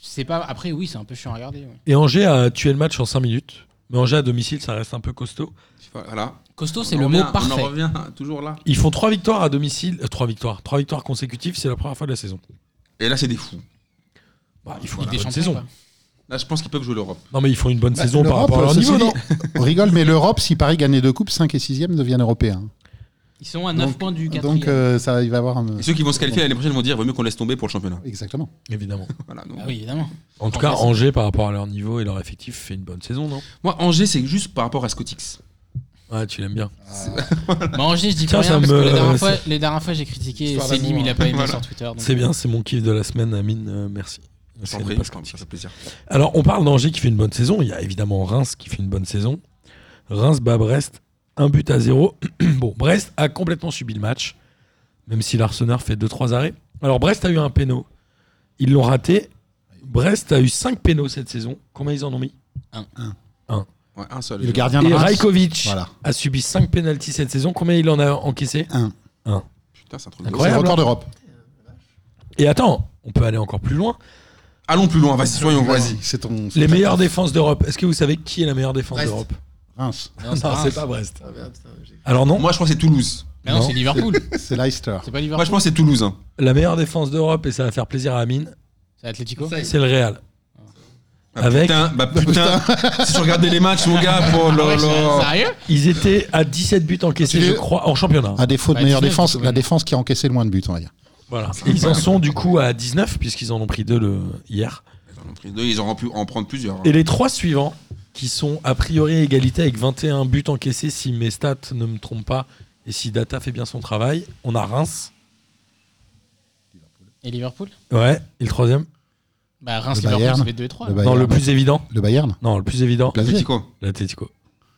[SPEAKER 5] c'est pas. Après, oui, c'est un peu chiant à regarder. ouais.
[SPEAKER 4] Et Angers a tué le match en 5 minutes. Mais Angers à domicile, ça reste un peu costaud.
[SPEAKER 1] Voilà.
[SPEAKER 5] Costaud,
[SPEAKER 1] On
[SPEAKER 5] c'est
[SPEAKER 1] en
[SPEAKER 5] le
[SPEAKER 1] revient-
[SPEAKER 5] mot parfait.
[SPEAKER 1] On en revient toujours là.
[SPEAKER 4] Ils font 3 victoires à domicile. 3 victoires. 3 victoires consécutives, c'est la première fois de la saison.
[SPEAKER 1] Et là, c'est des fous.
[SPEAKER 4] Bah, ils font
[SPEAKER 5] Ligue
[SPEAKER 4] une
[SPEAKER 5] des
[SPEAKER 4] bonne
[SPEAKER 5] Champions,
[SPEAKER 4] saison.
[SPEAKER 5] quoi.
[SPEAKER 1] Là, je pense qu'ils peuvent jouer l'Europe.
[SPEAKER 4] Non, mais ils font une bonne
[SPEAKER 3] Bah,
[SPEAKER 4] saison par
[SPEAKER 3] l'Europe,
[SPEAKER 4] rapport à leur
[SPEAKER 3] ceci
[SPEAKER 4] niveau,
[SPEAKER 3] dit,
[SPEAKER 4] non
[SPEAKER 3] On rigole, mais l'Europe, si Paris gagnait deux coupes, 5 et 6e deviennent européens.
[SPEAKER 5] Ils sont à 9
[SPEAKER 3] Donc-
[SPEAKER 5] points du 4
[SPEAKER 3] Donc euh, ça, il va y avoir un.
[SPEAKER 1] Et ceux qui vont se qualifier l'année prochaine vont dire vaut mieux qu'on laisse tomber pour le championnat.
[SPEAKER 3] Exactement.
[SPEAKER 4] Évidemment.
[SPEAKER 1] Voilà, donc.
[SPEAKER 5] Ah oui, évidemment.
[SPEAKER 4] En tout
[SPEAKER 5] En
[SPEAKER 4] cas,
[SPEAKER 5] vrai, c'est-
[SPEAKER 4] Angers, par rapport à leur niveau et leur effectif, fait une bonne saison, non
[SPEAKER 1] Moi, Angers, c'est juste par rapport à Scotix.
[SPEAKER 4] Ouais, tu l'aimes bien.
[SPEAKER 5] Bah, Angers, je dis
[SPEAKER 4] Tiens,
[SPEAKER 5] pas
[SPEAKER 4] ça
[SPEAKER 5] rien, parce
[SPEAKER 4] me-
[SPEAKER 5] que la dernière fois,
[SPEAKER 4] ça-
[SPEAKER 5] les dernières fois j'ai critiqué
[SPEAKER 3] Histoire
[SPEAKER 5] Selim,
[SPEAKER 3] d'amour,
[SPEAKER 5] il a pas aimé
[SPEAKER 1] Voilà.
[SPEAKER 5] sur Twitter. donc-
[SPEAKER 4] C'est bien, c'est mon kiff de la semaine, Amine. euh, merci.
[SPEAKER 1] Je t'en
[SPEAKER 4] C'est
[SPEAKER 1] prie,
[SPEAKER 4] parce
[SPEAKER 1] je
[SPEAKER 4] que-
[SPEAKER 1] t'en prie, ça fait plaisir.
[SPEAKER 4] Alors, on parle d'Angers qui fait une bonne saison. Il y a évidemment Reims qui fait une bonne saison. Reims bat Brest, un but à zéro. bon, Brest a complètement subi le match, même si l'Arsenal fait 2-3 arrêts. Alors, Brest a eu un péno. Ils l'ont raté. Brest a eu 5 pénaux cette saison. Combien ils en ont mis
[SPEAKER 1] Ouais, un seul.
[SPEAKER 3] Et le gardien de
[SPEAKER 4] Et
[SPEAKER 3] Reims,
[SPEAKER 4] Rajkovic
[SPEAKER 3] Voilà.
[SPEAKER 4] a subi 5 pénalties cette saison. Combien il en a encaissé
[SPEAKER 1] Putain, c'est un truc de
[SPEAKER 3] C'est le
[SPEAKER 4] Incroyable.
[SPEAKER 3] record d'Europe.
[SPEAKER 4] Et attends, on peut aller encore plus loin.
[SPEAKER 1] ouf. Allons plus loin, vas-y, soyons, vas-y.
[SPEAKER 3] C'est ton. c'est
[SPEAKER 4] Les
[SPEAKER 3] ta-
[SPEAKER 4] meilleures défenses d'Europe. Est-ce que vous savez qui est la meilleure défense
[SPEAKER 6] Brest.
[SPEAKER 4] d'Europe
[SPEAKER 3] Reims.
[SPEAKER 5] Non, c'est pas-
[SPEAKER 4] Brest.
[SPEAKER 6] Ah, merde, putain, j'ai-
[SPEAKER 4] Alors non,
[SPEAKER 1] Moi, je crois que c'est Toulouse.
[SPEAKER 5] Mais euh, non,
[SPEAKER 4] Non.
[SPEAKER 5] c'est Liverpool.
[SPEAKER 3] C'est Leicester.
[SPEAKER 5] C'est pas
[SPEAKER 1] Moi,
[SPEAKER 5] Liverpool.
[SPEAKER 1] je pense que c'est Toulouse. hein.
[SPEAKER 4] la meilleure défense d'Europe, et ça va faire plaisir à Amine,
[SPEAKER 5] C'est Atletico.
[SPEAKER 6] Ça, il-
[SPEAKER 4] C'est le Real.
[SPEAKER 1] Bah,
[SPEAKER 4] Avec-
[SPEAKER 1] Putain, bah putain. si tu regardais les matchs, mon gars, oh pour
[SPEAKER 5] Ah ouais, c'est-
[SPEAKER 1] le.
[SPEAKER 5] Sérieux
[SPEAKER 4] Ils étaient à 17 buts encaissés,
[SPEAKER 3] Tu
[SPEAKER 4] je
[SPEAKER 3] les-
[SPEAKER 4] crois, en championnat.
[SPEAKER 3] À défaut de
[SPEAKER 5] Bah,
[SPEAKER 3] meilleure
[SPEAKER 5] 19,
[SPEAKER 3] défense,
[SPEAKER 5] quand même.
[SPEAKER 3] la défense qui a encaissé le moins de buts, on va dire.
[SPEAKER 4] Voilà. Et ils en sont du coup à 19, puisqu'ils en ont pris deux le... hier.
[SPEAKER 1] Ils auront pu en prendre plusieurs. hein.
[SPEAKER 4] Et les trois suivants, qui sont a priori à égalité avec 21 buts encaissés, si mes stats ne me trompent pas, et si Data fait bien son travail, on a Reims.
[SPEAKER 5] Et Liverpool
[SPEAKER 4] Ouais, et le troisième
[SPEAKER 5] Bah Reims,
[SPEAKER 3] Le
[SPEAKER 5] Liverpool, ça
[SPEAKER 3] Bayern.
[SPEAKER 5] fait 2-3.
[SPEAKER 3] Le
[SPEAKER 5] là.
[SPEAKER 4] Non,
[SPEAKER 3] Bayern.
[SPEAKER 4] le plus évident.
[SPEAKER 3] Le Bayern.
[SPEAKER 4] Non, le plus évident,
[SPEAKER 3] Lazio.
[SPEAKER 1] Atletico.
[SPEAKER 4] l'Atletico.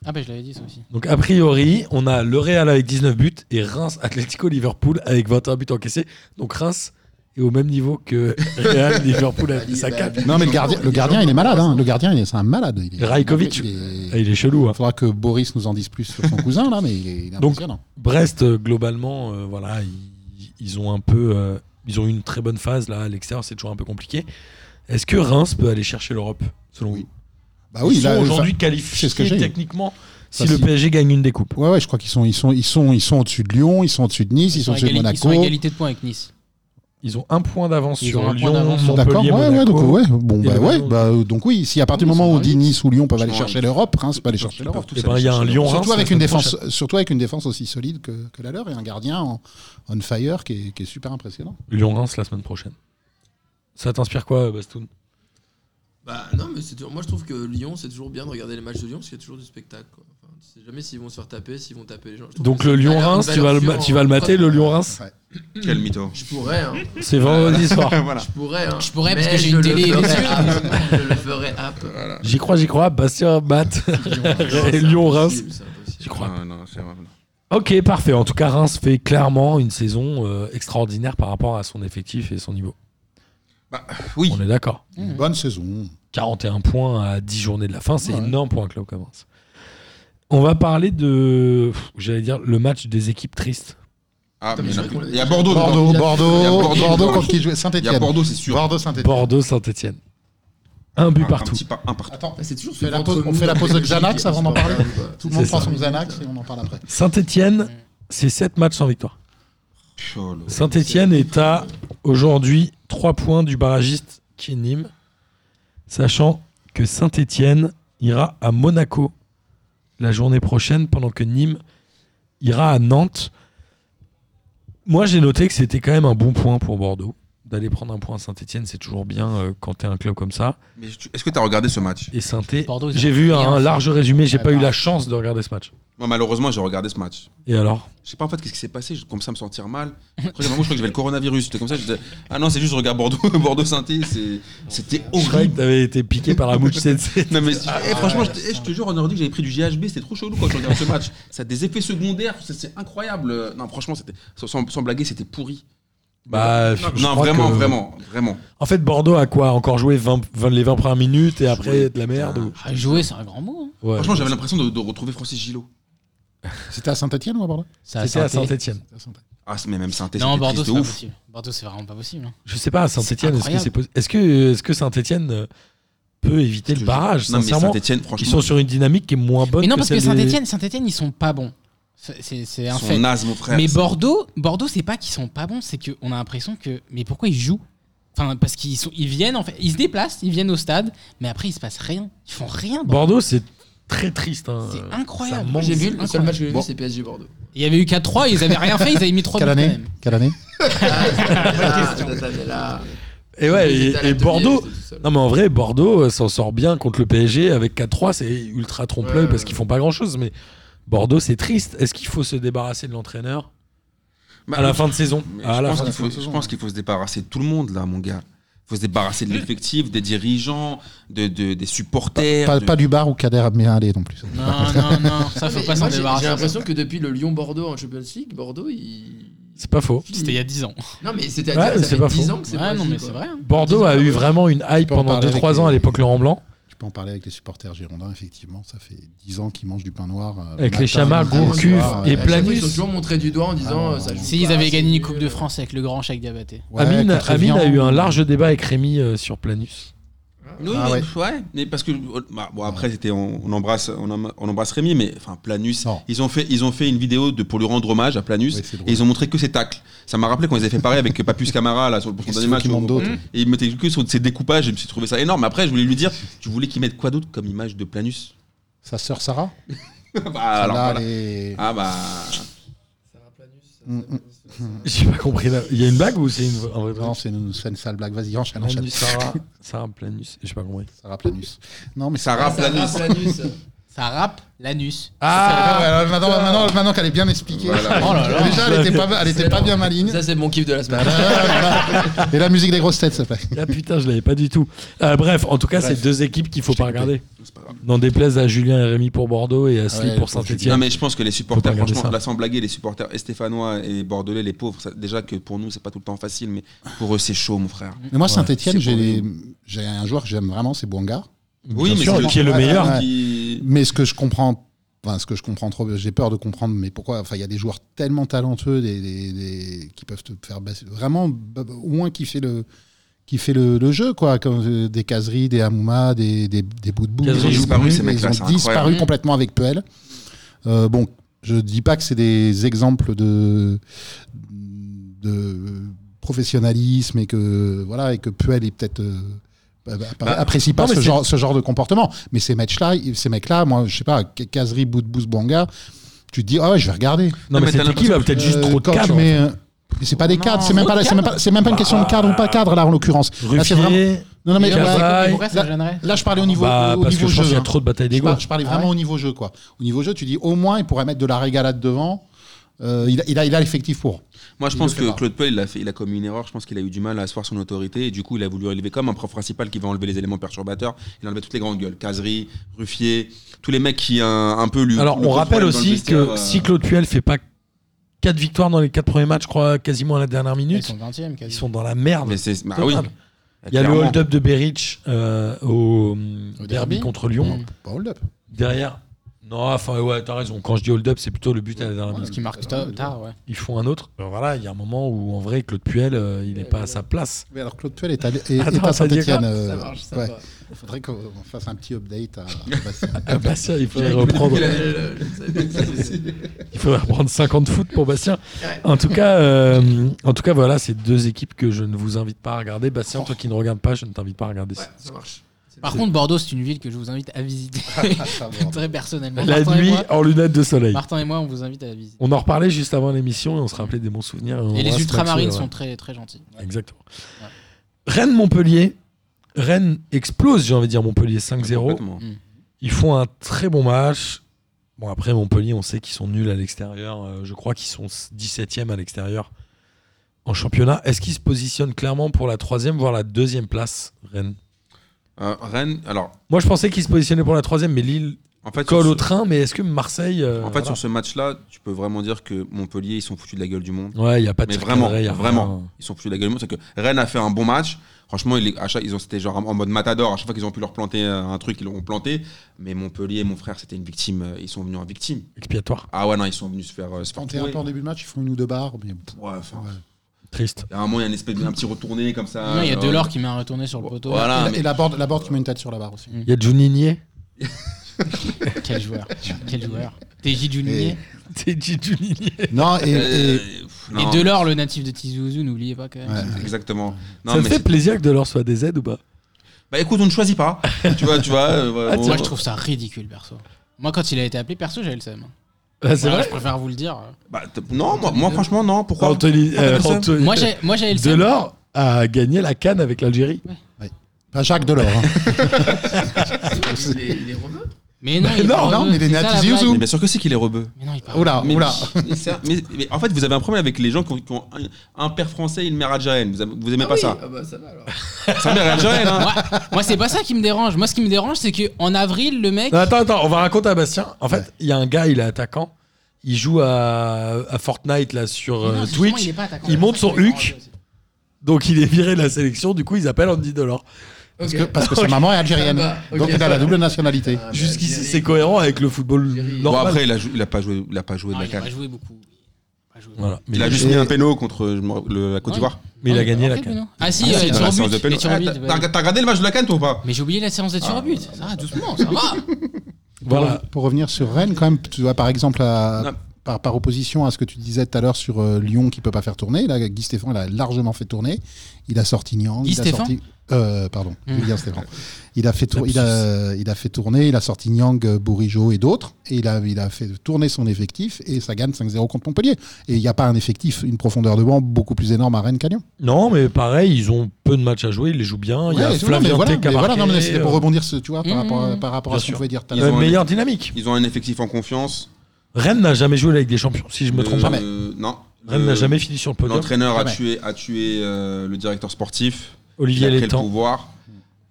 [SPEAKER 5] Ah bah je l'avais dit ça aussi.
[SPEAKER 4] Donc a priori, on a le Real avec 19 buts et Reims, Atlético, Liverpool avec 21 buts encaissés. Donc Reims est au même niveau que Real, Liverpool
[SPEAKER 3] Bah,
[SPEAKER 4] avec sa cape.
[SPEAKER 3] Non, mais le gardien, le gardien, il est malade. hein. Le gardien, il est- c'est un malade. Il est-
[SPEAKER 4] Rajkovic.
[SPEAKER 3] il est-
[SPEAKER 4] Ah, il est chelou. hein.
[SPEAKER 3] Il faudra que Boris nous en dise plus sur son cousin, là, mais il est, il est
[SPEAKER 4] Donc,
[SPEAKER 3] impressionnant.
[SPEAKER 4] Brest, euh, globalement, euh, voilà, ils, ils ont un peu, euh, ils ont eu une très bonne phase là à l'extérieur, c'est toujours un peu compliqué. Est-ce que Reims peut aller chercher l'Europe selon
[SPEAKER 3] Oui.
[SPEAKER 4] vous
[SPEAKER 3] Bah oui,
[SPEAKER 4] Ils
[SPEAKER 3] là,
[SPEAKER 4] sont aujourd'hui
[SPEAKER 3] enfin, c'est
[SPEAKER 4] qualifiés
[SPEAKER 3] ce que j'ai.
[SPEAKER 4] techniquement si
[SPEAKER 3] Enfin,
[SPEAKER 4] le
[SPEAKER 3] si-
[SPEAKER 4] PSG gagne une découpe.
[SPEAKER 3] Ouais, ouais, je crois qu'ils sont, ils sont, ils sont, ils sont au-dessus de Lyon, ils sont au-dessus de Nice, ils, sont
[SPEAKER 5] à
[SPEAKER 3] au-dessus de
[SPEAKER 5] égalité- ils sont
[SPEAKER 3] Monaco.
[SPEAKER 5] à égalité de points avec Nice.
[SPEAKER 4] Ils ont un point d'avance
[SPEAKER 5] Ils
[SPEAKER 4] sur
[SPEAKER 5] ont un point
[SPEAKER 4] Lyon,
[SPEAKER 5] d'avance sur-
[SPEAKER 4] Montpellier,
[SPEAKER 3] D'accord, ouais, ouais,
[SPEAKER 4] Monaco.
[SPEAKER 3] donc, ouais. Bon,
[SPEAKER 4] Et
[SPEAKER 3] bah,
[SPEAKER 4] le
[SPEAKER 3] ouais,
[SPEAKER 4] Bayern.
[SPEAKER 3] bah, euh, donc oui, si à partir du
[SPEAKER 5] Oui,
[SPEAKER 3] moment
[SPEAKER 5] ils
[SPEAKER 3] où
[SPEAKER 5] sont
[SPEAKER 3] on dit
[SPEAKER 5] dans la
[SPEAKER 3] Nice ou Lyon peuvent aller
[SPEAKER 1] sont
[SPEAKER 3] chercher
[SPEAKER 1] dans la
[SPEAKER 3] l'Europe, Reims peut aller chercher l'Europe.
[SPEAKER 1] Tous
[SPEAKER 4] Eh
[SPEAKER 1] à
[SPEAKER 4] ben, il y a un
[SPEAKER 1] chercher
[SPEAKER 4] Lyon
[SPEAKER 3] Surtout
[SPEAKER 4] Reims
[SPEAKER 3] avec
[SPEAKER 4] la
[SPEAKER 3] une
[SPEAKER 4] semaine
[SPEAKER 3] défense,
[SPEAKER 4] prochaine.
[SPEAKER 3] surtout avec une défense aussi solide que, que la leur et un gardien en on fire qui est, qui est super impressionnant.
[SPEAKER 4] Lyon Reims la semaine prochaine. Ça t'inspire quoi, Bastoun
[SPEAKER 6] Bah non, mais c'est toujours... moi je trouve que Lyon, c'est toujours bien de regarder les matchs de Lyon parce qu'il y a toujours du spectacle. Quoi. Enfin, tu sais jamais s'ils vont se faire taper, s'ils vont taper les gens. Je trouve
[SPEAKER 4] Donc
[SPEAKER 6] que
[SPEAKER 4] le
[SPEAKER 6] c'est une
[SPEAKER 4] Lyon
[SPEAKER 6] valeur-
[SPEAKER 4] Reims,
[SPEAKER 6] une
[SPEAKER 4] tu vas le,
[SPEAKER 6] valeur
[SPEAKER 4] ma- tu vas le
[SPEAKER 6] sûre en-
[SPEAKER 4] mater le Lyon Reims.
[SPEAKER 1] Quel mytho.
[SPEAKER 6] Je pourrais, hein.
[SPEAKER 4] C'est vendredi soir.
[SPEAKER 1] voilà.
[SPEAKER 6] Je pourrais, hein.
[SPEAKER 5] Je pourrais parce
[SPEAKER 6] Mais
[SPEAKER 5] que j'ai
[SPEAKER 6] je
[SPEAKER 5] une
[SPEAKER 6] le
[SPEAKER 5] télé et des
[SPEAKER 6] ferai
[SPEAKER 5] yeux.
[SPEAKER 6] app. Je le ferai app.
[SPEAKER 4] J'y crois, j'y crois. Bastien Matt.
[SPEAKER 6] C'est
[SPEAKER 4] Lyon, Reims.
[SPEAKER 6] impossible, c'est
[SPEAKER 4] J'y
[SPEAKER 6] impossible.
[SPEAKER 4] crois.
[SPEAKER 1] Non, non, c'est vrai.
[SPEAKER 4] Ok, parfait. En tout cas, Reims fait clairement une saison euh, extraordinaire par rapport à son effectif et son niveau.
[SPEAKER 1] Bah, oui.
[SPEAKER 4] On est d'accord.
[SPEAKER 3] Une bonne saison.
[SPEAKER 4] 41 points à 10 journées de la fin, c'est
[SPEAKER 3] Ouais.
[SPEAKER 4] énorme pour un club comme Reims. On va parler de, pff, j'allais dire, le match des équipes tristes.
[SPEAKER 1] Ah, mais
[SPEAKER 6] mais
[SPEAKER 1] il y en a
[SPEAKER 6] c'est vrai
[SPEAKER 1] plus.
[SPEAKER 6] qu'on
[SPEAKER 1] il y a
[SPEAKER 6] l'avait-
[SPEAKER 1] Bordeaux. dedans.
[SPEAKER 3] Bordeaux,
[SPEAKER 1] Il y a
[SPEAKER 3] Bordeaux,
[SPEAKER 1] Bordeaux,
[SPEAKER 3] Bordeaux
[SPEAKER 1] dedans.
[SPEAKER 3] contre qui jouait
[SPEAKER 1] Il y a
[SPEAKER 3] Saint-Etienne.
[SPEAKER 1] Bordeaux, c'est sûr.
[SPEAKER 3] Bordeaux, Saint-Etienne.
[SPEAKER 4] Bordeaux-Saint-Etienne. Un but
[SPEAKER 1] Ah, Un-
[SPEAKER 4] partout.
[SPEAKER 1] Un petit par- un partout.
[SPEAKER 3] Attends,
[SPEAKER 6] C'est toujours
[SPEAKER 3] On fait la pause- on fait la pause de Xanax avant d'en parler tout le monde prend son Xanax et on en parle après.
[SPEAKER 4] Saint-Etienne,
[SPEAKER 5] Mm.
[SPEAKER 4] c'est 7 matchs sans victoire.
[SPEAKER 1] Pfiou, le-
[SPEAKER 4] Saint-Etienne est à aujourd'hui 3 points du barragiste qui est Nîmes, sachant que Saint-Etienne ira à Monaco la journée prochaine, pendant que Nîmes ira à Nantes. Moi, j'ai noté que c'était quand même un bon point pour Bordeaux. D'aller prendre un point à Saint-Etienne, c'est toujours bien euh, quand t'es un club comme ça.
[SPEAKER 1] Mais tu- Est-ce que tu as regardé ce match
[SPEAKER 4] Et Saint-Etienne,
[SPEAKER 5] Bordeaux, ils ont
[SPEAKER 4] j'ai vu
[SPEAKER 5] rien
[SPEAKER 4] un,
[SPEAKER 5] fait. Ah
[SPEAKER 4] large résumé, j'ai
[SPEAKER 3] Ouais,
[SPEAKER 4] pas eu
[SPEAKER 3] bah.
[SPEAKER 4] la chance de regarder ce match.
[SPEAKER 1] Moi, malheureusement, j'ai regardé ce match.
[SPEAKER 4] Et alors
[SPEAKER 1] Je sais pas en fait qu'est-ce qui s'est passé, je commençais à me sentir mal. Après, à un moment, je crois que j'avais le coronavirus. J'étais comme ça, je disais Ah non, c'est juste, je regarde Bordeaux, Bordeaux Synthé, c'est- c'était
[SPEAKER 4] Je croyais que
[SPEAKER 1] horrible.
[SPEAKER 4] t'avais été piqué par la mouche CNC.
[SPEAKER 1] Non, mais eh, franchement, je, te- eh, je te jure, on aurait dit que j'avais pris du GHB, c'était trop chelou quand je regarde ce match. Ça a des effets secondaires, c'est- c'est incroyable. Euh, Non, franchement, c'était sans, sans- sans blaguer, c'était pourri.
[SPEAKER 4] Bah,
[SPEAKER 1] non,
[SPEAKER 4] je
[SPEAKER 1] non,
[SPEAKER 4] crois
[SPEAKER 1] vraiment,
[SPEAKER 4] que-
[SPEAKER 1] vraiment, vraiment.
[SPEAKER 4] En fait, Bordeaux a quoi Encore joué 20, 20 les 20 premières minutes et après de la merde ou...
[SPEAKER 5] Ah, Jouer, c'est un grand mot. hein.
[SPEAKER 4] Ouais.
[SPEAKER 1] Franchement, j'avais l'impression de, de retrouver Francis Gillot.
[SPEAKER 3] C'était à Saint-Etienne ou à Bordeaux
[SPEAKER 5] Ça a
[SPEAKER 4] C'était à
[SPEAKER 5] sauté.
[SPEAKER 4] Saint-Etienne.
[SPEAKER 1] Ah, c'est- mais même Synthé,
[SPEAKER 5] Non,
[SPEAKER 1] c'était
[SPEAKER 5] Bordeaux,
[SPEAKER 1] triste
[SPEAKER 5] c'est
[SPEAKER 1] de
[SPEAKER 5] pas
[SPEAKER 1] ouf.
[SPEAKER 5] possible. Bordeaux, c'est vraiment pas possible. hein.
[SPEAKER 4] Je sais pas, à Saint-Etienne, est-ce que c'est possible Est-ce que, est-ce que Saint-Etienne euh, peut éviter
[SPEAKER 1] Je
[SPEAKER 4] le
[SPEAKER 1] te
[SPEAKER 4] barrage
[SPEAKER 1] jure. Non, mais
[SPEAKER 4] Sincèrement,
[SPEAKER 1] Saint-Etienne,
[SPEAKER 4] ils sont
[SPEAKER 1] franchement,
[SPEAKER 4] sur une dynamique qui est moins bonne.
[SPEAKER 5] Mais non, parce que
[SPEAKER 4] celle des-
[SPEAKER 5] Saint-Etienne, Saint-Etienne, ils sont pas bons. C'est- C'est c'est
[SPEAKER 1] ils
[SPEAKER 5] un
[SPEAKER 1] sont
[SPEAKER 5] fait.
[SPEAKER 1] nazes, mon frère.
[SPEAKER 5] Mais Bordeaux, Bordeaux, c'est pas qu'ils sont pas bons, c'est qu'on a l'impression que. Mais pourquoi ils jouent Enfin, parce qu'ils sont, ils viennent en fait, ils se déplacent, ils viennent au stade, mais après il se passe rien. Ils font rien. Bordeaux.
[SPEAKER 4] Bordeaux, c'est très triste. hein.
[SPEAKER 5] C'est
[SPEAKER 4] Euh,
[SPEAKER 5] incroyable.
[SPEAKER 4] ça manque.
[SPEAKER 6] J'ai vu, le seul
[SPEAKER 5] Incroyable.
[SPEAKER 6] match que j'ai
[SPEAKER 3] Bon.
[SPEAKER 6] vu, c'est PSG Bordeaux.
[SPEAKER 5] Il y avait eu 4-3, ils avaient rien fait, ils avaient mis 3 buts
[SPEAKER 3] Quelle
[SPEAKER 5] quand
[SPEAKER 3] année
[SPEAKER 5] même.
[SPEAKER 3] Quelle année
[SPEAKER 6] Ah, cette année-là.
[SPEAKER 4] Et ouais,
[SPEAKER 6] J'étais à
[SPEAKER 4] et, et
[SPEAKER 6] l'atelier,
[SPEAKER 4] Bordeaux.
[SPEAKER 6] j'étais tout seul.
[SPEAKER 4] Non, mais en vrai, Bordeaux euh, s'en sort bien contre le PSG avec 4-3. C'est ultra trompe-l'œil
[SPEAKER 6] Ouais,
[SPEAKER 4] parce
[SPEAKER 6] ouais.
[SPEAKER 4] qu'ils font pas grand-chose. Mais Bordeaux, c'est triste. Est-ce qu'il faut se débarrasser de l'entraîneur
[SPEAKER 1] Bah,
[SPEAKER 4] à la fin de saison
[SPEAKER 1] Mais
[SPEAKER 4] À
[SPEAKER 1] je,
[SPEAKER 4] la
[SPEAKER 1] pense
[SPEAKER 4] fin de
[SPEAKER 1] qu'il
[SPEAKER 4] saison.
[SPEAKER 1] faut, je pense qu'il faut se débarrasser de tout le monde, là, mon gars. Il faut se débarrasser de l'effectif, des dirigeants, de, de- des supporters.
[SPEAKER 3] pas,
[SPEAKER 1] de-
[SPEAKER 3] pas du bar où Kader aime bien aller non plus.
[SPEAKER 5] Non, non, non, ça
[SPEAKER 6] Non,
[SPEAKER 5] faut
[SPEAKER 6] mais
[SPEAKER 5] pas s'en
[SPEAKER 6] moi, j'ai- J'ai
[SPEAKER 5] débarrasser.
[SPEAKER 6] l'impression que depuis le Lyon-Bordeaux en Champions League, Bordeaux, il.
[SPEAKER 4] C'est pas faux.
[SPEAKER 5] C'était il y a 10 ans.
[SPEAKER 6] Non, mais c'était
[SPEAKER 4] Ouais,
[SPEAKER 6] à dire
[SPEAKER 4] c'est
[SPEAKER 6] ça
[SPEAKER 4] pas
[SPEAKER 6] fait 10
[SPEAKER 4] faux.
[SPEAKER 6] ans que c'est
[SPEAKER 5] Ouais,
[SPEAKER 6] pas
[SPEAKER 5] non,
[SPEAKER 6] dit,
[SPEAKER 5] mais
[SPEAKER 6] quoi.
[SPEAKER 5] c'est vrai. hein.
[SPEAKER 4] Bordeaux a eu vraiment une hype
[SPEAKER 3] peux en
[SPEAKER 4] pendant
[SPEAKER 3] parler
[SPEAKER 4] 2-3
[SPEAKER 3] avec
[SPEAKER 4] ans à
[SPEAKER 3] les-
[SPEAKER 4] l'époque Laurent Blanc.
[SPEAKER 3] Tu peux en parler avec les supporters girondins, effectivement. Ça fait 10 ans qu'ils mangent du pain noir. euh, le
[SPEAKER 4] Avec les
[SPEAKER 3] matin,
[SPEAKER 4] chamards,
[SPEAKER 3] le
[SPEAKER 4] Gourcuff
[SPEAKER 3] soir, euh,
[SPEAKER 4] et
[SPEAKER 3] ouais,
[SPEAKER 6] À chaque fois,
[SPEAKER 4] Planus.
[SPEAKER 6] Ils sont toujours montré du doigt en disant
[SPEAKER 3] Ah,
[SPEAKER 6] euh, ça joue.
[SPEAKER 5] Si ils
[SPEAKER 6] pas,
[SPEAKER 5] avaient gagné
[SPEAKER 6] c'est
[SPEAKER 5] une Coupe
[SPEAKER 6] nul.
[SPEAKER 5] de France avec le grand chèque Diabaté.
[SPEAKER 3] ouais,
[SPEAKER 4] Amine,
[SPEAKER 3] contre
[SPEAKER 4] Amine a
[SPEAKER 3] Evian.
[SPEAKER 4] eu un large débat avec Rémi euh, sur Planus.
[SPEAKER 1] Oui,
[SPEAKER 3] Ah
[SPEAKER 1] mais,
[SPEAKER 3] ouais.
[SPEAKER 1] ouais. mais parce que bah, bon après c'était on, on embrasse on, em- on embrasse Rémi mais enfin Planus
[SPEAKER 3] Non.
[SPEAKER 1] ils ont fait ils ont fait une vidéo de pour lui rendre hommage à Planus
[SPEAKER 3] Oui, c'est drôle.
[SPEAKER 1] et ils ont montré que ses tacles. Ça m'a rappelé quand ils avaient fait pareil avec Papus Camara là sur le pour son
[SPEAKER 3] Qu'est-ce
[SPEAKER 1] dernier
[SPEAKER 3] qu'il faut
[SPEAKER 1] match
[SPEAKER 3] qu'il
[SPEAKER 1] au-
[SPEAKER 3] monte d'autre
[SPEAKER 1] et ils mettaient que sur ses découpages, et je me suis trouvé ça énorme. Après je voulais lui dire tu voulais qu'ils mettent quoi d'autre comme image de Planus
[SPEAKER 3] Sa sœur Sarah
[SPEAKER 1] Bah, alors,
[SPEAKER 3] Ah, Là,
[SPEAKER 1] voilà.
[SPEAKER 3] elle est-
[SPEAKER 1] Ah bah
[SPEAKER 3] Mm, mm.
[SPEAKER 4] J'ai pas compris. là. Il y a une blague ou c'est une un vrai
[SPEAKER 3] Non, c'est une, c'est une sale blague. Vas-y, enchaîne, enchaîne.
[SPEAKER 4] Planus, Sarah, Sarah Planus. J'ai pas compris.
[SPEAKER 3] Sarah Planus. Non, mais
[SPEAKER 1] Sarah
[SPEAKER 6] Ah, ça
[SPEAKER 1] Planus.
[SPEAKER 6] rappe Planus.
[SPEAKER 5] Ça rappe l'anus.
[SPEAKER 3] Ah, voilà, maintenant, maintenant, maintenant qu'elle est bien expliquée.
[SPEAKER 1] Voilà.
[SPEAKER 3] Oh là là. Déjà, elle était pas, elle était pas bien maligne.
[SPEAKER 6] Ça, c'est mon kiff de la semaine.
[SPEAKER 3] Et la musique des grosses têtes, s'il te plaît.
[SPEAKER 4] Ah putain, je l'avais pas du tout. Euh, bref, en tout cas, c'est deux équipes qu'il faut pas regarder.
[SPEAKER 1] c'est c'est pas grave.
[SPEAKER 4] N'en déplaise à Julien et Rémi pour Bordeaux et à Sli
[SPEAKER 3] Ouais,
[SPEAKER 4] pour
[SPEAKER 3] pour
[SPEAKER 1] Non
[SPEAKER 4] Saint-Etienne.
[SPEAKER 1] mais je pense que les supporters,
[SPEAKER 4] Faut pas regarder
[SPEAKER 1] franchement,
[SPEAKER 4] ça.
[SPEAKER 1] là sans blaguer, les supporters estéphanois et les bordelais, les pauvres, ça- déjà que pour nous c'est pas tout le temps facile, mais pour eux c'est chaud mon frère.
[SPEAKER 3] Mais moi,
[SPEAKER 4] Ouais,
[SPEAKER 3] Saint-Etienne,
[SPEAKER 1] c'est
[SPEAKER 3] j'ai
[SPEAKER 1] pour
[SPEAKER 3] des- j'ai un joueur que j'aime vraiment, c'est Bouanga.
[SPEAKER 1] Oui, mais
[SPEAKER 4] sûr,
[SPEAKER 1] c'est le-
[SPEAKER 4] qui est le
[SPEAKER 3] Ouais,
[SPEAKER 4] meilleur.
[SPEAKER 3] ouais.
[SPEAKER 1] Qui-
[SPEAKER 3] Mais ce que je comprends, enfin, ce que je comprends trop, j'ai peur de comprendre, mais pourquoi Enfin, il y a des joueurs tellement talentueux des, des- des- qui peuvent te faire baisser- vraiment b- b- au moins qui fait le qui fait le, le jeu quoi, comme euh, des caseries, des Amouma, des des, des bouts de boue.
[SPEAKER 4] Kazri,
[SPEAKER 3] Ils ont
[SPEAKER 4] ils ont
[SPEAKER 1] disparu, ces
[SPEAKER 3] ils
[SPEAKER 1] mecs-là,
[SPEAKER 3] ont
[SPEAKER 1] c'est
[SPEAKER 3] disparu
[SPEAKER 5] incroyable.
[SPEAKER 3] complètement avec Puel. Euh, bon, je dis pas que c'est des exemples de de professionnalisme et que voilà et que Puel est peut-être euh, bah, bah,
[SPEAKER 1] Bah,
[SPEAKER 3] apprécie pas
[SPEAKER 4] non, mais
[SPEAKER 3] ce
[SPEAKER 4] c'est-
[SPEAKER 3] genre, ce genre de comportement. Mais ces matchs-là, ils- ces mecs-là, moi, je sais pas, Kazri, Boudbouz, Banga, tu te dis, ah ouais, je vais regarder.
[SPEAKER 4] Non, mais
[SPEAKER 1] mais
[SPEAKER 4] cette
[SPEAKER 1] t'as
[SPEAKER 4] équipe a peut-être juste
[SPEAKER 3] Euh,
[SPEAKER 4] trop de
[SPEAKER 3] coach,
[SPEAKER 4] cadres.
[SPEAKER 3] Mais, euh, mais c'est pas des
[SPEAKER 5] Non,
[SPEAKER 3] cadres, c'est même
[SPEAKER 5] trop
[SPEAKER 3] pas,
[SPEAKER 5] de
[SPEAKER 3] c'est même pas, c'est même pas une
[SPEAKER 4] Bah,
[SPEAKER 3] question de cadre ou pas cadre, là, en l'occurrence. Là, c'est
[SPEAKER 4] Ruffier,
[SPEAKER 3] vraiment- Non, non, mais
[SPEAKER 5] Et
[SPEAKER 4] Cavani.
[SPEAKER 3] ouais,
[SPEAKER 5] pourquoi-
[SPEAKER 4] ouais.
[SPEAKER 5] et pourquoi ça
[SPEAKER 3] Là-
[SPEAKER 5] gênerait
[SPEAKER 3] là, je parlais au niveau,
[SPEAKER 4] bah,
[SPEAKER 3] au
[SPEAKER 4] parce que
[SPEAKER 3] niveau
[SPEAKER 4] je
[SPEAKER 3] jeu.
[SPEAKER 4] pense qu'il y a
[SPEAKER 3] hein.
[SPEAKER 4] trop de batailles
[SPEAKER 3] Je,
[SPEAKER 4] d'ego.
[SPEAKER 3] par- je parlais vraiment au niveau jeu, quoi. Au niveau jeu, tu dis, au moins, il pourrait mettre de la régalade devant. Euh, il a- il a il a l'effectif pour.
[SPEAKER 1] Moi, je
[SPEAKER 3] Il
[SPEAKER 1] pense
[SPEAKER 3] le fait
[SPEAKER 1] que
[SPEAKER 3] pas.
[SPEAKER 1] Claude Puel, il a, fait, il a commis une erreur. Je pense qu'il a eu du mal à asseoir son autorité. Et du coup, il a voulu relever comme un prof principal qui va enlever les éléments perturbateurs. Il a enlevé toutes les grandes gueules. Casery, Ruffier, tous les mecs qui un, un peu lui.
[SPEAKER 4] Alors,
[SPEAKER 1] le
[SPEAKER 4] on
[SPEAKER 1] gros
[SPEAKER 4] rappelle
[SPEAKER 1] problème dans le
[SPEAKER 4] aussi
[SPEAKER 1] vestiaire,
[SPEAKER 4] que
[SPEAKER 1] euh,
[SPEAKER 4] si Claude Puel fait pas 4 victoires dans les 4 premiers matchs, je crois, quasiment à la dernière
[SPEAKER 5] Ils
[SPEAKER 4] minute,
[SPEAKER 5] sont 20e
[SPEAKER 4] ils
[SPEAKER 5] quasi.
[SPEAKER 4] sont dans la merde.
[SPEAKER 1] Mais c'est.
[SPEAKER 5] Ah
[SPEAKER 1] Bah oui.
[SPEAKER 4] Totale. Il y a le
[SPEAKER 1] Clairement.
[SPEAKER 4] hold-up de Berich euh, au,
[SPEAKER 5] Au
[SPEAKER 4] derby,
[SPEAKER 5] derby.
[SPEAKER 4] contre Lyon.
[SPEAKER 5] Mm.
[SPEAKER 3] Pas hold up.
[SPEAKER 4] Derrière. Non, enfin, ouais, t'as raison. Quand je dis hold-up, c'est plutôt le but à la dernière
[SPEAKER 3] Ouais.
[SPEAKER 5] Parce
[SPEAKER 4] minute.
[SPEAKER 5] qu'ils marquent ta- tard, ouais.
[SPEAKER 4] Ils font un autre. Alors voilà, il y a un moment où, en vrai, Claude Puel, euh, il n'est pas à sa place.
[SPEAKER 3] Mais alors Claude Puel est à, est-
[SPEAKER 4] Attends,
[SPEAKER 3] est à
[SPEAKER 4] ça
[SPEAKER 3] Saint-Etienne.
[SPEAKER 4] dit
[SPEAKER 3] euh,
[SPEAKER 6] Ça marche, ça
[SPEAKER 3] ouais.
[SPEAKER 6] va.
[SPEAKER 3] faudrait qu'on fasse un petit update à, à Bastien.
[SPEAKER 4] Ah,
[SPEAKER 5] bah,
[SPEAKER 4] Bastien, il faudrait reprendre. Il faudrait reprendre 50 foot pour Bastien. En tout cas, euh, en tout cas, voilà, c'est deux équipes que je ne vous invite pas à regarder. Bastien, toi qui ne regardes pas, je ne t'invite pas à regarder.
[SPEAKER 6] Ouais, ça marche.
[SPEAKER 5] Par contre, Bordeaux, c'est une ville que je vous invite à visiter très personnellement.
[SPEAKER 4] La
[SPEAKER 5] Martin et
[SPEAKER 4] nuit
[SPEAKER 5] moi-
[SPEAKER 4] en lunettes de soleil.
[SPEAKER 5] Martin et moi, on vous invite à la visiter.
[SPEAKER 4] On en reparlait juste avant l'émission et on se rappelait des bons souvenirs. on euh,
[SPEAKER 5] Et les
[SPEAKER 4] embrasse
[SPEAKER 5] ultramarines
[SPEAKER 4] Maxou,
[SPEAKER 5] sont
[SPEAKER 4] ouais.
[SPEAKER 5] très très gentils.
[SPEAKER 4] Exactement.
[SPEAKER 5] Ouais.
[SPEAKER 4] Rennes-Montpellier. Rennes explose, j'ai envie de dire, Montpellier 5-0.
[SPEAKER 1] Complètement.
[SPEAKER 4] Ils font un très bon match. Bon, après, Montpellier, on sait qu'ils sont nuls à l'extérieur. Euh, je crois qu'ils sont 17e à l'extérieur en championnat. Est-ce qu'ils se positionnent clairement pour la troisième, voire la deuxième place, Rennes
[SPEAKER 1] Euh, Rennes, alors,
[SPEAKER 4] Moi, je pensais qu'ils se positionnaient pour la troisième, mais Lille
[SPEAKER 1] en fait.
[SPEAKER 4] colle
[SPEAKER 1] sur
[SPEAKER 4] au
[SPEAKER 1] ce-
[SPEAKER 4] train. Mais est-ce que Marseille. euh,
[SPEAKER 1] En fait,
[SPEAKER 4] voilà.
[SPEAKER 1] sur ce match-là, tu peux vraiment dire que Montpellier, ils sont foutus de la gueule du monde.
[SPEAKER 4] Ouais, il n'y a pas de
[SPEAKER 1] Mais
[SPEAKER 4] tir
[SPEAKER 1] vraiment,
[SPEAKER 4] cadré, y a
[SPEAKER 1] vraiment,
[SPEAKER 4] rien.
[SPEAKER 1] ils sont foutus de la gueule du monde. C'est que Rennes a fait un bon match. Franchement, ils, à chaque- ils ont c'était genre en mode matador. À chaque fois qu'ils ont pu leur planter euh, un truc, ils l'ont planté. Mais Montpellier, mon frère, c'était une victime. euh, Ils sont venus en victime.
[SPEAKER 4] Expiatoire.
[SPEAKER 1] Ah ouais, non, ils sont venus se faire. euh, se faire
[SPEAKER 3] Quand es un
[SPEAKER 1] trouer.
[SPEAKER 3] peu en début de match, ils font une ou deux barres. Mais...
[SPEAKER 1] Ouais, enfin,
[SPEAKER 3] Ouais.
[SPEAKER 4] Triste.
[SPEAKER 1] à un moment, il y a une espèce de- un petit retourné comme ça.
[SPEAKER 5] Non, il y a
[SPEAKER 1] euh,
[SPEAKER 5] Delors qui met un retourné sur le poteau.
[SPEAKER 1] Voilà,
[SPEAKER 6] Ah,
[SPEAKER 3] et, la-
[SPEAKER 1] mais-
[SPEAKER 3] et la board, la board qui met une tête sur la barre aussi.
[SPEAKER 4] Il y a Juninho.
[SPEAKER 5] Quel joueur. Quel joueur. TJ Junier.
[SPEAKER 4] C'est Juninho.
[SPEAKER 3] non, et,
[SPEAKER 1] euh,
[SPEAKER 3] et-
[SPEAKER 1] pff,
[SPEAKER 5] Et
[SPEAKER 1] non,
[SPEAKER 5] Delors, le natif de Tizouzou, n'oubliez pas quand même.
[SPEAKER 3] Ouais.
[SPEAKER 1] Exactement. Non,
[SPEAKER 4] Ça te
[SPEAKER 1] mais
[SPEAKER 4] fait
[SPEAKER 1] c'est-
[SPEAKER 4] plaisir que Delors soit des aides ou pas
[SPEAKER 1] bah écoute, on ne choisit pas. tu vois, tu vois. euh, voilà,
[SPEAKER 5] Moi,
[SPEAKER 1] on-
[SPEAKER 5] je trouve ça ridicule, perso. Moi, quand il a été appelé, perso, j'avais le seum.
[SPEAKER 4] Ah, C'est
[SPEAKER 5] Voilà,
[SPEAKER 4] vrai
[SPEAKER 5] Je préfère vous le dire.
[SPEAKER 1] Bah, t- non, moi, moi, franchement, non. Pourquoi
[SPEAKER 4] Anthony, euh,
[SPEAKER 1] Personne.
[SPEAKER 4] Anthony-
[SPEAKER 5] Moi, j'ai- moi, j'avais le seum.
[SPEAKER 4] Delors a gagné la canne avec l'Algérie.
[SPEAKER 3] pas Jacques Delors. hein.
[SPEAKER 5] Mais non,
[SPEAKER 4] Mais
[SPEAKER 5] il est
[SPEAKER 4] non,
[SPEAKER 5] heureux,
[SPEAKER 3] non, mais les
[SPEAKER 5] c'est ça, la
[SPEAKER 3] natifs
[SPEAKER 5] blague.
[SPEAKER 3] Zouzou.
[SPEAKER 1] Mais bien sûr que si qu'il est rebeu.
[SPEAKER 5] Mais non, il parle.
[SPEAKER 3] Oula,
[SPEAKER 1] Mais,
[SPEAKER 3] oula.
[SPEAKER 1] mais c'est- mais- mais en fait, vous avez un problème avec les gens qui ont, qui ont un, un père français et une mère algérienne. Vous, avez- vous aimez pas ça
[SPEAKER 6] Ah bah ça va alors.
[SPEAKER 1] Sa mère est algérienne, hein
[SPEAKER 5] Moi, moi, c'est pas ça qui me dérange. Moi, ce qui me dérange, c'est qu'en avril, le mec.
[SPEAKER 4] Non, attends, attends, on va raconter à Bastien. En fait, il y a un gars, il est attaquant. Il joue à, à Fortnite là sur
[SPEAKER 5] Mais non,
[SPEAKER 4] euh,
[SPEAKER 5] justement,
[SPEAKER 4] Twitch.
[SPEAKER 5] il est pas attaquant.
[SPEAKER 4] il monte son
[SPEAKER 5] est
[SPEAKER 4] Hulk.
[SPEAKER 5] arrangé aussi.
[SPEAKER 4] Donc il est viré de la sélection. Du coup, ils appellent Andy Delors.
[SPEAKER 3] Parce que, parce que sa maman est algérienne.
[SPEAKER 6] Ah bah, ok. Ah,
[SPEAKER 3] Donc il a la double nationalité.
[SPEAKER 4] Jusqu'ici, c'est cohérent avec le football
[SPEAKER 6] bah, Algérie.
[SPEAKER 1] Bon,
[SPEAKER 4] normal.
[SPEAKER 1] après, il a, jou- il a pas joué, il a pas joué
[SPEAKER 5] Non,
[SPEAKER 1] de la
[SPEAKER 5] Ah, il a pas
[SPEAKER 1] canne.
[SPEAKER 5] joué beaucoup. Il a pas joué beaucoup.
[SPEAKER 4] Voilà. Mais,
[SPEAKER 1] Il a
[SPEAKER 4] il,
[SPEAKER 1] juste
[SPEAKER 3] Et-
[SPEAKER 1] mis un péno contre euh, je me- le- la Côte
[SPEAKER 5] Ouais.
[SPEAKER 1] d'Ivoire.
[SPEAKER 4] mais il a
[SPEAKER 5] Ah,
[SPEAKER 4] gagné la
[SPEAKER 5] ok,
[SPEAKER 4] canne.
[SPEAKER 5] non. Ah si,
[SPEAKER 1] Ah,
[SPEAKER 5] euh,
[SPEAKER 1] si, dans
[SPEAKER 5] tir
[SPEAKER 1] la
[SPEAKER 5] au
[SPEAKER 1] séance de
[SPEAKER 5] but.
[SPEAKER 1] péno.
[SPEAKER 5] les tirs au
[SPEAKER 1] Ah,
[SPEAKER 5] but,
[SPEAKER 1] t'as-
[SPEAKER 5] ouais.
[SPEAKER 1] T'as t'as regardé le match de la canne, toi ou pas
[SPEAKER 5] bah Mais j'ai oublié la séance de tir au but. Ça va, doucement, ça va.
[SPEAKER 3] Pour-
[SPEAKER 4] Voilà.
[SPEAKER 3] Pour, revenir sur Rennes, quand même, tu vois, par exemple, à-
[SPEAKER 1] Non.
[SPEAKER 3] par, par opposition à ce que tu disais tout à l'heure sur euh, Lyon qui peut pas faire tourner, là, Guy Stéphane il a largement fait tourner. Il a sorti Niang.
[SPEAKER 5] Guy
[SPEAKER 3] il a
[SPEAKER 5] Stéphane
[SPEAKER 3] sorti, euh, Pardon,
[SPEAKER 5] Hmm.
[SPEAKER 3] Julien Stéphane. Il a, fait tour- il, a,
[SPEAKER 4] Lapsus.
[SPEAKER 3] il a fait tourner, il a sorti Niang, euh, Bourigeau et d'autres. Et il a, il a fait tourner son effectif et ça gagne 5-0 contre Montpellier. Et il n'y a pas un effectif, une profondeur de banc beaucoup plus énorme à Rennes qu'à Lyon.
[SPEAKER 4] Non, mais pareil, ils ont peu de matchs à jouer. Ils les jouent bien. il y a
[SPEAKER 3] Ouais, c'est vrai,
[SPEAKER 4] Flavien
[SPEAKER 3] mais voilà,
[SPEAKER 4] Tech qui a
[SPEAKER 3] mais voilà, non, mais
[SPEAKER 4] marqué,
[SPEAKER 3] c'était pour
[SPEAKER 4] euh,
[SPEAKER 3] rebondir ce- tu vois, par
[SPEAKER 5] Mmh,
[SPEAKER 3] rapport à,
[SPEAKER 5] mmh.
[SPEAKER 3] par rapport
[SPEAKER 4] Bien
[SPEAKER 3] à ce qu'on
[SPEAKER 4] sûr.
[SPEAKER 3] pouvait dire tout à
[SPEAKER 1] Ils
[SPEAKER 3] l'heure.
[SPEAKER 1] ont
[SPEAKER 4] une
[SPEAKER 1] un-
[SPEAKER 4] meilleure dynamique.
[SPEAKER 1] Ils ont un effectif en confiance.
[SPEAKER 4] Rennes n'a jamais joué avec des champions, si je me
[SPEAKER 1] Le-
[SPEAKER 4] trompe pas.
[SPEAKER 1] Non.
[SPEAKER 4] Rennes
[SPEAKER 1] Le-
[SPEAKER 4] n'a jamais fini sur le podium.
[SPEAKER 1] L'entraîneur a
[SPEAKER 3] Jamais.
[SPEAKER 1] tué, a tué euh, le directeur sportif. Il
[SPEAKER 4] Olivier
[SPEAKER 1] a pris le
[SPEAKER 4] Létang.
[SPEAKER 1] pouvoir.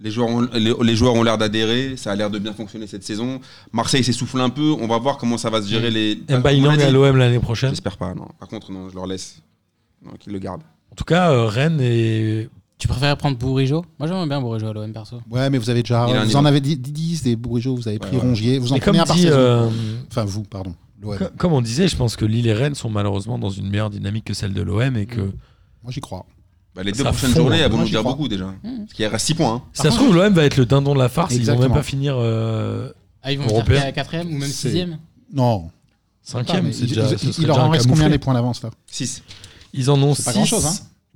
[SPEAKER 1] Les joueurs ont les, les joueurs ont l'air d'adhérer, ça a l'air de bien fonctionner cette saison. Marseille s'essouffle un peu, on va voir comment ça va se gérer les.
[SPEAKER 4] Mbaye
[SPEAKER 1] On l'a
[SPEAKER 3] Bah,
[SPEAKER 4] Niang est à
[SPEAKER 1] dit.
[SPEAKER 4] l'OM l'année prochaine.
[SPEAKER 1] J'espère pas, non. Par contre, non, je leur laisse. Non, qu'ils le gardent.
[SPEAKER 4] En tout cas, euh, Rennes est.
[SPEAKER 5] Tu préfères prendre Bourigeau Moi j'aimerais bien Bourigeau à l'OM perso.
[SPEAKER 3] Ouais, mais vous avez déjà.
[SPEAKER 1] Il a un
[SPEAKER 3] Vous
[SPEAKER 1] niveau.
[SPEAKER 3] en avez dit 10 des Bourigeaux, vous avez pris
[SPEAKER 1] Ouais, ouais.
[SPEAKER 3] Rongier, vous en
[SPEAKER 4] Mais
[SPEAKER 3] prenez
[SPEAKER 4] comme,
[SPEAKER 3] un par
[SPEAKER 4] dit,
[SPEAKER 3] saison.
[SPEAKER 4] euh,
[SPEAKER 3] Enfin, vous, pardon. L'OM.
[SPEAKER 4] co- comme on disait, je pense que Lille et Rennes sont malheureusement dans une meilleure dynamique que celle de l'OM et
[SPEAKER 3] Mm.
[SPEAKER 4] que
[SPEAKER 3] Moi, j'y crois.
[SPEAKER 1] Bah, les
[SPEAKER 4] Ça
[SPEAKER 1] deux prochaines
[SPEAKER 4] fond, hein.
[SPEAKER 1] journées, elles vont
[SPEAKER 3] moi,
[SPEAKER 1] nous
[SPEAKER 3] j'y
[SPEAKER 1] dire
[SPEAKER 3] crois. Mm.
[SPEAKER 1] beaucoup déjà. Parce qu'il reste 6 points. hein.
[SPEAKER 4] ça se trouve, l'OM va être le dindon de la farce. Ils vont
[SPEAKER 3] Exactement.
[SPEAKER 4] même pas finir euh,
[SPEAKER 5] Ah, ils vont
[SPEAKER 4] Européen.
[SPEAKER 5] finir 4 ou même
[SPEAKER 3] C'est-
[SPEAKER 5] 6
[SPEAKER 3] Non.
[SPEAKER 4] cinquième.
[SPEAKER 3] mais
[SPEAKER 4] c'est
[SPEAKER 3] il,
[SPEAKER 4] déjà-
[SPEAKER 3] il-
[SPEAKER 4] ce
[SPEAKER 3] il
[SPEAKER 4] serait
[SPEAKER 3] leur
[SPEAKER 4] déjà
[SPEAKER 3] en reste
[SPEAKER 4] camouflé.
[SPEAKER 3] combien les points d'avance là
[SPEAKER 1] 6.
[SPEAKER 4] Ils en ont
[SPEAKER 3] C'est pas
[SPEAKER 4] 6
[SPEAKER 3] grand-chose, hein.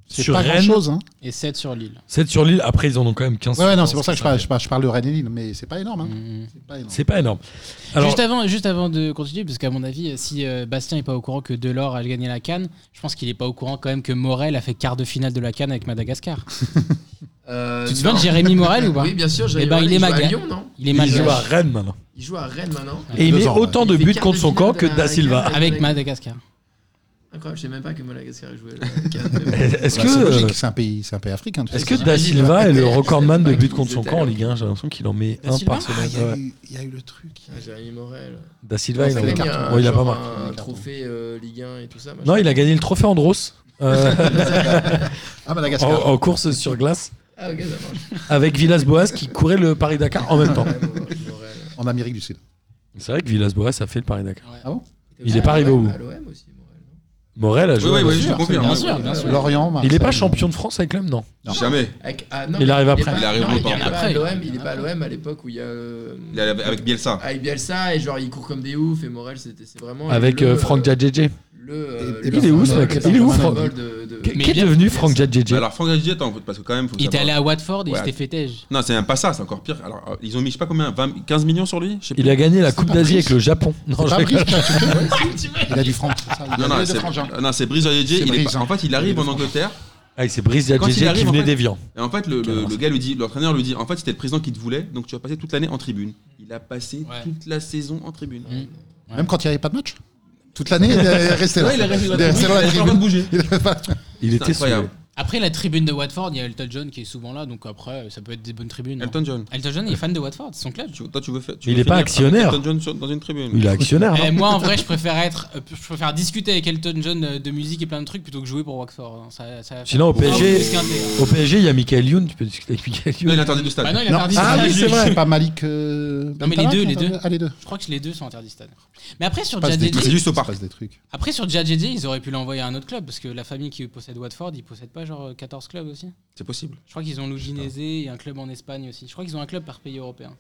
[SPEAKER 3] C'est
[SPEAKER 4] sur
[SPEAKER 3] pas grand
[SPEAKER 4] Rennes,
[SPEAKER 3] chose. Hein.
[SPEAKER 5] et 7 sur Lille.
[SPEAKER 4] 7 sur Lille. Après, ils en ont quand même 15.
[SPEAKER 3] Ouais, ouais, non,
[SPEAKER 4] Je
[SPEAKER 3] c'est
[SPEAKER 4] pense
[SPEAKER 3] pour ça que je parle, je parle- je parle de Rennes et Lille, mais c'est pas énorme. Hein.
[SPEAKER 5] Mhm.
[SPEAKER 3] C'est pas énorme.
[SPEAKER 4] C'est pas énorme. Alors,
[SPEAKER 5] Juste, avant, juste avant de continuer, parce qu'à mon avis, si euh, Bastien n'est pas au courant que Delors a gagné la Cannes, je pense qu'il n'est pas au courant quand même que Morel a fait quart de finale de la Cannes avec Madagascar. tu te souviens de Jérémy Morel ou pas
[SPEAKER 6] Oui, bien sûr, Jérémy
[SPEAKER 5] Eh ben,
[SPEAKER 6] Morel,
[SPEAKER 5] il est
[SPEAKER 6] joue à
[SPEAKER 5] maga-
[SPEAKER 6] Lyon, non
[SPEAKER 5] Il est
[SPEAKER 4] il joue à
[SPEAKER 5] malgache
[SPEAKER 4] Rennes maintenant.
[SPEAKER 6] Il joue à Rennes maintenant.
[SPEAKER 4] Et il
[SPEAKER 3] Deux
[SPEAKER 4] met
[SPEAKER 3] ans,
[SPEAKER 4] autant
[SPEAKER 6] ouais.
[SPEAKER 4] de
[SPEAKER 6] Il fait
[SPEAKER 4] buts
[SPEAKER 6] quart
[SPEAKER 4] contre
[SPEAKER 6] de
[SPEAKER 4] son
[SPEAKER 6] finale
[SPEAKER 4] camp
[SPEAKER 6] de
[SPEAKER 4] que
[SPEAKER 6] la
[SPEAKER 4] Da Silva.
[SPEAKER 6] Cannes.
[SPEAKER 5] avec Madagascar.
[SPEAKER 6] Incroyable, je sais même pas que Madagascar jouait.
[SPEAKER 4] Est-ce
[SPEAKER 3] Ouais, Bah, c'est
[SPEAKER 4] que,
[SPEAKER 3] logique, c'est un pays, c'est un pays africain. de toute
[SPEAKER 4] est-ce que
[SPEAKER 3] façon.
[SPEAKER 4] Da Silva est le recordman de buts contre son
[SPEAKER 6] Ils
[SPEAKER 4] camp en
[SPEAKER 6] étaient
[SPEAKER 4] Ligue 1 J'ai l'impression qu'il en met
[SPEAKER 5] Da
[SPEAKER 4] un
[SPEAKER 5] Silva
[SPEAKER 4] par
[SPEAKER 3] Ah,
[SPEAKER 4] semaine.
[SPEAKER 3] il y a
[SPEAKER 4] Ouais.
[SPEAKER 3] eu- il y a eu le truc.
[SPEAKER 6] Jérémy Morel.
[SPEAKER 4] Da
[SPEAKER 6] Ah,
[SPEAKER 4] Silva, il
[SPEAKER 3] ça
[SPEAKER 4] en
[SPEAKER 3] les
[SPEAKER 4] met
[SPEAKER 3] cartons.
[SPEAKER 4] un. Ouais, il a pas marqué.
[SPEAKER 6] Un
[SPEAKER 3] Les cartons.
[SPEAKER 6] trophée euh, Ligue 1 et tout ça. machin.
[SPEAKER 4] Non, il a gagné le trophée Andros euh,
[SPEAKER 3] Ah,
[SPEAKER 4] en,
[SPEAKER 3] Madagascar.
[SPEAKER 4] en course sur glace
[SPEAKER 6] Ah, ok, ça marche.
[SPEAKER 4] avec Villas-Boas qui courait le Paris-Dakar en même temps.
[SPEAKER 6] Ouais, Morel, Morel.
[SPEAKER 4] Oh.
[SPEAKER 3] En Amérique du Sud.
[SPEAKER 4] C'est vrai que Villas-Boas a fait le Paris-Dakar. Il
[SPEAKER 6] était
[SPEAKER 4] est pas arrivé au bout.
[SPEAKER 6] À l'OM aussi, Morel. non
[SPEAKER 4] Morel a
[SPEAKER 1] Oui,
[SPEAKER 4] joué.
[SPEAKER 1] oui,
[SPEAKER 4] à
[SPEAKER 1] oui,
[SPEAKER 4] Marseille.
[SPEAKER 1] je te confirme.
[SPEAKER 5] Bien
[SPEAKER 1] hein.
[SPEAKER 5] sûr, bien sûr.
[SPEAKER 3] Lorient,
[SPEAKER 4] Il n'est pas
[SPEAKER 3] Marseille.
[SPEAKER 4] champion de France avec l'homme, non
[SPEAKER 3] Non.
[SPEAKER 1] Jamais.
[SPEAKER 6] Avec- ah, non,
[SPEAKER 4] Il
[SPEAKER 6] mais
[SPEAKER 4] arrive après.
[SPEAKER 6] pas-
[SPEAKER 1] Il arrive
[SPEAKER 6] non,
[SPEAKER 1] longtemps
[SPEAKER 6] Il est pas à
[SPEAKER 5] après.
[SPEAKER 6] l'OM, il est pas à l'OM à l'époque où il y a. euh,
[SPEAKER 1] Il est allé Avec Bielsa.
[SPEAKER 6] Avec Bielsa et genre il court comme des oufs et Morel c'était c'est vraiment
[SPEAKER 4] Avec
[SPEAKER 6] le,
[SPEAKER 4] euh, Franck Djadjedje.
[SPEAKER 6] le,
[SPEAKER 3] Et- et
[SPEAKER 6] le-
[SPEAKER 3] il est où, ce
[SPEAKER 6] le-
[SPEAKER 3] mec
[SPEAKER 6] le-
[SPEAKER 3] Il est où,
[SPEAKER 6] le-
[SPEAKER 3] Franck
[SPEAKER 6] symbole de- de-
[SPEAKER 4] Qu'est
[SPEAKER 5] Mais
[SPEAKER 4] qu'est
[SPEAKER 5] il a-
[SPEAKER 4] devenu Franck Djadjedje
[SPEAKER 1] Alors, Franck Gagier, attends, faut- parce que quand même, faut
[SPEAKER 5] Il était
[SPEAKER 1] savoir.
[SPEAKER 5] allé à Watford et
[SPEAKER 1] Ouais.
[SPEAKER 5] il s'était fait tège.
[SPEAKER 1] Non, c'est même pas ça, c'est encore pire. Alors, euh, ils ont mis, je sais pas combien, 20 15 millions sur lui Je sais plus.
[SPEAKER 4] Il a gagné la Coupe
[SPEAKER 3] pas
[SPEAKER 4] d'Asie
[SPEAKER 3] Brice.
[SPEAKER 4] avec le Japon. Non,
[SPEAKER 3] C'est pas
[SPEAKER 4] je rigole.
[SPEAKER 3] Brice, là, tu peux- Il a du franc.
[SPEAKER 1] Non, non, c'est non, c'est Brice Gagier,
[SPEAKER 3] hein. C'est
[SPEAKER 1] il est
[SPEAKER 3] Brice,
[SPEAKER 1] pas-
[SPEAKER 3] hein.
[SPEAKER 1] En fait, il arrive
[SPEAKER 3] Il est
[SPEAKER 1] en
[SPEAKER 3] de France.
[SPEAKER 1] Angleterre.
[SPEAKER 4] Ah, c'est Brice
[SPEAKER 1] Quand il
[SPEAKER 4] Djadjedje qui
[SPEAKER 1] arrive, en
[SPEAKER 4] venait
[SPEAKER 1] fait-
[SPEAKER 4] des viands.
[SPEAKER 1] Et en fait, le,
[SPEAKER 4] Quelle
[SPEAKER 1] le-
[SPEAKER 4] horreur.
[SPEAKER 1] le gars lui dit, l'entraîneur lui dit, en fait, c'était le président qui te voulait, donc tu vas passer toute l'année en tribune. Il a passé
[SPEAKER 5] Ouais.
[SPEAKER 1] toute la saison en tribune.
[SPEAKER 5] Mm.
[SPEAKER 3] Même quand il n'y avait pas de match Toute l'année, il est resté là.
[SPEAKER 1] Ouais, il est resté dans
[SPEAKER 3] Il est
[SPEAKER 1] la
[SPEAKER 3] resté
[SPEAKER 1] tribune, il a pas le
[SPEAKER 3] dans la
[SPEAKER 1] droit de
[SPEAKER 3] tribune.
[SPEAKER 1] bouger.
[SPEAKER 3] Il a pas-
[SPEAKER 4] Il
[SPEAKER 1] C'est
[SPEAKER 4] était
[SPEAKER 1] incroyable.
[SPEAKER 4] incroyable.
[SPEAKER 5] Après la tribune de Watford, il y a Elton John qui est souvent là, donc après ça peut être des bonnes tribunes. hein.
[SPEAKER 1] Elton John.
[SPEAKER 5] Elton John il est fan de Watford, c'est son club.
[SPEAKER 1] Tu- toi, tu veux faire- tu
[SPEAKER 4] Mais
[SPEAKER 1] veux
[SPEAKER 4] il est pas
[SPEAKER 1] finir
[SPEAKER 4] actionnaire.
[SPEAKER 1] avec Elton John sur- dans une tribune.
[SPEAKER 4] Il est actionnaire.
[SPEAKER 5] Eh,
[SPEAKER 4] non
[SPEAKER 5] moi en vrai je préfère être, euh, je préfère discuter avec Elton John euh, de musique et plein de trucs plutôt que jouer pour Watford. hein. Ça, ça-
[SPEAKER 4] Sinon, au
[SPEAKER 5] ça-
[SPEAKER 4] PSG,
[SPEAKER 5] ça- ça-
[SPEAKER 4] Au PSG, il y a Michael Youn. Tu peux discuter avec Michael
[SPEAKER 1] Non, il est
[SPEAKER 4] Youn.
[SPEAKER 1] interdit de stade.
[SPEAKER 5] Bah non, il a
[SPEAKER 3] Non,
[SPEAKER 5] interdit de
[SPEAKER 4] Ah
[SPEAKER 5] stade.
[SPEAKER 4] oui, c'est vrai.
[SPEAKER 3] c'est pas Malik. euh,
[SPEAKER 5] Non,
[SPEAKER 3] Bentala
[SPEAKER 5] mais les deux,
[SPEAKER 3] qui
[SPEAKER 5] les
[SPEAKER 3] est interdit-
[SPEAKER 5] deux.
[SPEAKER 3] Ah, les deux.
[SPEAKER 5] Je crois que les deux sont interdits de stade. Mais après sur
[SPEAKER 3] Il se passe des
[SPEAKER 1] Mais
[SPEAKER 5] Jadjedi,
[SPEAKER 1] c'est juste au
[SPEAKER 3] Il se
[SPEAKER 1] parc.
[SPEAKER 3] passe des trucs.
[SPEAKER 5] Après, sur Jadjedi, ils auraient pu l'envoyer à un autre club parce que la famille qui possède Watford, ils possèdent pas genre euh, 14 clubs aussi.
[SPEAKER 1] C'est possible.
[SPEAKER 5] Je crois qu'ils ont l'Udinese et un club en Espagne aussi. Je crois qu'ils ont un club par pays européen.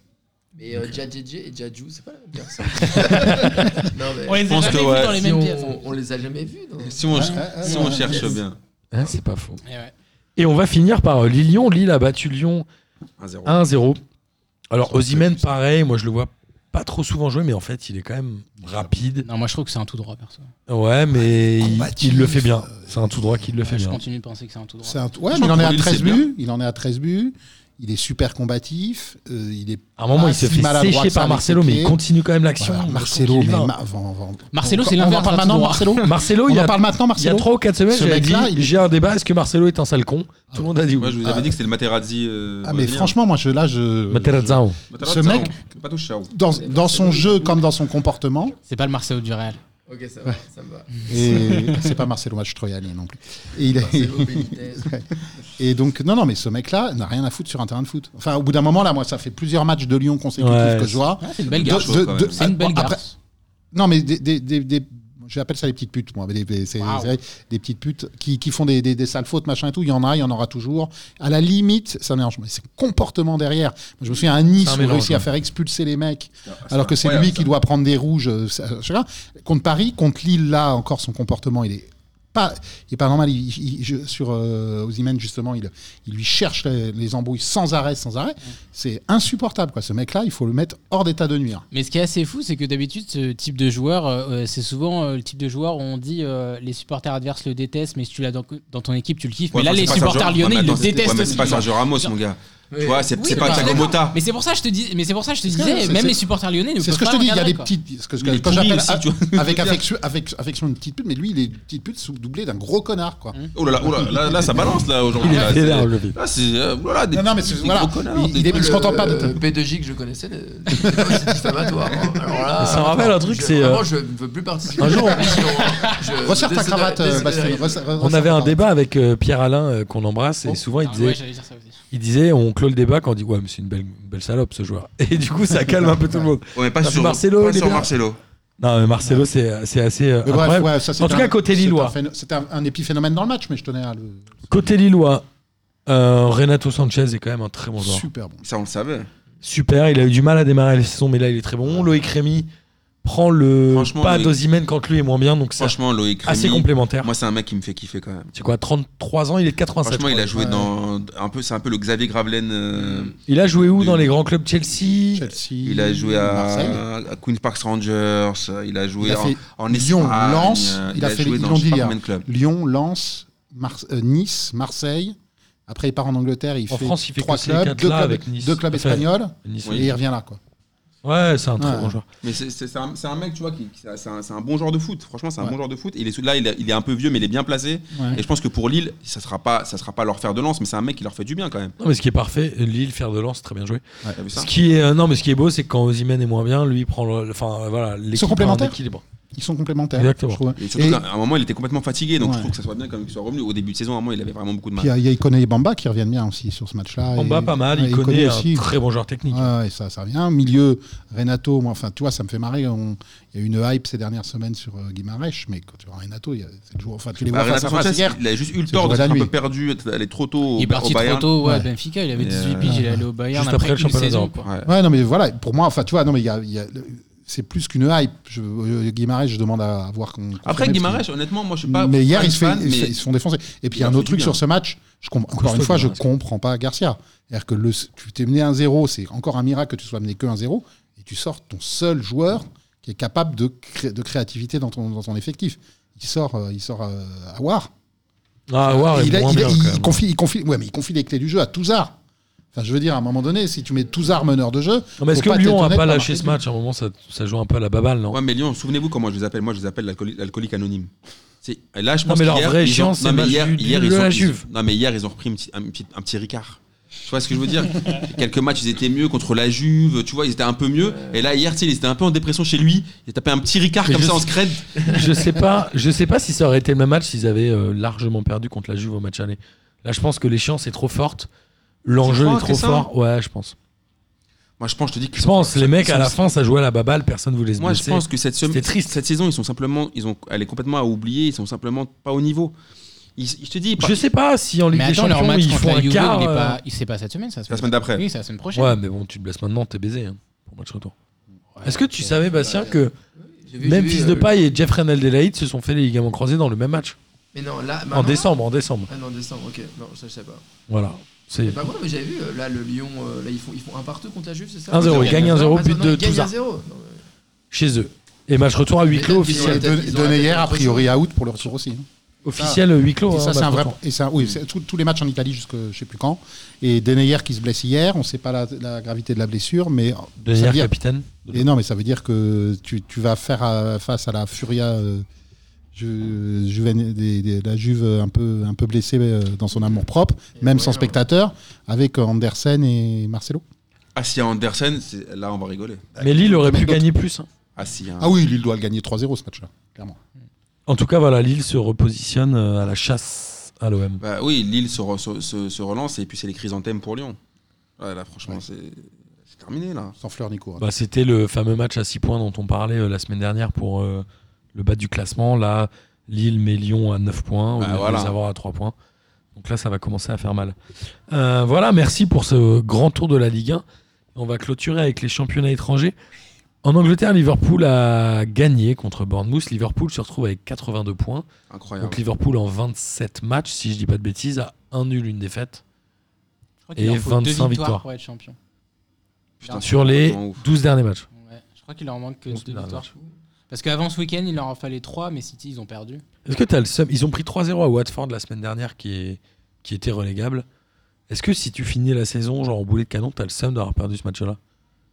[SPEAKER 6] Mais euh, Jadjedje et Jadju, c'est pas la même personne. non, mais
[SPEAKER 5] On les a
[SPEAKER 1] pense
[SPEAKER 5] jamais
[SPEAKER 1] que,
[SPEAKER 5] vus
[SPEAKER 1] ouais.
[SPEAKER 5] dans les
[SPEAKER 6] si
[SPEAKER 5] mêmes
[SPEAKER 6] on,
[SPEAKER 5] pièces. hein.
[SPEAKER 6] on les a jamais vus. non
[SPEAKER 1] Si on,
[SPEAKER 3] Ah, ah,
[SPEAKER 1] si
[SPEAKER 3] ah,
[SPEAKER 1] on
[SPEAKER 3] ah,
[SPEAKER 1] cherche
[SPEAKER 3] yes.
[SPEAKER 1] bien.
[SPEAKER 4] Hein, c'est pas faux.
[SPEAKER 5] Et Eh ouais.
[SPEAKER 4] Et on va finir par euh, Lille-Lyon. Lille a battu Lyon
[SPEAKER 1] 1-0.
[SPEAKER 4] Ah, 1-0. Alors, Ozymen, pareil. Moi, je le vois pas trop souvent jouer, mais en fait, il est quand même rapide.
[SPEAKER 5] Non, moi je trouve que c'est un tout droit perso.
[SPEAKER 4] Ouais, mais il,
[SPEAKER 3] Combatif.
[SPEAKER 4] il le fait bien. C'est un tout droit qui le fait
[SPEAKER 5] Ouais, je
[SPEAKER 4] bien.
[SPEAKER 5] continue de penser que c'est un tout droit.
[SPEAKER 3] C'est un- Ouais,
[SPEAKER 1] Je
[SPEAKER 3] mais il en est
[SPEAKER 1] crois
[SPEAKER 3] à
[SPEAKER 1] que
[SPEAKER 3] 13
[SPEAKER 1] Lille, c'est
[SPEAKER 3] buts. Il en est à 13 buts. Il est super combatif. euh, Il est.
[SPEAKER 4] À un moment,
[SPEAKER 3] Ah,
[SPEAKER 4] il se
[SPEAKER 3] si
[SPEAKER 4] fait
[SPEAKER 3] maladroit
[SPEAKER 4] sécher
[SPEAKER 3] que ça
[SPEAKER 4] par
[SPEAKER 3] avec
[SPEAKER 4] Marcelo,
[SPEAKER 3] ses
[SPEAKER 4] mais il
[SPEAKER 3] pieds.
[SPEAKER 4] continue quand même l'action.
[SPEAKER 3] Voilà,
[SPEAKER 4] Je trouve
[SPEAKER 3] Marcelo,
[SPEAKER 4] qu'il
[SPEAKER 3] mais.
[SPEAKER 4] va.
[SPEAKER 3] ma- enfin, on va- on-
[SPEAKER 5] Marcelo,
[SPEAKER 3] on-
[SPEAKER 5] c'est
[SPEAKER 3] on en
[SPEAKER 5] l'inverse
[SPEAKER 3] parle
[SPEAKER 5] d'un
[SPEAKER 3] maintenant,
[SPEAKER 5] tout droit.
[SPEAKER 3] Marcelo.
[SPEAKER 4] Marcelo,
[SPEAKER 3] On
[SPEAKER 4] il y
[SPEAKER 3] en
[SPEAKER 4] a
[SPEAKER 3] parle maintenant,
[SPEAKER 4] Il y a
[SPEAKER 3] Marcelo.
[SPEAKER 4] 3 ou 4 semaines,
[SPEAKER 3] Ce
[SPEAKER 4] j'avais dit
[SPEAKER 3] mec-là, il-
[SPEAKER 4] j'ai un débat, est-ce que Marcelo est un sale con Tout le monde a dit
[SPEAKER 1] Moi,
[SPEAKER 4] oui.
[SPEAKER 1] je vous avais
[SPEAKER 3] Ah.
[SPEAKER 1] dit que c'était le Materazzi. euh,
[SPEAKER 3] Ah, mais
[SPEAKER 1] brésilien.
[SPEAKER 3] franchement, moi, je, là, je.
[SPEAKER 4] Materazzo.
[SPEAKER 1] Materazzi,
[SPEAKER 3] ce mec-
[SPEAKER 1] non, Pas touché, ciao.
[SPEAKER 3] Dans, dans son jeu comme dans son comportement,
[SPEAKER 5] C'est pas le Marcelo du Real.
[SPEAKER 6] Ok, ça va, ça me va.
[SPEAKER 3] et c'est pas Marcelo Mastroianni non plus. Et, il est-
[SPEAKER 6] Marcelo Benitez.
[SPEAKER 3] et donc, non, non, mais ce mec-là n'a rien à foutre sur un terrain de foot. Enfin, au bout d'un moment, là, moi, ça fait plusieurs matchs de Lyon consécutifs
[SPEAKER 4] Ouais.
[SPEAKER 3] que je vois.
[SPEAKER 5] c'est une belle
[SPEAKER 3] De-
[SPEAKER 5] garce.
[SPEAKER 1] garce,
[SPEAKER 3] de-
[SPEAKER 1] quand
[SPEAKER 3] de-
[SPEAKER 1] même.
[SPEAKER 5] C'est une belle
[SPEAKER 3] après-
[SPEAKER 5] garce.
[SPEAKER 3] Non, mais des, des, des, des- j'appelle ça les petites putes, moi. mais Des, des- c'est-
[SPEAKER 5] Waouh.
[SPEAKER 3] c'est- des petites putes qui, qui font des, des, des sales fautes, machin et tout. Il y en a, il y en aura toujours. À la limite, ça mélange. Mais c'est comportement derrière. Moi, je me souviens à Nice,
[SPEAKER 4] C'est un
[SPEAKER 3] on
[SPEAKER 4] mélange,
[SPEAKER 3] réussit à
[SPEAKER 4] ouais.
[SPEAKER 3] faire expulser les mecs,
[SPEAKER 1] c'est
[SPEAKER 3] alors que c'est
[SPEAKER 1] Ah, incroyable,
[SPEAKER 3] lui qui
[SPEAKER 1] ça.
[SPEAKER 3] doit prendre des rouges. euh, ça- je sais pas. Contre Paris, contre Lille, là, encore, son comportement, il est pas, il est pas normal. Il- il- je- sur euh, Osimhen, justement, il, il lui cherche les, les embrouilles sans arrêt, sans arrêt. C'est insupportable, quoi. Ce mec-là, il faut le mettre hors d'état de nuire.
[SPEAKER 5] Mais ce qui est assez fou, c'est que d'habitude, ce type de joueur, euh, euh, c'est souvent euh, le type de joueur où on dit euh, les supporters adverses le détestent, mais si tu l'as dans, dans ton équipe, tu le kiffes.
[SPEAKER 1] Ouais,
[SPEAKER 5] mais là,
[SPEAKER 1] enfin,
[SPEAKER 5] les
[SPEAKER 1] c'est pas Sergio-
[SPEAKER 5] supporters
[SPEAKER 1] Ouais,
[SPEAKER 5] lyonnais,
[SPEAKER 1] mais
[SPEAKER 5] ils le
[SPEAKER 1] attends, c'est- ouais,
[SPEAKER 5] détestent
[SPEAKER 1] mais C'est pas
[SPEAKER 5] aussi.
[SPEAKER 1] Sergio Ramos, mon gars. Tu vois, c'est
[SPEAKER 5] Oui,
[SPEAKER 1] c'est
[SPEAKER 5] bah,
[SPEAKER 1] pas Thiago
[SPEAKER 5] d'accord.
[SPEAKER 1] Mota.
[SPEAKER 5] Mais c'est pour ça que je te dis, mais c'est pour ça que je te
[SPEAKER 3] C'est-
[SPEAKER 5] disais,
[SPEAKER 3] c'est-
[SPEAKER 5] même
[SPEAKER 3] c'est-
[SPEAKER 5] les supporters lyonnais ne
[SPEAKER 3] C'est ce
[SPEAKER 5] peuvent
[SPEAKER 3] que je
[SPEAKER 5] pas
[SPEAKER 3] te dis, il y a
[SPEAKER 5] regarder,
[SPEAKER 3] des
[SPEAKER 5] quoi.
[SPEAKER 3] petites. ce que- ce
[SPEAKER 1] Il est
[SPEAKER 3] que- Quand
[SPEAKER 1] pourri
[SPEAKER 3] j'appelle
[SPEAKER 1] aussi, tu vois.
[SPEAKER 3] avec affection, avec affection une petite pute, mais lui, il est une petite pute sous- doublée d'un gros connard, quoi.
[SPEAKER 1] Oh là là, oh là, là, là, ça balance là aujourd'hui.
[SPEAKER 4] Il est
[SPEAKER 1] là,
[SPEAKER 4] fait là,
[SPEAKER 1] c'est-
[SPEAKER 4] aujourd'hui.
[SPEAKER 1] là, c'est euh, voilà, des
[SPEAKER 3] Non, non, mais
[SPEAKER 1] petits-
[SPEAKER 3] c'est-
[SPEAKER 1] des
[SPEAKER 3] voilà.
[SPEAKER 1] gros connards,
[SPEAKER 3] Il-
[SPEAKER 1] des-
[SPEAKER 3] il est- je m'entends pas de-
[SPEAKER 6] Le P2J que je connaissais, le- c'est diffamatoire. hein. Alors là,
[SPEAKER 4] Ça me rappelle un truc,
[SPEAKER 6] je-
[SPEAKER 4] c'est, euh,
[SPEAKER 6] Vraiment, je ne veux plus participer.
[SPEAKER 4] Un jour, on-
[SPEAKER 3] Resserre ta cravate, euh, Bastien.
[SPEAKER 6] Bastien.
[SPEAKER 3] resserre- resserre
[SPEAKER 4] On
[SPEAKER 3] ta
[SPEAKER 4] avait un
[SPEAKER 3] cravate.
[SPEAKER 4] débat avec euh, Pierre Alain euh, qu'on embrasse et souvent il
[SPEAKER 5] Ah,
[SPEAKER 4] disait,
[SPEAKER 5] ouais, j'allais dire ça aussi.
[SPEAKER 4] il disait, on clôt le débat quand on dit ouais mais c'est une belle, une belle salope ce joueur. Et du coup ça calme un peu tout le monde.
[SPEAKER 1] Ouais, mais pas
[SPEAKER 4] Parce que
[SPEAKER 1] sur
[SPEAKER 4] Marcelo,
[SPEAKER 1] pas
[SPEAKER 4] il est
[SPEAKER 1] sur
[SPEAKER 3] hein.
[SPEAKER 4] bien.
[SPEAKER 1] Marcelo.
[SPEAKER 4] Non mais Marcelo c'est c'est assez. euh,
[SPEAKER 3] Mais bref,
[SPEAKER 4] incroyable.
[SPEAKER 3] ouais, ça, c'est
[SPEAKER 4] En tout
[SPEAKER 3] un-
[SPEAKER 4] cas, côté
[SPEAKER 3] c'est
[SPEAKER 4] Lillois.
[SPEAKER 3] un phéno- C'était un, un épiphénomène dans le match, mais je tenais à le.
[SPEAKER 4] Côté Lillois, euh, Renato Sanchez est quand même un très bon joueur.
[SPEAKER 3] Super bon.
[SPEAKER 1] Ça, on le savait.
[SPEAKER 4] Super, il a eu du mal à démarrer la saison mais là il est très bon. Loïc Rémy prend le
[SPEAKER 1] Franchement,
[SPEAKER 4] pas
[SPEAKER 1] Loïc-
[SPEAKER 4] d'Ozimène quand lui est moins bien donc c'est
[SPEAKER 1] Franchement, Loïc
[SPEAKER 4] assez
[SPEAKER 1] Rémy,
[SPEAKER 4] complémentaire.
[SPEAKER 1] Moi, c'est un mec qui me fait kiffer quand
[SPEAKER 3] Oh,
[SPEAKER 1] même.
[SPEAKER 4] C'est quoi 33 ans, il est de 87.
[SPEAKER 1] Franchement, il a
[SPEAKER 4] je
[SPEAKER 1] joué
[SPEAKER 3] Ouais. Mmh.
[SPEAKER 1] dans un peu, c'est un peu le Xavier Gravelaine. euh,
[SPEAKER 4] crois. Il a joué où dans
[SPEAKER 1] de-
[SPEAKER 4] les grands clubs Chelsea
[SPEAKER 3] Chelsea.
[SPEAKER 1] Il a joué
[SPEAKER 3] Marseille.
[SPEAKER 1] à, à Queen's Park Rangers. euh, Il a joué
[SPEAKER 3] Il a
[SPEAKER 1] en,
[SPEAKER 3] fait
[SPEAKER 1] en
[SPEAKER 3] Lyon,
[SPEAKER 1] Espagne,
[SPEAKER 3] Lens,
[SPEAKER 1] euh,
[SPEAKER 3] il a fait
[SPEAKER 1] joué
[SPEAKER 3] les-
[SPEAKER 1] dans
[SPEAKER 3] Lyon
[SPEAKER 1] je sais pas
[SPEAKER 3] d'hier.
[SPEAKER 1] combien de clubs.
[SPEAKER 3] Lyon, Lens, Mars- euh, Nice, Marseille. Après, il part en Angleterre. Il
[SPEAKER 4] En
[SPEAKER 3] fait
[SPEAKER 4] France, il fait
[SPEAKER 3] trois
[SPEAKER 4] que ces
[SPEAKER 3] clubs,
[SPEAKER 4] quatre-là
[SPEAKER 3] deux clubs,
[SPEAKER 4] avec Nice.
[SPEAKER 3] deux clubs
[SPEAKER 4] Enfin,
[SPEAKER 3] espagnols,
[SPEAKER 4] Nice,
[SPEAKER 1] Oui.
[SPEAKER 3] et il revient là, quoi.
[SPEAKER 4] Ouais, c'est un très
[SPEAKER 3] Ouais.
[SPEAKER 4] bon joueur.
[SPEAKER 1] Mais c'est- c'est c'est un, c'est un mec, tu vois, qui, qui- c'est un, c'est un bon joueur de foot. Franchement, c'est un
[SPEAKER 3] Ouais.
[SPEAKER 1] bon joueur de foot. Il est, sous- là, il, est- il est un peu vieux, mais il est bien placé. Et je pense que pour Lille, ça sera pas, ça sera pas leur faire de lance, mais c'est un mec qui leur fait du bien quand même.
[SPEAKER 4] Non, mais ce qui est parfait, Lille, faire de lance, très bien joué.
[SPEAKER 1] T'as vu ça
[SPEAKER 4] Ce qui est, euh, non, mais ce qui est beau, c'est que quand Osimhen est moins bien, lui il prend le. Enfin, euh, voilà. l'équipe a un
[SPEAKER 3] complémentaires
[SPEAKER 4] équilibre.
[SPEAKER 3] Ils sont complémentaires.
[SPEAKER 4] Exactement.
[SPEAKER 3] je trouve.
[SPEAKER 1] Et
[SPEAKER 3] Et
[SPEAKER 1] surtout qu'à un moment, il était complètement fatigué, donc je
[SPEAKER 3] Ouais.
[SPEAKER 1] trouve que ça soit bien quand même qu'il soit revenu. Au début de saison, à un moment, il avait vraiment beaucoup de
[SPEAKER 3] puis il y
[SPEAKER 1] mal.
[SPEAKER 3] a- il y a Ikoné et Bamba qui reviennent bien aussi sur ce match-là.
[SPEAKER 4] En
[SPEAKER 3] Et-
[SPEAKER 4] bas, pas mal.
[SPEAKER 3] ouais,
[SPEAKER 4] il connaît
[SPEAKER 3] aussi.
[SPEAKER 4] un très bon joueur technique.
[SPEAKER 3] Ouais, ouais, ça, ça revient. Milieu, Renato, moi, enfin, tu vois, ça me fait marrer. on- Il y a eu une hype ces dernières semaines sur euh, Guimarães, mais quand tu vois Renato, il y a- c'est le jour. Enfin, tu les
[SPEAKER 1] Bah,
[SPEAKER 3] vois face
[SPEAKER 1] Renato
[SPEAKER 3] à
[SPEAKER 1] Sanchez,
[SPEAKER 3] Sanchez,
[SPEAKER 1] il a juste eu le
[SPEAKER 3] C'est
[SPEAKER 1] tort de
[SPEAKER 3] joué la
[SPEAKER 1] s'être un peu
[SPEAKER 3] nuit.
[SPEAKER 1] perdu, d'être allé trop tôt au,
[SPEAKER 5] Il est
[SPEAKER 1] au
[SPEAKER 5] parti trop
[SPEAKER 1] Bayern.
[SPEAKER 5] tôt ouais, à
[SPEAKER 3] Ouais.
[SPEAKER 5] Benfica, il avait
[SPEAKER 1] Et,
[SPEAKER 5] 18
[SPEAKER 1] euh,
[SPEAKER 5] piges, il est allé au Bayern
[SPEAKER 4] Juste
[SPEAKER 5] après,
[SPEAKER 4] après le
[SPEAKER 5] une
[SPEAKER 4] championnat
[SPEAKER 5] saison.
[SPEAKER 4] d'Europe.
[SPEAKER 5] quoi.
[SPEAKER 1] Ouais.
[SPEAKER 3] Ouais, non, mais voilà, pour moi, enfin, tu vois, non, mais il y a- il y a- c'est plus qu'une hype. Je, euh, Guimarães, je demande à, à voir qu'on. qu'on
[SPEAKER 1] Après,
[SPEAKER 3] fait, parce
[SPEAKER 1] Guimarães, honnêtement, moi, je suis pas.
[SPEAKER 3] mais hier,
[SPEAKER 1] fan,
[SPEAKER 3] ils se, fait-
[SPEAKER 1] fan,
[SPEAKER 3] ils se-
[SPEAKER 1] mais-
[SPEAKER 3] ils se font défoncer. Et puis, il y a
[SPEAKER 1] Il
[SPEAKER 3] un
[SPEAKER 1] leur
[SPEAKER 3] autre
[SPEAKER 1] fait du
[SPEAKER 3] truc
[SPEAKER 1] bien.
[SPEAKER 3] sur ce match. Je comprends- encore
[SPEAKER 4] Costaud,
[SPEAKER 3] une fois, je
[SPEAKER 4] Guimarães.
[SPEAKER 3] comprends pas Garcia. C'est-à-dire que le, tu t'es mené 1-0, c'est encore un miracle que tu sois mené que 1-0, et tu sors ton seul joueur qui est capable de, cré- de créativité dans ton, dans ton effectif. Il sort, euh, il sort euh, à War.
[SPEAKER 4] Ah, Aouar est
[SPEAKER 3] il, a-
[SPEAKER 4] moins
[SPEAKER 3] il a-
[SPEAKER 4] bien,
[SPEAKER 3] il
[SPEAKER 4] quand même.
[SPEAKER 3] confie, il confie, ouais, mais il confie les clés du jeu à Touzard. Enfin, je veux dire, à un moment donné, si tu mets Touzard meneur de jeu,
[SPEAKER 4] Non, mais est-ce
[SPEAKER 3] faut
[SPEAKER 4] que
[SPEAKER 3] pas
[SPEAKER 4] Lyon a
[SPEAKER 3] t'étonner de
[SPEAKER 4] pas
[SPEAKER 3] pas
[SPEAKER 4] lâché
[SPEAKER 3] marquer
[SPEAKER 4] ce
[SPEAKER 3] de
[SPEAKER 4] match À un moment, ça, ça joue un peu à la baballe, non
[SPEAKER 1] Ouais, mais Lyon, souvenez-vous comment je les appelle. Moi, je les appelle l'alcooli- l'alcoolique anonyme. C'est- et Là, je
[SPEAKER 4] Non,
[SPEAKER 1] pense
[SPEAKER 4] mais leur
[SPEAKER 1] qu'hier,
[SPEAKER 4] vrai
[SPEAKER 1] ils ont-
[SPEAKER 4] géant,
[SPEAKER 1] non,
[SPEAKER 4] c'est
[SPEAKER 1] mais
[SPEAKER 4] le
[SPEAKER 1] hier-
[SPEAKER 4] match du-
[SPEAKER 1] hier,
[SPEAKER 4] de
[SPEAKER 1] ils ont-
[SPEAKER 4] la
[SPEAKER 1] ils-
[SPEAKER 4] Juve.
[SPEAKER 1] Non, mais hier, ils ont repris un petit, un petit, un petit ricard. Tu vois ce que je veux dire Quelques matchs, ils étaient mieux contre la Juve. Tu vois, ils étaient un peu mieux. Et là, hier, tu sais, ils étaient un peu en dépression chez lui. Il a tapé un petit ricard
[SPEAKER 4] Mais
[SPEAKER 1] comme
[SPEAKER 4] je
[SPEAKER 1] ça en
[SPEAKER 4] sais-
[SPEAKER 1] scred.
[SPEAKER 4] je sais pas, je sais pas si ça aurait été le même match s'ils avaient euh, largement perdu contre la Juve au match aller. Là, je pense que l'échéance est trop forte, l'enjeu
[SPEAKER 1] crois
[SPEAKER 4] est
[SPEAKER 1] que
[SPEAKER 4] trop
[SPEAKER 1] c'est ça
[SPEAKER 4] fort. Ouais, je pense.
[SPEAKER 1] Moi, je pense, je te dis que
[SPEAKER 4] Je pense, les mecs à la fin, ça jouait à la baballe, personne voulait se
[SPEAKER 1] Moi, je
[SPEAKER 4] blesser.
[SPEAKER 1] pense que cette, sem-
[SPEAKER 4] C'était triste.
[SPEAKER 1] cette saison, ils sont simplement, ils ont, elle est complètement à oublier. Ils sont simplement pas au niveau. Ils- je te dis,
[SPEAKER 4] Je sais pas si en Ligue
[SPEAKER 5] Mais
[SPEAKER 4] des
[SPEAKER 5] attends, leur
[SPEAKER 4] Champions
[SPEAKER 5] match
[SPEAKER 4] ils
[SPEAKER 5] contre
[SPEAKER 4] font
[SPEAKER 5] la
[SPEAKER 4] un
[SPEAKER 5] Juve,
[SPEAKER 4] quart.
[SPEAKER 5] il est
[SPEAKER 4] euh,
[SPEAKER 5] pas- il- c'est pas cette semaine, ça.
[SPEAKER 1] la semaine d'après.
[SPEAKER 5] Oui, c'est la semaine prochaine.
[SPEAKER 4] Ouais, mais bon, tu te blesses maintenant, t'es baisé hein, pour match retour. Est-ce que tu savais,
[SPEAKER 3] bah,
[SPEAKER 4] Bastien, que même
[SPEAKER 6] euh,
[SPEAKER 4] Fils de Paille et Jeff Renal Delaïde se sont fait les ligaments croisés dans le même match
[SPEAKER 6] Mais non, là.
[SPEAKER 4] En
[SPEAKER 3] Bah
[SPEAKER 6] maintenant
[SPEAKER 4] décembre, en décembre.
[SPEAKER 6] Ah non, décembre, ok. Non, ça, je sais pas.
[SPEAKER 4] Voilà. C'est
[SPEAKER 6] Bah ouais, mais j'avais vu, euh, là, le Lyon, euh, là, ils font, ils font un partout contre la Juve, c'est ça
[SPEAKER 4] 1-0, ils gagnent 1-0,
[SPEAKER 6] Ah,
[SPEAKER 4] but
[SPEAKER 6] non,
[SPEAKER 4] de
[SPEAKER 6] Ils gagnent
[SPEAKER 4] Touzard.
[SPEAKER 6] 1-0. Non,
[SPEAKER 4] chez eux. Et match retour à huis clos officiel.
[SPEAKER 6] peut-être- ils auraient
[SPEAKER 3] Donner
[SPEAKER 6] peut-être
[SPEAKER 3] hier, a
[SPEAKER 6] autre
[SPEAKER 3] priori, à out pour le retour aussi. hein.
[SPEAKER 4] Officiel huis clos.
[SPEAKER 3] Et
[SPEAKER 4] hein,
[SPEAKER 3] ça, c'est
[SPEAKER 4] match
[SPEAKER 3] un vrai.
[SPEAKER 4] retour.
[SPEAKER 3] Et c'est un- oui, c'est tout- tous les matchs en Italie jusque je sais plus quand. Et Denayer qui se blesse hier, on sait pas la, la gravité de la blessure, mais ça veut
[SPEAKER 4] Dernier
[SPEAKER 3] dire-
[SPEAKER 4] capitaine.
[SPEAKER 3] et non, mais ça veut dire que tu, tu vas faire euh, face à la Furia, euh, Ju- Juven- des- des- la Juve euh, un peu un peu blessée euh, dans son amour propre, même sans
[SPEAKER 6] moyen, ouais.
[SPEAKER 3] spectateur, avec euh, Andersen et Marcelo.
[SPEAKER 1] Ah, si Andersen, c'est- là, on va rigoler.
[SPEAKER 4] Mais Lille aurait pu
[SPEAKER 3] D'autres-
[SPEAKER 4] gagner plus. hein.
[SPEAKER 1] Ah, si. hein.
[SPEAKER 3] Ah oui, Lille doit le gagner 3-0 ce match-là, clairement.
[SPEAKER 4] En tout cas, voilà, Lille se repositionne euh, à la chasse à l'OM.
[SPEAKER 1] Bah oui, Lille se, re- se- se- se relance et puis c'est les chrysanthèmes pour Lyon. Ouais, là, franchement,
[SPEAKER 3] Ouais.
[SPEAKER 1] c'est c'est terminé là.
[SPEAKER 3] Sans fleur Nico. hein.
[SPEAKER 4] Bah, C'était le fameux match à 6 points dont on parlait euh, la semaine dernière pour euh, le bas du classement. Là, Lille met Lyon à 9 points, au
[SPEAKER 1] Bah,
[SPEAKER 4] lieu de
[SPEAKER 1] voilà.
[SPEAKER 4] les avoir à 3 points. Donc là, ça va commencer à faire mal. Euh, voilà, merci pour ce grand tour de la Ligue 1. On va clôturer avec les championnats étrangers. En Angleterre, Liverpool a gagné contre Bournemouth. Liverpool se retrouve avec 82 points.
[SPEAKER 1] Incroyable.
[SPEAKER 4] Donc Liverpool en 27 matchs, si je dis pas de bêtises, a un nul, une défaite.
[SPEAKER 5] Je crois qu'il
[SPEAKER 4] Et
[SPEAKER 5] leur faut deux
[SPEAKER 4] 25
[SPEAKER 5] victoires
[SPEAKER 4] victoires.
[SPEAKER 5] pour être champion.
[SPEAKER 1] Putain,
[SPEAKER 4] Sur les
[SPEAKER 1] complètement ouf.
[SPEAKER 4] 12 derniers matchs.
[SPEAKER 5] Ouais, je crois qu'il leur manque que
[SPEAKER 4] Onze
[SPEAKER 5] deux
[SPEAKER 4] derniers
[SPEAKER 5] victoires. Parce qu'avant ce week-end, il leur en fallait trois, mais City, ils ont perdu.
[SPEAKER 4] Est-ce que tu as le seum Ils ont pris 3-0 à Watford la semaine dernière qui, est, qui était relégable. Est-ce que si tu finis la saison genre au boulet de canon, t'as le seum d'avoir perdu ce match-là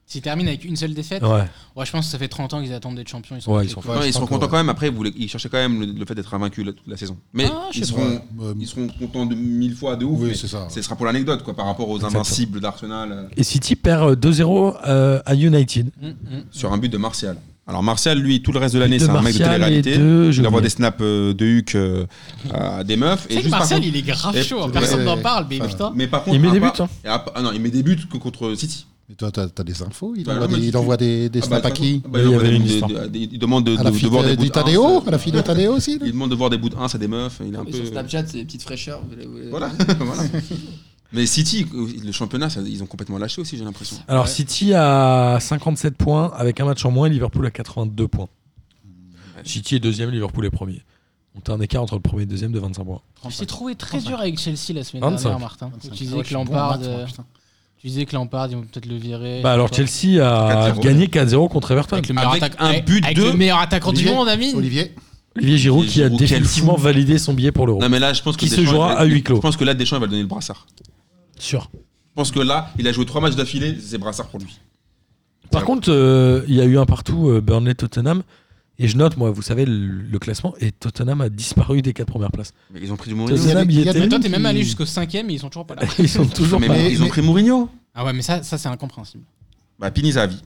[SPEAKER 5] S'ils terminent avec une seule défaite,
[SPEAKER 4] Ouais.
[SPEAKER 5] ouais, je pense que ça fait 30 ans qu'ils attendent d'être champions. Ils sont
[SPEAKER 4] Ouais,
[SPEAKER 5] pas
[SPEAKER 4] ils sont
[SPEAKER 5] contents.
[SPEAKER 3] Ouais, je
[SPEAKER 1] ils sont
[SPEAKER 3] pense que-
[SPEAKER 1] contents quand même. Après, ils, voulaient- ils cherchaient quand même le, le fait d'être invaincus la, toute la saison. Mais
[SPEAKER 5] Ah, je
[SPEAKER 1] ils,
[SPEAKER 5] sais
[SPEAKER 1] seront,
[SPEAKER 3] Ouais,
[SPEAKER 1] ils seront contents de mille fois de ouf.
[SPEAKER 3] Oui,
[SPEAKER 1] mais
[SPEAKER 3] c'est ça.
[SPEAKER 1] ce sera pour l'anecdote, quoi, par rapport aux
[SPEAKER 4] Exactement.
[SPEAKER 1] invincibles d'Arsenal euh,
[SPEAKER 4] Et City perd euh, 2-0 euh, à United.
[SPEAKER 5] Mm, mm.
[SPEAKER 1] sur un but de Martial. Alors, Martial, lui, tout le reste de l'année,
[SPEAKER 4] Deux
[SPEAKER 1] c'est un mec de
[SPEAKER 4] Martial et
[SPEAKER 1] télé-réalité.
[SPEAKER 4] deux- j'ai
[SPEAKER 1] Il envoie
[SPEAKER 4] oublié.
[SPEAKER 1] des snaps euh, de Huck euh, à des meufs.
[SPEAKER 5] C'est vrai que
[SPEAKER 1] par
[SPEAKER 5] Martial,
[SPEAKER 1] contre-
[SPEAKER 5] il est grave
[SPEAKER 1] Et-
[SPEAKER 5] chaud, hein,
[SPEAKER 1] ouais,
[SPEAKER 5] personne
[SPEAKER 3] ouais,
[SPEAKER 5] n'en
[SPEAKER 3] ouais.
[SPEAKER 5] parle, mais
[SPEAKER 3] Enfin,
[SPEAKER 5] putain.
[SPEAKER 1] mais par contre,
[SPEAKER 4] Il met
[SPEAKER 1] à
[SPEAKER 4] des
[SPEAKER 1] part-
[SPEAKER 4] buts, hein.
[SPEAKER 1] et à- ah non, il met des buts que contre City.
[SPEAKER 3] Mais toi, t'as as des infos Il
[SPEAKER 1] Bah,
[SPEAKER 3] envoie
[SPEAKER 1] moi,
[SPEAKER 3] des,
[SPEAKER 1] tu-
[SPEAKER 3] il envoie des, des
[SPEAKER 1] Ah bah,
[SPEAKER 3] snaps à qui
[SPEAKER 1] bah,
[SPEAKER 4] Il y
[SPEAKER 1] il,
[SPEAKER 4] avait
[SPEAKER 1] avait
[SPEAKER 4] une
[SPEAKER 1] des-
[SPEAKER 4] histoire.
[SPEAKER 1] des- des- il demande de,
[SPEAKER 3] À la
[SPEAKER 1] de- de
[SPEAKER 3] fille
[SPEAKER 1] voir des
[SPEAKER 3] de-
[SPEAKER 1] bouts de
[SPEAKER 3] du
[SPEAKER 1] Hans,
[SPEAKER 3] Tadeo
[SPEAKER 1] euh,
[SPEAKER 3] À la fille de Tadeo aussi là
[SPEAKER 1] Il demande de voir des bouts de 1 à des meufs. Il est un
[SPEAKER 6] Mais
[SPEAKER 1] peu.
[SPEAKER 6] Sur Snapchat, c'est des petites fraîcheurs. vous les- vous les-
[SPEAKER 1] Voilà, voilà. Mais City, le championnat, ça- ils ont complètement lâché aussi, j'ai l'impression.
[SPEAKER 4] Alors
[SPEAKER 6] Ouais.
[SPEAKER 4] City a 57 points avec un match en moins, et Liverpool a 82 points. City est deuxième, Liverpool est premier. On a un écart entre le premier et le deuxième de 25 points.
[SPEAKER 5] Je t'ai trouvé très dur avec Chelsea la semaine
[SPEAKER 4] 25.
[SPEAKER 5] dernière, Martin. Tu disais que Lampard, euh, tu disais que Lampard, ils vont peut-être le virer.
[SPEAKER 4] Bah alors
[SPEAKER 5] Quoi.
[SPEAKER 4] Chelsea a
[SPEAKER 1] 4-0.
[SPEAKER 4] gagné 4-0 contre Everton.
[SPEAKER 5] Avec le meilleur,
[SPEAKER 1] Avec
[SPEAKER 5] attaque-
[SPEAKER 1] un
[SPEAKER 5] avec-
[SPEAKER 1] but
[SPEAKER 5] avec
[SPEAKER 1] de-
[SPEAKER 5] le meilleur attaquant du
[SPEAKER 3] Olivier.
[SPEAKER 5] monde, Amine.
[SPEAKER 3] Olivier
[SPEAKER 4] Olivier Giroud qui a
[SPEAKER 1] Giroud, quel
[SPEAKER 4] définitivement validé son billet pour l'Euro.
[SPEAKER 1] Non, mais là, je pense que
[SPEAKER 4] Qui se
[SPEAKER 1] Deschamps,
[SPEAKER 4] jouera
[SPEAKER 1] il va-
[SPEAKER 4] à huis clos.
[SPEAKER 1] Je pense que là, Deschamps, il va donner le brassard.
[SPEAKER 4] Sûr.
[SPEAKER 1] Je pense que là, il a joué trois matchs d'affilée, c'est brassard pour lui.
[SPEAKER 4] Par contre, euh, il y a eu un partout euh, Burnley-Tottenham. Et je note, moi, vous savez, le, le classement. Et Tottenham a disparu des quatre premières places.
[SPEAKER 1] Mais ils ont pris du Mourinho.
[SPEAKER 3] Il y avait-
[SPEAKER 4] Tottenham y
[SPEAKER 3] il y avait-
[SPEAKER 4] était.
[SPEAKER 5] Mais toi, t'es même
[SPEAKER 3] Qui-
[SPEAKER 5] allé jusqu'au cinquième et ils sont toujours pas là.
[SPEAKER 4] Ah. Ils sont toujours
[SPEAKER 1] Mais,
[SPEAKER 4] pas.
[SPEAKER 1] mais ils ont
[SPEAKER 3] Mais-
[SPEAKER 1] pris Mourinho.
[SPEAKER 5] Ah ouais, mais ça, ça c'est incompréhensible.
[SPEAKER 1] Bah, Pinis à vie.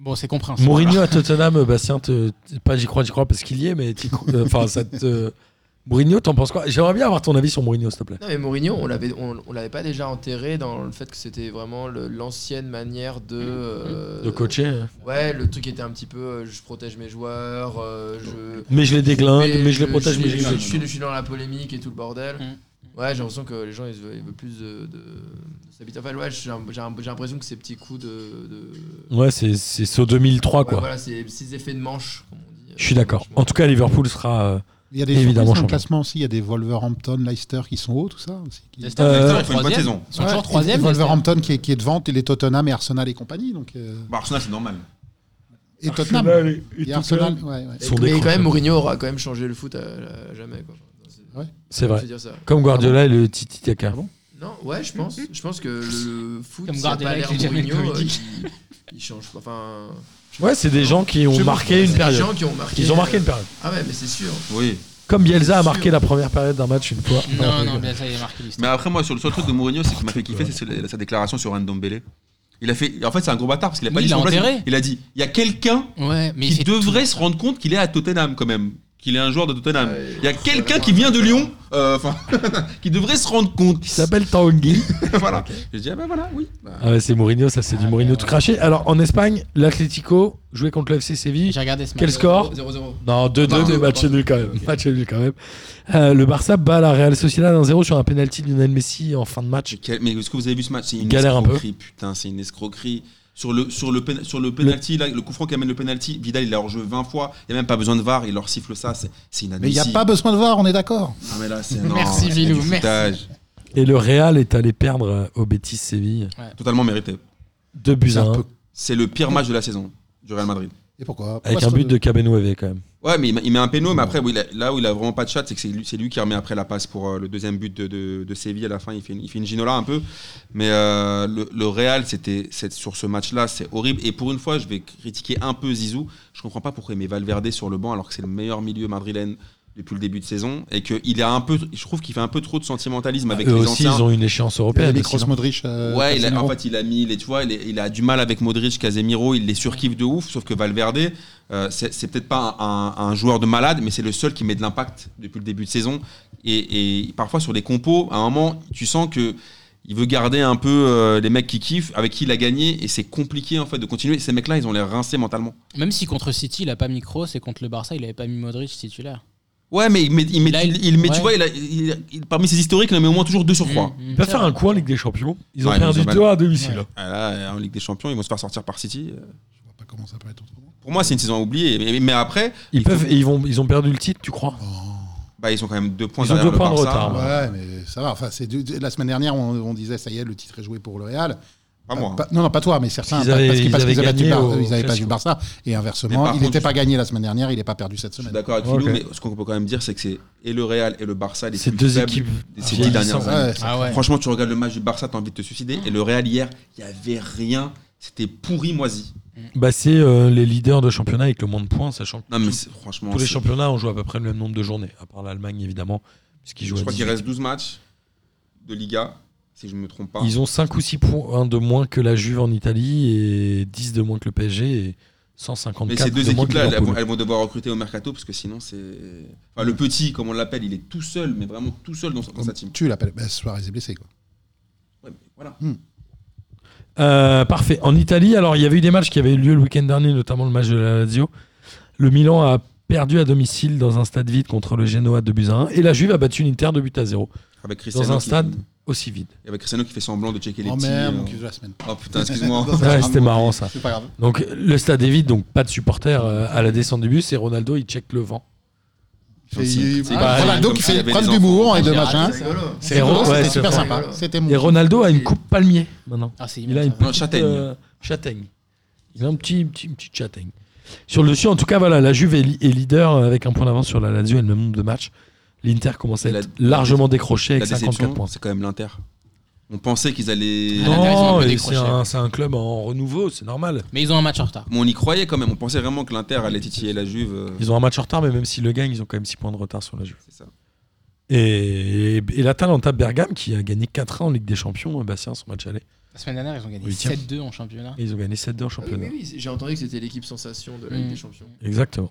[SPEAKER 5] Bon, c'est compréhensible.
[SPEAKER 4] Mourinho à Tottenham, euh, Bastien, te- te- pas j'y crois, j'y crois parce qu'il y est, mais t'y cro- euh, enfin ça te. Mourinho, t'en penses quoi J'aimerais bien avoir ton avis sur Mourinho, s'il te plaît.
[SPEAKER 6] Non, mais Mourinho, on l'avait, on, on l'avait pas déjà enterré dans le fait que c'était vraiment le- l'ancienne manière
[SPEAKER 1] Mmh.
[SPEAKER 6] de. euh,
[SPEAKER 4] De coacher. hein.
[SPEAKER 6] Ouais, le truc était un petit peu euh, je protège mes joueurs, euh, je.
[SPEAKER 4] Mais je les déglingue, mais, je les protège, mais je
[SPEAKER 6] je,
[SPEAKER 4] les
[SPEAKER 6] je,
[SPEAKER 4] déglingue.
[SPEAKER 6] suis, je suis dans la polémique et tout le bordel.
[SPEAKER 5] Mm.
[SPEAKER 6] Ouais, j'ai l'impression que les gens ils veulent, ils veulent plus de. de, de s'habiter. Enfin, ouais, j'ai, un- j'ai un- j'ai l'impression que ces petits coups de. de-
[SPEAKER 4] Ouais, c'est c'est saut 2003,
[SPEAKER 6] Ouais,
[SPEAKER 4] quoi.
[SPEAKER 6] voilà, ces ces effets de manche, comme on dit.
[SPEAKER 4] Je suis d'accord.
[SPEAKER 6] Franchement.
[SPEAKER 4] En tout cas, Liverpool sera. euh,
[SPEAKER 3] Il y a des
[SPEAKER 4] Évidemment,
[SPEAKER 3] surprises dans
[SPEAKER 4] champion.
[SPEAKER 3] le classement aussi. Il y a des Wolverhampton, Leicester qui sont hauts, tout ça. Aussi, qui-
[SPEAKER 5] Leicester,
[SPEAKER 4] Euh,
[SPEAKER 1] Leicester, ils font une bonne
[SPEAKER 5] troisième.
[SPEAKER 1] saison.
[SPEAKER 5] Ils sont
[SPEAKER 3] Ouais, et-
[SPEAKER 5] toujours
[SPEAKER 3] et
[SPEAKER 5] troisième. Leicester.
[SPEAKER 3] Wolverhampton qui est, qui est devant, et les Tottenham et Arsenal et compagnie. Donc, euh,
[SPEAKER 1] Bah, Arsenal, c'est normal.
[SPEAKER 3] et Tottenham. Et Arsenal, ouais, ouais.
[SPEAKER 4] sont des
[SPEAKER 6] mais quand
[SPEAKER 4] crocs.
[SPEAKER 6] même, Mourinho aura quand même changé le foot à, à jamais. Quoi. C'est,
[SPEAKER 4] C'est vrai.
[SPEAKER 6] c'est dire ça.
[SPEAKER 4] Comme Guardiola et le Titi Taka.
[SPEAKER 6] Non, ouais, je pense. Je pense que le le foot,
[SPEAKER 5] Comme
[SPEAKER 6] ça a
[SPEAKER 5] Guardiola
[SPEAKER 6] pas l'air
[SPEAKER 5] qui jamais
[SPEAKER 6] Mourinho,
[SPEAKER 5] le
[SPEAKER 6] euh,
[SPEAKER 5] comédie.
[SPEAKER 6] il, il change. pas. Enfin,
[SPEAKER 4] Ouais, c'est des gens qui ont
[SPEAKER 6] je-
[SPEAKER 4] marqué
[SPEAKER 6] c'est
[SPEAKER 4] une
[SPEAKER 6] des
[SPEAKER 4] période.
[SPEAKER 6] gens qui ont marqué.
[SPEAKER 4] Ils ont marqué
[SPEAKER 6] euh,
[SPEAKER 4] une période.
[SPEAKER 6] Ah ouais, mais c'est sûr.
[SPEAKER 1] Oui.
[SPEAKER 4] Comme Bielsa a
[SPEAKER 6] sûr.
[SPEAKER 4] marqué la première période d'un match une fois.
[SPEAKER 5] Non, non, bien ça, il a marqué l'histoire.
[SPEAKER 1] Mais après, moi, sur le seul truc de Mourinho, c'est qui m'a fait kiffer, c'est sa- sa déclaration sur Ndombele. Il a fait. En fait, c'est un gros bâtard parce qu'il a pas
[SPEAKER 5] Oui,
[SPEAKER 1] dit
[SPEAKER 5] il l'a
[SPEAKER 1] son place.
[SPEAKER 5] enterré.
[SPEAKER 1] Il a dit il y a quelqu'un
[SPEAKER 5] Ouais, mais
[SPEAKER 1] qui
[SPEAKER 5] c'est
[SPEAKER 1] devrait
[SPEAKER 5] tout.
[SPEAKER 1] se rendre compte qu'il est à Tottenham quand même. Qu'il est un joueur de Tottenham.
[SPEAKER 6] Ouais.
[SPEAKER 1] Il y a quelqu'un qui vient de Lyon, euh, enfin, qui devrait se rendre compte.
[SPEAKER 4] Il s'appelle Tanguy.
[SPEAKER 1] voilà. Je dis, ah ben voilà, oui. Bah,
[SPEAKER 4] Ah ouais, c'est Mourinho, ça c'est du
[SPEAKER 5] Ah,
[SPEAKER 4] Mourinho
[SPEAKER 5] ouais.
[SPEAKER 4] tout craché. Alors en Espagne, l'Atlético jouait contre l'FC Séville.
[SPEAKER 5] J'ai regardé ce match.
[SPEAKER 4] Quel score
[SPEAKER 6] 0-0.
[SPEAKER 4] Non, 2-2,
[SPEAKER 6] Ah,
[SPEAKER 4] mais
[SPEAKER 6] deux,
[SPEAKER 4] match
[SPEAKER 6] pardon.
[SPEAKER 4] nul quand même.
[SPEAKER 6] Ok.
[SPEAKER 4] Match nul quand même. Euh, le Barça bat la Real Sociedad 1-0 sur un penalty de Lionel Messi en fin de match.
[SPEAKER 1] quel- Mais est-ce que vous avez vu ce match C'est une
[SPEAKER 4] Galère un peu.
[SPEAKER 1] escroquerie, putain, c'est une escroquerie. Sur le, sur le, pén- sur le penalty, là, le coup franc qui amène le penalty, Vidal il l'a rejoué 20 fois, il n'y a même pas besoin de VAR, il leur siffle ça, c'est c'est
[SPEAKER 3] Mais il n'y
[SPEAKER 1] inadmissible.
[SPEAKER 3] a pas besoin de voir, on est d'accord.
[SPEAKER 1] Ah, mais là, c'est- non,
[SPEAKER 5] Merci,
[SPEAKER 1] c'est du
[SPEAKER 5] Vilou, merci.
[SPEAKER 1] foutage.
[SPEAKER 4] Et le Real est allé perdre euh, au Betis Séville.
[SPEAKER 1] Totalement mérité.
[SPEAKER 4] 2 buts à
[SPEAKER 3] C'est un
[SPEAKER 4] 1.
[SPEAKER 3] peu-
[SPEAKER 1] C'est le pire match de la saison du Real Madrid.
[SPEAKER 3] Et pourquoi
[SPEAKER 4] Avec
[SPEAKER 3] Pourquoi
[SPEAKER 4] un
[SPEAKER 3] ce-
[SPEAKER 4] but de Cabenoueve quand même.
[SPEAKER 1] Ouais, mais il met- il met un péno, mais après, oui, là- là où il a vraiment pas de chat, c'est que c'est lui, c'est lui qui remet après la passe pour euh, le deuxième but de, de, de Séville à la fin. Il fait une, il fait une ginola un peu. Mais euh, le, le Real, c'était c'est- sur ce match-là, c'est horrible. Et pour une fois, je vais critiquer un peu Zizou. Je comprends pas pourquoi il met Valverde sur le banc alors que c'est le meilleur milieu madrilène depuis le début de saison et que il a un peu, je trouve qu'il fait un peu trop de sentimentalisme avec
[SPEAKER 4] Eux
[SPEAKER 1] les
[SPEAKER 4] aussi,
[SPEAKER 1] anciens.
[SPEAKER 4] ils ont une échéance
[SPEAKER 3] Il y avait
[SPEAKER 4] européenne.
[SPEAKER 3] les
[SPEAKER 4] sinon.
[SPEAKER 3] Kroos, Modric. euh,
[SPEAKER 1] Ouais, il a- en
[SPEAKER 3] Casemiro.
[SPEAKER 1] fait, il a mis, les, tu vois, il, est- il a du mal avec Modric, Casemiro, il les surkiffe de ouf, sauf que Valverde, euh, c'est c'est peut-être pas un, un- un joueur de malade, mais c'est le seul qui met de l'impact depuis le début de saison. Et, et parfois, sur des compos, à un moment, tu sens que il veut garder un peu euh, les mecs qui kiffent, avec qui il a gagné, et c'est compliqué, en fait, de continuer. Ces mecs-là, ils ont l'air rincés mentalement.
[SPEAKER 5] Même si contre City, il a pas mis Kroos et contre le Barça, il avait pas mis Modric titulaire.
[SPEAKER 1] Ouais, mais il met, il met-
[SPEAKER 5] Là, il-
[SPEAKER 1] il- il met-
[SPEAKER 5] ouais.
[SPEAKER 1] tu vois, il a- il- il- parmi ses historiques, il en met au moins toujours deux sur trois.
[SPEAKER 5] Mm, mm.
[SPEAKER 4] Ils peuvent faire un coup en Ligue des Champions. Ils ont
[SPEAKER 1] Ouais,
[SPEAKER 4] perdu
[SPEAKER 1] ils ont
[SPEAKER 4] 2 à domicile.
[SPEAKER 5] Ouais.
[SPEAKER 1] Ah Là, en Ligue des Champions, ils vont se faire sortir par City.
[SPEAKER 3] Je vois pas comment ça peut être autrement.
[SPEAKER 1] Pour moi, c'est une saison à oublier. Mais, mais après,
[SPEAKER 4] Ils,
[SPEAKER 1] il faut-
[SPEAKER 4] peuvent, et ils, vont, ils ont perdu le titre, tu crois
[SPEAKER 1] Bah, ils ont quand même deux points
[SPEAKER 4] Ils ont
[SPEAKER 1] derrière
[SPEAKER 4] deux points
[SPEAKER 1] le
[SPEAKER 4] de
[SPEAKER 1] Barça.
[SPEAKER 4] retard. Ah
[SPEAKER 3] ouais, mais ça va. Enfin, c'est du- la semaine dernière, on, on disait ça y est, le titre est joué pour le Real.
[SPEAKER 1] Pas moi. hein.
[SPEAKER 3] Pas- non, non, pas toi, mais certains.
[SPEAKER 4] Ils avaient-
[SPEAKER 3] parce qu'ils
[SPEAKER 4] ils
[SPEAKER 3] parce qu'ils
[SPEAKER 4] avaient
[SPEAKER 3] avaient,
[SPEAKER 4] gagné
[SPEAKER 3] battu Bar-
[SPEAKER 4] au
[SPEAKER 3] ils avaient pas
[SPEAKER 4] Classico.
[SPEAKER 3] vu le Barça. Et
[SPEAKER 1] Mais
[SPEAKER 3] inversement,
[SPEAKER 1] par
[SPEAKER 3] il
[SPEAKER 1] contre,
[SPEAKER 3] n'était pas
[SPEAKER 1] je-
[SPEAKER 3] gagné la semaine dernière, il n'est pas perdu cette
[SPEAKER 1] Je suis
[SPEAKER 3] semaine.
[SPEAKER 1] d'accord avec
[SPEAKER 4] Ok.
[SPEAKER 1] Philou, mais ce qu'on peut quand même dire, c'est que c'est et le Real et le Barça, les
[SPEAKER 4] Ces
[SPEAKER 1] plus
[SPEAKER 4] deux
[SPEAKER 1] faibles
[SPEAKER 4] équipes
[SPEAKER 1] de ces dix dernières
[SPEAKER 3] Ouais,
[SPEAKER 1] années.
[SPEAKER 3] c'est-
[SPEAKER 5] Ah ouais.
[SPEAKER 1] hein. Franchement, tu regardes le match du Barça, t'as envie de te suicider. Et le Real hier, il n'y avait rien. C'était pourri moisi.
[SPEAKER 4] Bah, c'est euh, les leaders de championnat avec le moins de points, sachant que
[SPEAKER 1] Non, mais
[SPEAKER 4] tous-
[SPEAKER 1] c'est- franchement.
[SPEAKER 4] tous les
[SPEAKER 1] c'est-
[SPEAKER 4] championnats ont joué à peu près le même nombre de journées, à part l'Allemagne évidemment, puisqu'ils
[SPEAKER 1] Je
[SPEAKER 4] jouent à
[SPEAKER 1] crois qu'il
[SPEAKER 4] 18.
[SPEAKER 1] reste 12 matchs de Liga, si je ne me trompe pas.
[SPEAKER 4] Ils ont 5 ou 6 points de moins que la Juve en Italie et 10 de moins que le PSG et 154
[SPEAKER 1] mais ces deux
[SPEAKER 4] de moins que
[SPEAKER 1] équipes-là, elles, vont-
[SPEAKER 4] Liverpool.
[SPEAKER 1] elles vont devoir recruter au mercato parce que sinon, c'est. Enfin, le petit, comme on l'appelle, il est tout seul, mais vraiment tout seul dans, sa- dans sa team.
[SPEAKER 3] Tu l'appelles. Bah, Suarez est blessé, quoi.
[SPEAKER 1] Ouais, mais voilà.
[SPEAKER 4] Euh, parfait. En Italie, alors il y avait eu des matchs qui avaient eu lieu le week-end dernier, notamment le match de la Lazio. Le Milan a perdu à domicile dans un stade vide contre le Genoa de buts à 1 et la Juve a battu l'Inter de but à 0
[SPEAKER 1] Avec Cristiano.
[SPEAKER 4] dans un
[SPEAKER 1] qui-
[SPEAKER 4] stade aussi vide.
[SPEAKER 1] et Avec Cristiano qui fait semblant de checker les
[SPEAKER 3] Oh
[SPEAKER 1] petits.
[SPEAKER 3] merde,
[SPEAKER 1] euh,
[SPEAKER 3] mon cul de la semaine.
[SPEAKER 1] Oh putain, excuse-moi.
[SPEAKER 3] Non, ça
[SPEAKER 4] Ouais,
[SPEAKER 3] sera
[SPEAKER 4] c'était
[SPEAKER 3] mon-
[SPEAKER 4] marrant, ça.
[SPEAKER 3] C'est pas grave.
[SPEAKER 4] Donc le stade est vide, donc pas de supporters euh, à la descente du bus et Ronaldo il check le vent.
[SPEAKER 3] C'est-
[SPEAKER 1] C'est- c'est-
[SPEAKER 3] Voilà,
[SPEAKER 1] c'est-
[SPEAKER 3] donc
[SPEAKER 1] comme
[SPEAKER 3] il
[SPEAKER 1] s'il y
[SPEAKER 3] fait
[SPEAKER 1] avait
[SPEAKER 3] preuve
[SPEAKER 1] des
[SPEAKER 3] d'humour
[SPEAKER 1] enfants.
[SPEAKER 3] et de machin.
[SPEAKER 6] Ah, c'est rigolo.
[SPEAKER 3] C'est
[SPEAKER 4] Et
[SPEAKER 3] rigolo,
[SPEAKER 4] Ron- ouais,
[SPEAKER 3] C'était
[SPEAKER 4] c'est
[SPEAKER 3] super
[SPEAKER 6] vrai.
[SPEAKER 3] sympa. C'était mon.
[SPEAKER 4] Et Ronaldo a une coupe palmier maintenant.
[SPEAKER 5] Ah, c'est
[SPEAKER 4] Il a
[SPEAKER 5] immense,
[SPEAKER 4] une
[SPEAKER 5] hein.
[SPEAKER 4] petite,
[SPEAKER 1] Non, châtaigne.
[SPEAKER 4] euh, châtaigne. Il a un petit, petit, petit châtaigne. Sur le dessus, en tout cas, voilà, la Juve est, li- est leader euh, avec un point d'avance sur la Lazio et le même nombre de matchs. L'Inter commence à
[SPEAKER 1] La-
[SPEAKER 4] être largement décroché
[SPEAKER 1] La
[SPEAKER 4] avec 54
[SPEAKER 1] déception,
[SPEAKER 4] points.
[SPEAKER 1] c'est quand même l'Inter. On pensait qu'ils allaient.
[SPEAKER 5] Ah, l'Inter, ils ont un
[SPEAKER 4] Non,
[SPEAKER 5] peu
[SPEAKER 4] et c'est
[SPEAKER 5] décroché.
[SPEAKER 4] un, c'est un club en renouveau, c'est normal.
[SPEAKER 5] Mais ils ont un match en retard.
[SPEAKER 1] Mais on y croyait quand même. On pensait vraiment que l'Inter allait titiller la Juve. euh,
[SPEAKER 4] Ils ont un match en retard, mais même s'ils le gagnent, ils ont quand même 6 points de retard sur la Juve.
[SPEAKER 1] C'est ça.
[SPEAKER 4] Et, et l'Atalanta Bergame, qui a gagné 4 ans en Ligue des Champions, eh ben, c'est un son match aller.
[SPEAKER 5] La semaine dernière, ils ont gagné
[SPEAKER 4] Oui, tiens.
[SPEAKER 5] 7-2 en championnat.
[SPEAKER 4] Et ils ont gagné 7-2 en championnat.
[SPEAKER 6] Oui, oui, j'ai entendu que c'était l'équipe sensation de la Ligue
[SPEAKER 5] Mm.
[SPEAKER 6] des Champions.
[SPEAKER 4] Exactement.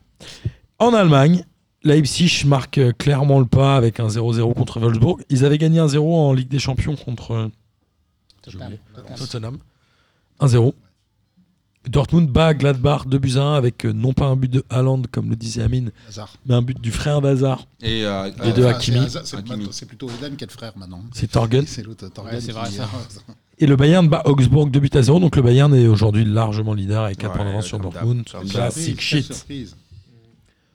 [SPEAKER 4] En Allemagne, Leipzig marque euh, clairement le pas avec un 0-0 contre Wolfsburg. Ils avaient gagné un 0 en Ligue des Champions contre euh,
[SPEAKER 5] Tottenham. Tottenham.
[SPEAKER 4] Tottenham. 1-0. Dortmund bat Gladbach 2 buts à 1 avec euh, non pas un but de Haaland comme le disait Amine,
[SPEAKER 3] Hasard.
[SPEAKER 4] mais un but du frère d'Hazard.
[SPEAKER 1] Et euh,
[SPEAKER 4] Les
[SPEAKER 1] euh,
[SPEAKER 4] deux
[SPEAKER 3] Ah,
[SPEAKER 4] Hakimi.
[SPEAKER 3] c'est Hazard, c'est le
[SPEAKER 1] Hakimi.
[SPEAKER 3] mat- C'est plutôt Eden qui est le frère maintenant.
[SPEAKER 4] C'est Torgen.
[SPEAKER 3] C'est l'autre Torgan
[SPEAKER 5] Ouais, c'est
[SPEAKER 3] qui-
[SPEAKER 5] vrai, ça.
[SPEAKER 4] Et le Bayern bat Augsbourg 2 buts à 0. Donc le Bayern est aujourd'hui largement leader avec 4
[SPEAKER 1] Ouais,
[SPEAKER 4] points d'avance sur
[SPEAKER 1] comme d'hab,
[SPEAKER 4] Dortmund.
[SPEAKER 1] comme d'hab.
[SPEAKER 4] Classic
[SPEAKER 3] Surprise, quelle
[SPEAKER 4] shit.
[SPEAKER 3] surprise.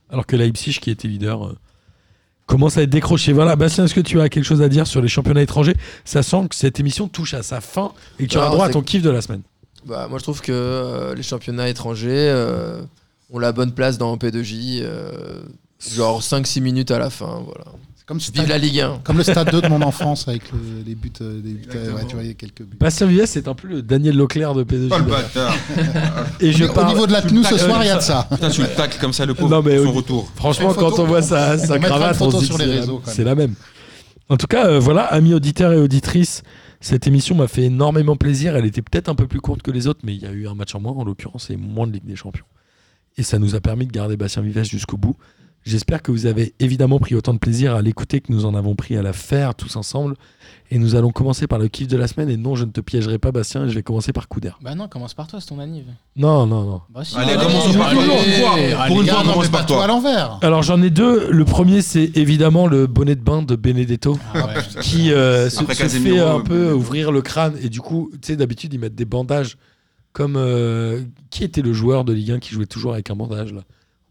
[SPEAKER 4] Alors que Leipzig, qui était leader, euh, commence à être décroché. Voilà, Bastien, est-ce que tu as quelque chose à dire sur les championnats étrangers Ça sent que cette émission touche à sa fin et que tu
[SPEAKER 6] Non,
[SPEAKER 4] auras droit à
[SPEAKER 6] c'est-
[SPEAKER 4] ton kiff de la semaine.
[SPEAKER 6] Bah, moi, je trouve que euh, les championnats étrangers euh, ont la bonne place dans P2J, euh, genre 5-6 minutes à la fin. Voilà.
[SPEAKER 3] C'est comme si
[SPEAKER 6] Vive la Ligue 1.
[SPEAKER 3] Comme le stade 2 de mon enfance avec le- les buts. euh, les buts, euh,
[SPEAKER 6] Exactement.
[SPEAKER 3] ouais, tu vois, il y a quelques buts.
[SPEAKER 4] Bastien Vives, c'est un peu le Daniel Leclerc de P2J.
[SPEAKER 1] Oh le bâtard
[SPEAKER 4] Et je
[SPEAKER 3] Au
[SPEAKER 4] parle.
[SPEAKER 3] niveau de la tenue, ce
[SPEAKER 4] tac-
[SPEAKER 3] soir, il y a de ça.
[SPEAKER 1] Putain, tu le tacles comme ça, le pauvre.
[SPEAKER 4] Non, mais
[SPEAKER 1] son
[SPEAKER 4] au-
[SPEAKER 1] retour.
[SPEAKER 4] Franchement,
[SPEAKER 3] Une photo,
[SPEAKER 4] quand on voit sa, sa
[SPEAKER 3] on mettra une
[SPEAKER 4] cravate, on se
[SPEAKER 3] photo
[SPEAKER 4] dit
[SPEAKER 3] sur
[SPEAKER 4] que
[SPEAKER 3] les
[SPEAKER 4] c'est la-
[SPEAKER 3] réseaux, quand même.
[SPEAKER 4] c'est la même. En tout cas, euh, voilà, amis auditeurs et auditrices, cette émission m'a fait énormément plaisir. Elle était peut-être un peu plus courte que les autres, mais il y a eu un match en moins, en l'occurrence, et moins de Ligue des Champions. Et ça nous a permis de garder Bastien Vives jusqu'au bout. J'espère que vous avez évidemment pris autant de plaisir à l'écouter que nous en avons pris à la faire tous ensemble. Et nous allons commencer par le kiff de la semaine. Et non, je ne te piégerai pas, Bastien, et je vais commencer par coup d'air.
[SPEAKER 5] Bah non, commence par toi, c'est ton anniv.
[SPEAKER 4] Non, non, non.
[SPEAKER 5] Bah si.
[SPEAKER 1] Allez,
[SPEAKER 5] Ah,
[SPEAKER 1] commençons par
[SPEAKER 5] allez,
[SPEAKER 1] toi. Pour
[SPEAKER 5] allez.
[SPEAKER 1] une fois,
[SPEAKER 3] Les
[SPEAKER 1] pour une
[SPEAKER 3] gars,
[SPEAKER 1] fois, on
[SPEAKER 3] non,
[SPEAKER 1] commence
[SPEAKER 3] mais
[SPEAKER 1] par
[SPEAKER 3] pas tout à
[SPEAKER 1] toi.
[SPEAKER 3] l'envers.
[SPEAKER 4] Alors j'en ai deux. Le premier, c'est évidemment le bonnet de bain de Benedetto.
[SPEAKER 5] Ah ouais.
[SPEAKER 4] qui euh, se,
[SPEAKER 1] Après
[SPEAKER 4] se
[SPEAKER 1] Casemiro,
[SPEAKER 4] fait un
[SPEAKER 1] euh,
[SPEAKER 4] peu
[SPEAKER 1] mais-
[SPEAKER 4] ouvrir le crâne. Et du coup, tu sais, d'habitude, ils mettent des bandages. Comme. euh, qui était le joueur de Ligue 1 qui jouait toujours avec un bandage, là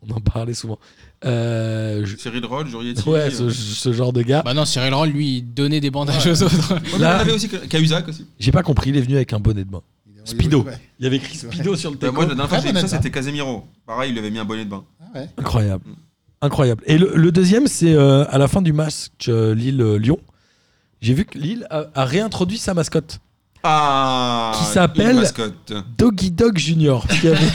[SPEAKER 4] On en parlait souvent. Euh, je-
[SPEAKER 1] Cyril Roll, Jurietti.
[SPEAKER 4] Ouais, ce, ce genre de gars.
[SPEAKER 5] Bah non, Cyril Roll, lui, il donnait des bandages aux autres.
[SPEAKER 4] Là-
[SPEAKER 1] Là, on avait aussi que- Cahuzac aussi.
[SPEAKER 4] J'ai pas compris, il est venu avec un bonnet de bain. Speedo.
[SPEAKER 3] Ouais.
[SPEAKER 4] Il y avait écrit Speedo sur le
[SPEAKER 1] Euh,
[SPEAKER 4] téléphone.
[SPEAKER 1] Moi, la dernière fois que j'ai vu
[SPEAKER 3] Ouais,
[SPEAKER 1] ça,
[SPEAKER 3] honnête,
[SPEAKER 1] c'était Casemiro. Pareil, il lui avait mis un bonnet de bain.
[SPEAKER 3] Ah ouais.
[SPEAKER 4] Incroyable.
[SPEAKER 1] Mm.
[SPEAKER 4] Incroyable. Et le, le deuxième, c'est euh, à la fin du match euh, Lille-Lyon. J'ai vu que Lille a- a réintroduit sa mascotte.
[SPEAKER 1] Ah
[SPEAKER 4] Qui s'appelle-
[SPEAKER 1] une mascotte.
[SPEAKER 4] Doggy Dog Junior. qui avait-
[SPEAKER 1] Non,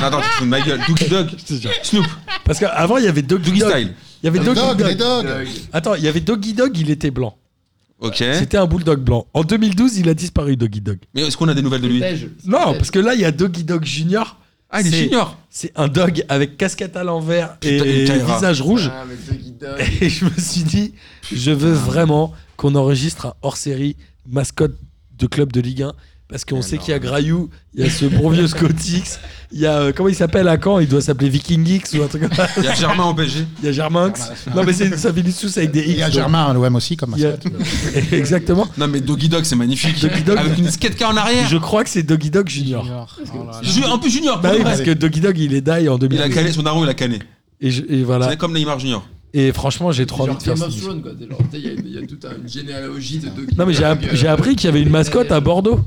[SPEAKER 1] attends, tu te fous de ma gueule. Doogie Dog.
[SPEAKER 4] Je te jure.
[SPEAKER 1] Snoop.
[SPEAKER 4] Parce qu'avant, il y avait Doggy
[SPEAKER 1] Doogie
[SPEAKER 4] Dog.
[SPEAKER 1] Style.
[SPEAKER 4] Il y avait
[SPEAKER 3] Les
[SPEAKER 4] Doggy
[SPEAKER 3] dogs,
[SPEAKER 4] Dog.
[SPEAKER 3] les
[SPEAKER 6] Ah,
[SPEAKER 3] dogs.
[SPEAKER 4] Attends, il y avait Doggy Dog, il était blanc.
[SPEAKER 1] Ok.
[SPEAKER 4] C'était un bulldog blanc. En 2012, il a disparu, Doggy Dog.
[SPEAKER 1] Mais est-ce qu'on a des nouvelles de lui
[SPEAKER 4] Non, parce que là, il y a Doggy Dog Junior.
[SPEAKER 1] Ah, il est
[SPEAKER 4] C'est-
[SPEAKER 1] junior.
[SPEAKER 4] C'est un dog avec casquette à l'envers et,
[SPEAKER 1] Putain, il Ah taillera.
[SPEAKER 4] visage rouge. Eh, Et je me suis dit, je veux
[SPEAKER 1] Ah
[SPEAKER 4] vraiment qu'on enregistre un hors-série mascotte de club de Ligue 1. Parce qu'on
[SPEAKER 1] Alors.
[SPEAKER 4] sait qu'il y a Grayou, il y a ce bon vieux Scotix, il y a. euh, comment il s'appelle à Caen Il doit s'appeler Viking X ou un truc comme ça.
[SPEAKER 1] Il y a Germain en PSG.
[SPEAKER 4] Il y a Germinx.
[SPEAKER 1] Ah, bah,
[SPEAKER 4] Non, mais c'est- ça finit tous avec des X.
[SPEAKER 3] Il y a
[SPEAKER 4] donc.
[SPEAKER 3] Germain à l'OM aussi comme
[SPEAKER 4] Il y a-
[SPEAKER 3] mascotte.
[SPEAKER 4] Exactement.
[SPEAKER 1] Non, mais Doggy Dog, c'est magnifique.
[SPEAKER 4] Doggy Dog.
[SPEAKER 1] Avec une skatecar en arrière.
[SPEAKER 4] Je crois que c'est Doggy Dog Junior.
[SPEAKER 5] Oh là là.
[SPEAKER 1] Ju- Un peu junior.
[SPEAKER 4] Bah
[SPEAKER 1] pour de
[SPEAKER 4] oui,
[SPEAKER 1] vrai.
[SPEAKER 4] parce que Doggy Dog, il est die en
[SPEAKER 1] Il a
[SPEAKER 4] 2000.
[SPEAKER 1] calé, son daron, il a calé.
[SPEAKER 4] Et, je- et voilà.
[SPEAKER 1] C'est comme Neymar Junior.
[SPEAKER 4] Et franchement, j'ai trop envie de faire ça.
[SPEAKER 6] Il y, a toute une généalogie de Doggy
[SPEAKER 4] Non, mais j'ai app- j'ai appris qu'il y avait une mascotte à Bordeaux.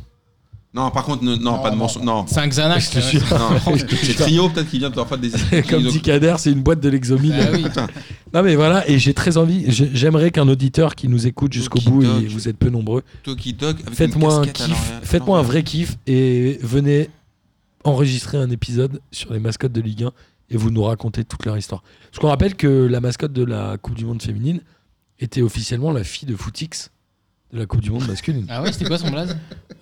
[SPEAKER 1] Non, par contre, ne- non,
[SPEAKER 3] Non,
[SPEAKER 1] pas de
[SPEAKER 3] non,
[SPEAKER 1] mensonge. Non,
[SPEAKER 5] C'est un Xanax. euh,
[SPEAKER 4] Je te jure.
[SPEAKER 1] non. C'est Trio peut-être qui Ah vient de leur faire des
[SPEAKER 4] Comme dit Kader, c'est une boîte de l'exomile.
[SPEAKER 5] Bah oui.
[SPEAKER 1] Putain.
[SPEAKER 4] Non mais voilà, et j'ai très envie, j'ai- j'aimerais qu'un auditeur qui nous écoute jusqu'au bout,
[SPEAKER 1] Okidok.
[SPEAKER 4] et vous êtes peu nombreux,
[SPEAKER 1] Toki Dog avec
[SPEAKER 4] faites-moi
[SPEAKER 1] une
[SPEAKER 4] un
[SPEAKER 1] casquette à
[SPEAKER 4] kiff,
[SPEAKER 1] l'envers.
[SPEAKER 4] faites-moi un vrai kiff et venez enregistrer un épisode sur les mascottes de Ligue 1 et vous nous racontez toute leur histoire. Parce qu'on rappelle que la mascotte de la Coupe du Monde féminine était officiellement la fille de Footix de la Coupe du Monde masculine.
[SPEAKER 5] Ah ouais, c'était quoi son blaze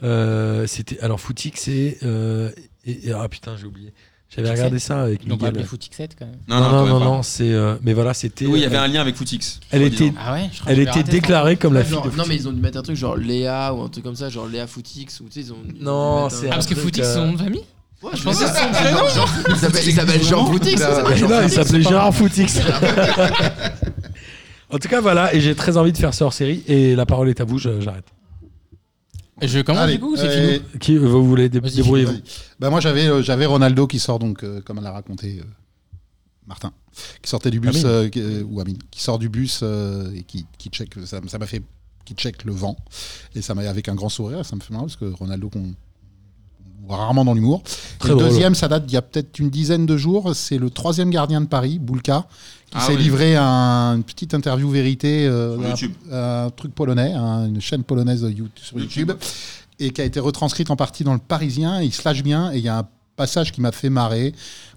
[SPEAKER 4] Euh, c'était alors Footix c'est euh, et, et- ah putain j'ai oublié. J'avais regardé ça avec
[SPEAKER 5] Ils l'ont pas
[SPEAKER 4] Miguel.
[SPEAKER 5] appelé Footix7 quand même.
[SPEAKER 1] Non,
[SPEAKER 4] Non
[SPEAKER 1] non,
[SPEAKER 4] non
[SPEAKER 1] quand même
[SPEAKER 4] non,
[SPEAKER 1] pas.
[SPEAKER 4] non, c'est euh, mais voilà c'était.
[SPEAKER 1] Oui, il y avait
[SPEAKER 4] euh,
[SPEAKER 1] un lien avec Footix.
[SPEAKER 4] Elle
[SPEAKER 1] soi-disant.
[SPEAKER 4] était-
[SPEAKER 5] Ah ouais, je crois
[SPEAKER 4] Elle
[SPEAKER 5] que j'avais
[SPEAKER 4] était
[SPEAKER 5] raté ça.
[SPEAKER 4] déclarée comme la fille
[SPEAKER 6] Genre-
[SPEAKER 4] de
[SPEAKER 6] non, mais ils ont dû mettre un truc genre Léa ou un truc comme ça, genre Léa Footix. Ou, tu sais, ils ont, ils ont dû
[SPEAKER 4] Non,
[SPEAKER 6] mettre un-
[SPEAKER 4] c'est
[SPEAKER 5] Ah, parce que
[SPEAKER 4] Un truc,
[SPEAKER 5] Footix, c'est
[SPEAKER 4] euh,
[SPEAKER 5] son nom de famille
[SPEAKER 6] Ouais,
[SPEAKER 5] Je pensais que c'était son prénom.
[SPEAKER 6] Il s'appelle- il s'appelle Jean Footix. ça
[SPEAKER 5] Ah,
[SPEAKER 6] s'appelle
[SPEAKER 4] Mais
[SPEAKER 6] Jean
[SPEAKER 4] non, il
[SPEAKER 6] Footix.
[SPEAKER 4] s'appelait Gérard Footix. en tout cas, voilà, et j'ai très envie de faire ce hors série. Et la parole est à vous, je- j'arrête.
[SPEAKER 5] Je commence
[SPEAKER 3] Allez,
[SPEAKER 5] du coup ou c'est
[SPEAKER 3] euh,
[SPEAKER 5] fini
[SPEAKER 4] Qui vous voulez dé-
[SPEAKER 5] Vas-y,
[SPEAKER 4] débrouillez-vous
[SPEAKER 3] vas-y. Bah, moi, j'avais euh, j'avais Ronaldo qui sort donc, euh, comme l'a raconté euh, Martin, qui sortait du bus,
[SPEAKER 4] Amine.
[SPEAKER 3] euh, qui- euh, ou Amine, qui sort du bus euh, et qui, qui check, ça ça m'a fait, qui check le vent. Et ça m'a, avec un grand sourire, ça me fait marrer parce que Ronaldo, qu'on on voit rarement dans l'humour. Et
[SPEAKER 4] Très
[SPEAKER 3] Le
[SPEAKER 4] drôle.
[SPEAKER 3] deuxième, ça date d'il y a peut-être une dizaine de jours, c'est le troisième gardien de Paris, Boulka, qui
[SPEAKER 1] Ah
[SPEAKER 3] s'est
[SPEAKER 1] oui.
[SPEAKER 3] livré à une petite interview vérité, euh,
[SPEAKER 1] Sur
[SPEAKER 3] à-
[SPEAKER 1] YouTube.
[SPEAKER 3] à un truc polonais, à une chaîne polonaise de You- sur YouTube,
[SPEAKER 1] YouTube.
[SPEAKER 3] et qui a été retranscrite en partie dans le Parisien. Il se lâche bien et il y a un passage qui m'a fait marrer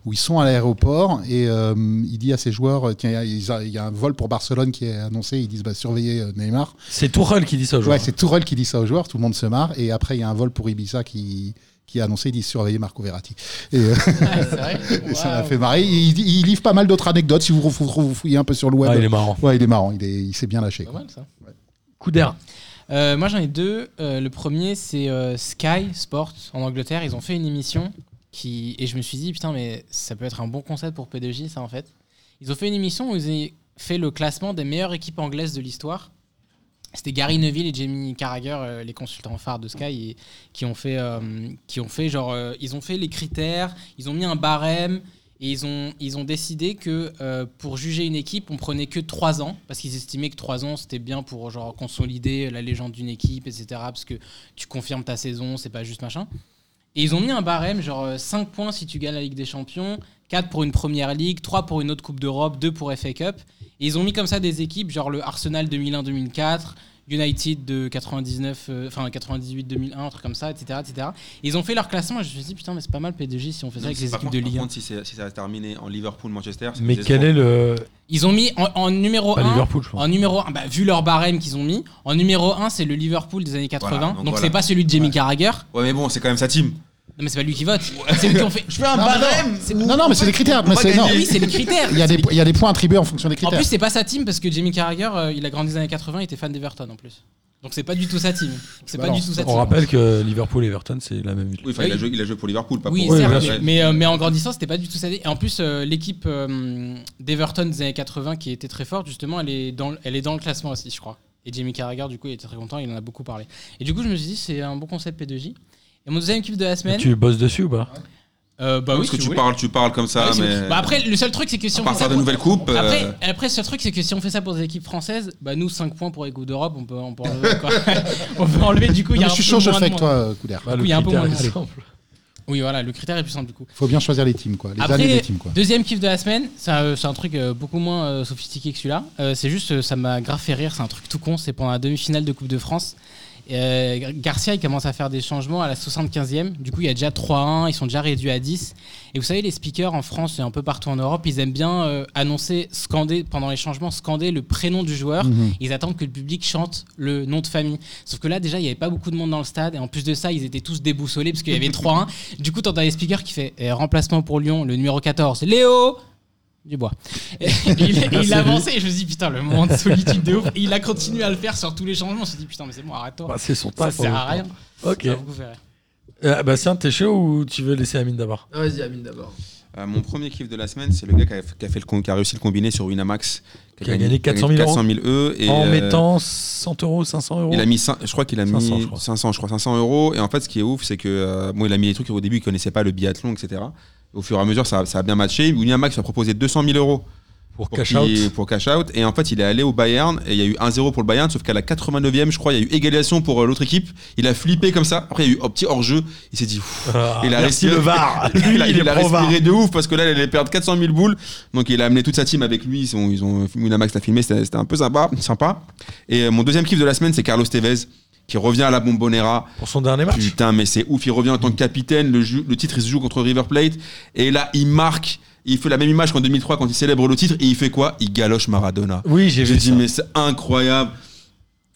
[SPEAKER 3] où ils sont à l'aéroport et euh, il dit à ses joueurs euh, tiens il y a- il y a un vol pour Barcelone qui est annoncé ils disent bah surveillez euh, Neymar
[SPEAKER 4] C'est Tourelle qui dit ça
[SPEAKER 3] Ouais,
[SPEAKER 4] aujourd'hui.
[SPEAKER 3] c'est Tourelle qui dit ça aux joueurs, tout le monde se marre. Et après, il y a un vol pour Ibiza qui, qui est annoncé, ils disent surveiller Marco Verratti. Et, euh,
[SPEAKER 5] Ah, c'est vrai.
[SPEAKER 3] et ça m'a
[SPEAKER 5] Waouh.
[SPEAKER 3] fait marrer. Il, il livre pas mal d'autres anecdotes si vous refou- refou- fouillez un peu sur le web.
[SPEAKER 4] Ah, il est marrant.
[SPEAKER 3] Ouais, bah. il est marrant, il, est- il s'est bien lâché.
[SPEAKER 5] Pas
[SPEAKER 3] quoi.
[SPEAKER 5] mal, ça.
[SPEAKER 4] Coup d'air.
[SPEAKER 5] Euh, moi j'en ai deux. Euh, le premier c'est euh, Sky Sport en Angleterre. Ils ont fait une émission qui et je me suis dit putain mais ça peut être un bon concept pour P2J ça en fait. Ils ont fait une émission où ils ont fait le classement des meilleures équipes anglaises de l'histoire. C'était Gary Neville et Jamie Carragher, euh, les consultants phares de Sky, et- qui ont fait, euh, qui ont fait genre, euh, ils ont fait les critères, ils ont mis un barème et ils ont, ils ont décidé que euh, pour juger une équipe, on prenait que 3 ans, parce qu'ils estimaient que 3 ans, c'était bien pour genre, consolider la légende d'une équipe, etc. Parce que tu confirmes ta saison, c'est pas juste machin. Et ils ont mis un barème, genre euh, 5 points si tu gagnes la Ligue des Champions, 4 pour une Première Ligue, 3 pour une autre Coupe d'Europe, 2 pour FA Cup. Et ils ont mis comme ça des équipes, genre le Arsenal 2001-2004, United de 99, euh, enfin 98-2001, un truc comme ça, etc. etc. Et ils ont fait leur classement et je me suis dit, putain, mais c'est pas mal P2J si on fait
[SPEAKER 1] Non, mais
[SPEAKER 5] ça avec
[SPEAKER 1] c'est
[SPEAKER 5] les
[SPEAKER 1] par
[SPEAKER 5] équipes
[SPEAKER 1] contre-
[SPEAKER 5] de
[SPEAKER 1] par
[SPEAKER 5] Ligue 1.
[SPEAKER 1] contre, si, c'est- si ça a terminé en Liverpool, Manchester. c'est
[SPEAKER 4] Mais
[SPEAKER 1] des
[SPEAKER 4] quel
[SPEAKER 1] escrocs.
[SPEAKER 4] est le.
[SPEAKER 5] Ils ont mis en, en numéro
[SPEAKER 4] Pas
[SPEAKER 5] 1.
[SPEAKER 4] Liverpool, je pense.
[SPEAKER 5] En numéro 1, vu leur barème qu'ils ont mis, en numéro 1, c'est le Liverpool des années 80.
[SPEAKER 1] Voilà,
[SPEAKER 5] donc
[SPEAKER 1] donc
[SPEAKER 5] c'est
[SPEAKER 1] voilà.
[SPEAKER 5] pas celui de Jamie Carragher.
[SPEAKER 1] Ouais, mais bon, c'est quand même sa team.
[SPEAKER 5] Non, mais c'est pas lui qui vote. C'est eux qui ont fait.
[SPEAKER 1] fais un
[SPEAKER 3] Non, mais non, non, non, mais c'est des critères. mais
[SPEAKER 1] pas
[SPEAKER 3] c'est- non.
[SPEAKER 1] gagner.
[SPEAKER 5] Oui, c'est les critères.
[SPEAKER 3] Il y, a
[SPEAKER 5] C'est
[SPEAKER 3] des,
[SPEAKER 5] les-
[SPEAKER 3] il y a des points attribués en fonction des
[SPEAKER 5] En
[SPEAKER 3] critères.
[SPEAKER 5] plus, c'est pas sa team parce que Jamie Carragher, euh, il a grandi dans les années 80, il était fan d'Everton en plus. Donc c'est pas du tout sa team. C'est
[SPEAKER 3] Bah
[SPEAKER 5] pas
[SPEAKER 3] non,
[SPEAKER 5] du tout sa
[SPEAKER 4] On
[SPEAKER 5] team.
[SPEAKER 4] rappelle que Liverpool et Everton, c'est la même ville.
[SPEAKER 1] Oui, enfin, il, a
[SPEAKER 5] Oui.
[SPEAKER 1] joué, il a joué pour Liverpool, pas
[SPEAKER 5] Oui,
[SPEAKER 1] pour.
[SPEAKER 4] Ouais,
[SPEAKER 5] certes,
[SPEAKER 4] bien
[SPEAKER 5] mais,
[SPEAKER 4] sûr.
[SPEAKER 5] mais, euh, mais en grandissant, c'était pas du tout ça. Et en plus, euh, l'équipe euh, d'Everton des années 80, qui était très forte, justement, elle est, dans, le- elle est dans le classement aussi, je crois. Et Jamie Carragher, du coup, il était très content, il en a beaucoup parlé. Et du coup, je me suis dit, c'est un bon concept P2J. Et mon deuxième équipe de la semaine.
[SPEAKER 4] Tu bosses dessus ou pas
[SPEAKER 5] euh, bah oui,
[SPEAKER 1] Parce que
[SPEAKER 5] si
[SPEAKER 1] tu
[SPEAKER 5] vous
[SPEAKER 1] parles, tu parles comme
[SPEAKER 5] voulez.
[SPEAKER 1] ça,
[SPEAKER 5] Ah oui, si vous-
[SPEAKER 1] mais.
[SPEAKER 5] Bah après, le seul truc, c'est que si
[SPEAKER 1] à
[SPEAKER 5] on
[SPEAKER 1] part
[SPEAKER 5] fait
[SPEAKER 1] faire
[SPEAKER 5] ça.
[SPEAKER 1] de
[SPEAKER 5] pour-
[SPEAKER 1] nouvelles coupes.
[SPEAKER 5] Après,
[SPEAKER 1] euh,
[SPEAKER 5] après, le seul truc, c'est que si on fait ça pour des équipes françaises, bah nous, 5 points pour les Coupes d'Europe, on peut, on peut enlever. quoi. on peut enlever, du coup,
[SPEAKER 3] Non,
[SPEAKER 5] il y
[SPEAKER 3] mais
[SPEAKER 5] a un
[SPEAKER 3] je suis
[SPEAKER 5] peu
[SPEAKER 3] chaud, je
[SPEAKER 5] moins
[SPEAKER 3] fais
[SPEAKER 5] de
[SPEAKER 3] avec
[SPEAKER 5] monde.
[SPEAKER 3] toi, euh, Couder.
[SPEAKER 4] Bah,
[SPEAKER 5] coup, il y a un peu
[SPEAKER 4] critère
[SPEAKER 5] moins de
[SPEAKER 4] est
[SPEAKER 5] monde.
[SPEAKER 4] simple.
[SPEAKER 5] Oui, voilà, le critère est plus simple, du coup.
[SPEAKER 3] Il faut bien choisir les teams, quoi. Les
[SPEAKER 5] Après-
[SPEAKER 3] années des teams, quoi.
[SPEAKER 5] Deuxième kiff de la semaine, c'est un, c'est un truc euh, beaucoup moins euh, sophistiqué que celui-là. Euh, c'est juste, euh, ça m'a grave fait rire, c'est un truc tout con, c'est pendant la demi-finale de Coupe de France. Euh, Gar- Garcia, il commence à faire des changements à la 75e. Du coup, il y a déjà 3-1, ils sont déjà réduits à 10. Et vous savez, les speakers en France et un peu partout en Europe, ils aiment bien euh, annoncer, scander, pendant les changements, scander le prénom du joueur.
[SPEAKER 3] Mhm.
[SPEAKER 5] Ils attendent que le public chante le nom de famille. Sauf que là, déjà, il n'y avait pas beaucoup de monde dans le stade. Et en plus de ça, ils étaient tous déboussolés parce qu'il y avait 3-1. Du coup, t'entends les speakers qui fait eh, remplacement pour Lyon, le numéro 14, Léo Dubois. Et il, et il avançait et je me suis dit, putain, le moment de solitude de ouf. Et il a continué à le faire sur tous les changements. Je me suis dit, putain, mais c'est bon, arrête-toi.
[SPEAKER 4] Bah, C'est son
[SPEAKER 5] Ça
[SPEAKER 4] taf.
[SPEAKER 5] sert à
[SPEAKER 4] en même
[SPEAKER 5] rien.
[SPEAKER 4] temps. Ok.
[SPEAKER 5] Ça va vous faire rire.
[SPEAKER 4] Euh, Bastien, t'es chaud ou tu veux laisser Amine d'abord
[SPEAKER 6] Ah, Vas-y, Amine d'abord.
[SPEAKER 1] euh, mon premier kiff de la semaine, c'est le gars qui a, qui a fait le con- qui a réussi le combiné sur Winamax.
[SPEAKER 4] Qui a gagné 400 000 euros.
[SPEAKER 1] 400 000 euros. Et,
[SPEAKER 4] En
[SPEAKER 1] euh,
[SPEAKER 4] mettant 100 euros, 500 euros
[SPEAKER 1] Il a mis, cin- je crois qu'il a
[SPEAKER 4] 500,
[SPEAKER 1] mis
[SPEAKER 4] je crois.
[SPEAKER 1] 500, je crois 500 euros. Et en fait, ce qui est ouf, c'est que euh, bon, il a mis des trucs au début, il connaissait pas le biathlon, etc. Au fur et à mesure, ça, ça a bien matché. William Max a proposé 200 000 euros.
[SPEAKER 4] pour
[SPEAKER 1] pour
[SPEAKER 4] cash
[SPEAKER 1] qu'il-
[SPEAKER 4] out.
[SPEAKER 1] pour cash out. Et en fait, il est allé au Bayern et il y a eu 1-0 pour le Bayern, sauf qu'à la 89e, je crois, il y a eu égalisation pour euh, l'autre équipe. Il a flippé comme ça. Après, il y a eu un petit hors-jeu. Il s'est dit, Ouf.
[SPEAKER 4] Ah,
[SPEAKER 1] il a
[SPEAKER 4] merci
[SPEAKER 1] respiré-
[SPEAKER 4] le VAR. Lui,
[SPEAKER 1] il a, il a
[SPEAKER 4] pro VAR.
[SPEAKER 1] respiré de ouf parce que là, il allait perdre 400 000 boules. Donc, il a amené toute sa team avec lui. Ils ont, ils ont, Winamax l'a filmé, c'était c'était un peu sympa. sympa. Et euh, mon deuxième kiff de la semaine, c'est Carlos Tevez qui revient à la Bombonera.
[SPEAKER 4] Pour son dernier match.
[SPEAKER 1] Putain, mais c'est ouf. Il revient en tant que capitaine. Le, ju- le titre, il se joue contre River Plate. Et là, il marque. Il fait la même image qu'en 2003 quand il célèbre le titre. Et il fait quoi Il galoche Maradona.
[SPEAKER 4] Oui, j'ai
[SPEAKER 1] J'ai
[SPEAKER 4] vu
[SPEAKER 1] dit,
[SPEAKER 4] ça.
[SPEAKER 1] mais c'est incroyable.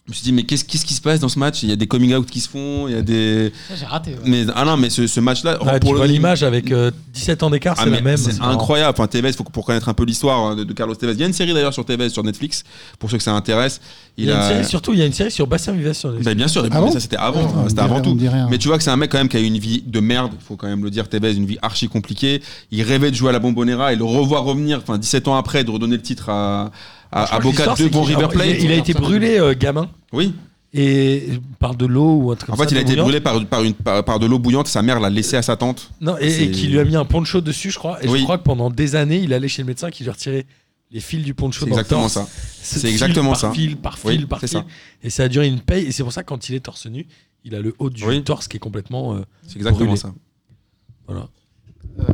[SPEAKER 1] Je me suis dit, mais qu'est-ce qu'est-ce qui se passe dans ce match Il y a des coming out qui se font. Il y a des.
[SPEAKER 5] Ça, J'ai raté. ouais.
[SPEAKER 1] Mais, ah non, mais ce, ce match-là.
[SPEAKER 4] Ah, tu
[SPEAKER 1] le-
[SPEAKER 4] vois l'image avec euh, 17 ans d'écart,
[SPEAKER 1] ah,
[SPEAKER 4] c'est
[SPEAKER 1] mais
[SPEAKER 4] la même.
[SPEAKER 1] c'est
[SPEAKER 4] marrant.
[SPEAKER 1] incroyable. Enfin, Tevez, faut, que- pour connaître un peu l'histoire hein, de, de Carlos Tevez. Il y a une série d'ailleurs sur Tevez sur Netflix, pour ceux que ça intéresse.
[SPEAKER 4] Il y a une série, surtout, il y a une série sur Bastien Vivas sur Netflix.
[SPEAKER 1] Bah, bien sûr,
[SPEAKER 3] Ah
[SPEAKER 1] mais
[SPEAKER 3] bon
[SPEAKER 1] ça c'était avant,
[SPEAKER 3] Ah, on
[SPEAKER 1] c'était
[SPEAKER 3] dirait-
[SPEAKER 1] avant
[SPEAKER 3] on
[SPEAKER 1] tout.
[SPEAKER 3] dirait, hein.
[SPEAKER 1] Mais tu vois que c'est un mec quand même qui a eu une vie de merde, faut quand même le dire, Tevez, une vie archi compliquée. Il rêvait de jouer à la Bombonera et le revoir revenir, enfin 17 ans après, de redonner le titre à,
[SPEAKER 4] Je
[SPEAKER 1] à,
[SPEAKER 4] crois
[SPEAKER 1] à
[SPEAKER 4] que
[SPEAKER 1] Boca
[SPEAKER 4] l'histoire, c'est
[SPEAKER 1] devant
[SPEAKER 4] qu'il-
[SPEAKER 1] River Plate.
[SPEAKER 4] Il, il a été brûlé, euh, gamin.
[SPEAKER 1] Oui,
[SPEAKER 4] Et par de l'eau ou un truc
[SPEAKER 1] en
[SPEAKER 4] comme
[SPEAKER 1] fait
[SPEAKER 4] ça,
[SPEAKER 1] il a
[SPEAKER 4] de
[SPEAKER 1] été
[SPEAKER 4] bouillante.
[SPEAKER 1] brûlé par, par, une, par, par de l'eau bouillante, sa mère l'a laissé à sa tante.
[SPEAKER 4] Non, et,
[SPEAKER 1] C'est-
[SPEAKER 4] et qui lui a mis un poncho dessus, je crois. Et
[SPEAKER 1] Oui.
[SPEAKER 4] je crois que pendant des années, il allait chez le médecin qui lui retirait les fils du poncho.
[SPEAKER 1] C'est
[SPEAKER 4] dans le
[SPEAKER 1] exactement
[SPEAKER 4] torse.
[SPEAKER 1] ça.
[SPEAKER 4] Ce
[SPEAKER 1] C'est
[SPEAKER 4] fil
[SPEAKER 1] exactement
[SPEAKER 4] par
[SPEAKER 1] ça.
[SPEAKER 4] Fil par fil
[SPEAKER 1] Oui,
[SPEAKER 4] par
[SPEAKER 1] c'est
[SPEAKER 4] fil.
[SPEAKER 1] ça.
[SPEAKER 4] Et ça a duré une paye. Et c'est pour ça que quand il est torse nu, il a le haut du
[SPEAKER 1] Oui.
[SPEAKER 4] torse qui est complètement. euh,
[SPEAKER 1] C'est exactement
[SPEAKER 4] Brûlé.
[SPEAKER 1] ça.
[SPEAKER 4] voilà.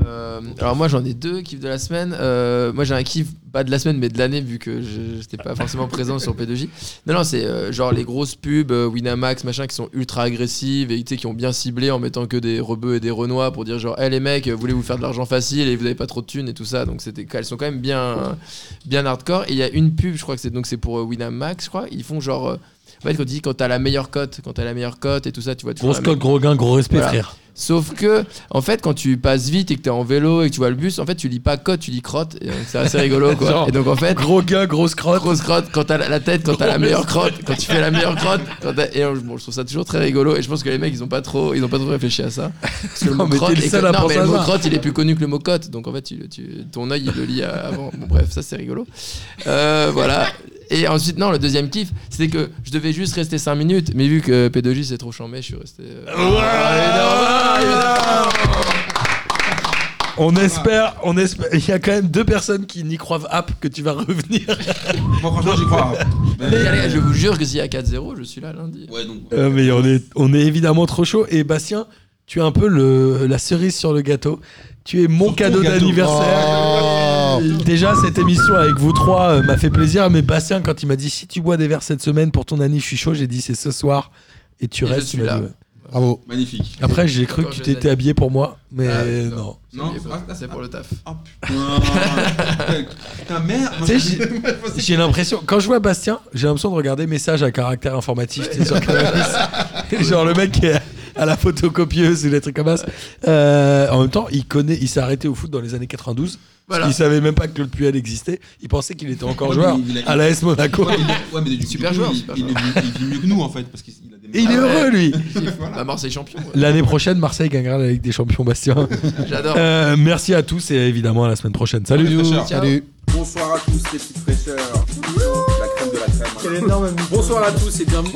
[SPEAKER 6] Euh, alors moi j'en ai deux kiffs de la semaine. Euh, moi j'ai un kiff pas de la semaine mais de l'année vu que je- j'étais pas forcément présent sur P2J. Non non c'est euh, genre les grosses pubs euh, Winamax machin qui sont ultra agressives et tu sais, qui ont bien ciblé en mettant que des rebeux et des renois pour dire genre hey les mecs euh, voulez-vous faire de l'argent facile et vous avez pas trop de thunes et tout ça donc c'était elles sont quand même bien bien hardcore et il y a une pub je crois que c'est donc c'est pour euh, Winamax je crois ils font genre euh, en fait quand tu dis quand t'as la meilleure cote quand t'as la meilleure cote et tout ça tu vois toujours
[SPEAKER 4] Grosse
[SPEAKER 6] la
[SPEAKER 4] cote, gros gain, gros respect,
[SPEAKER 6] Voilà.
[SPEAKER 4] frère.
[SPEAKER 6] Sauf que, en fait, quand tu passes vite et que t'es en vélo et que tu vois le bus, en fait, tu lis pas code, tu lis crotte. Et, euh, C'est assez rigolo, quoi.
[SPEAKER 4] Genre,
[SPEAKER 6] et donc, en fait,
[SPEAKER 4] Gros gain, grosse crotte.
[SPEAKER 6] grosse crotte, quand t'as la la tête, quand t'as la meilleure crotte, quand tu fais la meilleure crotte. quand t'as- et euh, bon, je trouve ça toujours très rigolo. Et je pense que les mecs, ils ont pas trop, ils ont pas trop réfléchi à ça. Parce que
[SPEAKER 4] Non, mais t'es le
[SPEAKER 6] est
[SPEAKER 4] seul
[SPEAKER 6] co-
[SPEAKER 4] à
[SPEAKER 6] non,
[SPEAKER 4] penser
[SPEAKER 6] mais
[SPEAKER 4] à
[SPEAKER 6] le mot
[SPEAKER 4] ça.
[SPEAKER 6] crotte, il est plus connu que le mot cote. Donc, en fait, tu- tu- ton œil, il le lit à- avant. Bon, bref, ça, c'est rigolo. Euh, voilà. Et ensuite, non, le deuxième kiff, c'était que je devais juste rester 5 minutes, mais vu que P2J c'est trop chambé, je suis resté. euh, Ah, évidemment, évidemment.
[SPEAKER 4] On espère, on espère. Il y a quand même deux personnes qui n'y croient app que tu vas revenir.
[SPEAKER 1] Moi franchement j'y crois.
[SPEAKER 6] Les gars, les gars, je vous jure que s'il y a 4-0, je suis là lundi.
[SPEAKER 1] Ouais, donc,
[SPEAKER 4] Euh, mais on est, on est évidemment trop chaud. Et Bastien, tu es un peu le, la cerise sur le gâteau. Tu es
[SPEAKER 1] Sur
[SPEAKER 4] mon
[SPEAKER 1] ton
[SPEAKER 4] cadeau
[SPEAKER 1] gâteau.
[SPEAKER 4] d'anniversaire.
[SPEAKER 3] Oh
[SPEAKER 4] Déjà, cette émission avec vous trois euh, m'a fait plaisir. Mais Bastien, quand il m'a dit si tu bois des verres cette semaine pour ton anniversaire, je suis chaud, j'ai dit c'est ce soir. Et tu
[SPEAKER 6] Et je
[SPEAKER 4] restes.
[SPEAKER 6] suis
[SPEAKER 4] il m'a
[SPEAKER 6] là.
[SPEAKER 4] dit, ouais.
[SPEAKER 3] Bravo.
[SPEAKER 1] Magnifique.
[SPEAKER 4] Après, j'ai cru que
[SPEAKER 6] Encore
[SPEAKER 4] tu
[SPEAKER 6] je
[SPEAKER 4] t'étais
[SPEAKER 6] l'ai.
[SPEAKER 4] habillé pour moi. Mais
[SPEAKER 6] Ah,
[SPEAKER 4] non.
[SPEAKER 6] non.
[SPEAKER 1] Non,
[SPEAKER 6] C'est
[SPEAKER 1] ah,
[SPEAKER 6] c'est
[SPEAKER 1] ah,
[SPEAKER 6] pour le taf.
[SPEAKER 1] Oh putain. Putain merde.
[SPEAKER 4] Tu sais, j'ai- J'ai l'impression, quand je vois Bastien, j'ai l'impression de regarder message à caractère informatif. tu sais, sur Canal+. Genre le mec qui est à la photocopieuse ou des trucs comme ça. Euh, en même temps, il connaît, il s'est arrêté au foot dans les années 92.
[SPEAKER 6] Voilà.
[SPEAKER 4] Il savait même pas que Claude Puel existait. Il pensait qu'il était encore
[SPEAKER 1] Ouais,
[SPEAKER 4] joueur
[SPEAKER 1] mais il a-
[SPEAKER 4] à l'AS Monaco.
[SPEAKER 1] Ouais, il est- ouais, mais du coup,
[SPEAKER 6] Super
[SPEAKER 1] du coup,
[SPEAKER 6] joueur,
[SPEAKER 1] il,
[SPEAKER 6] super
[SPEAKER 1] il
[SPEAKER 6] joueur.
[SPEAKER 1] est- il vit mieux que nous en fait parce qu'il a des.
[SPEAKER 4] Et il est
[SPEAKER 6] Ah ouais.
[SPEAKER 4] heureux, lui.
[SPEAKER 6] Bah, Marseille champion. ouais.
[SPEAKER 4] L'année prochaine, Marseille gagnera la Ligue des Champions, Bastien.
[SPEAKER 6] J'adore.
[SPEAKER 4] Euh, merci à tous et évidemment à la semaine prochaine. Salut.
[SPEAKER 1] Fraîcheur.
[SPEAKER 6] Ciao.
[SPEAKER 3] Salut.
[SPEAKER 2] Bonsoir à tous les petites fraîcheurs. La crème hein. de la crème. Bonsoir à tous et bienvenue.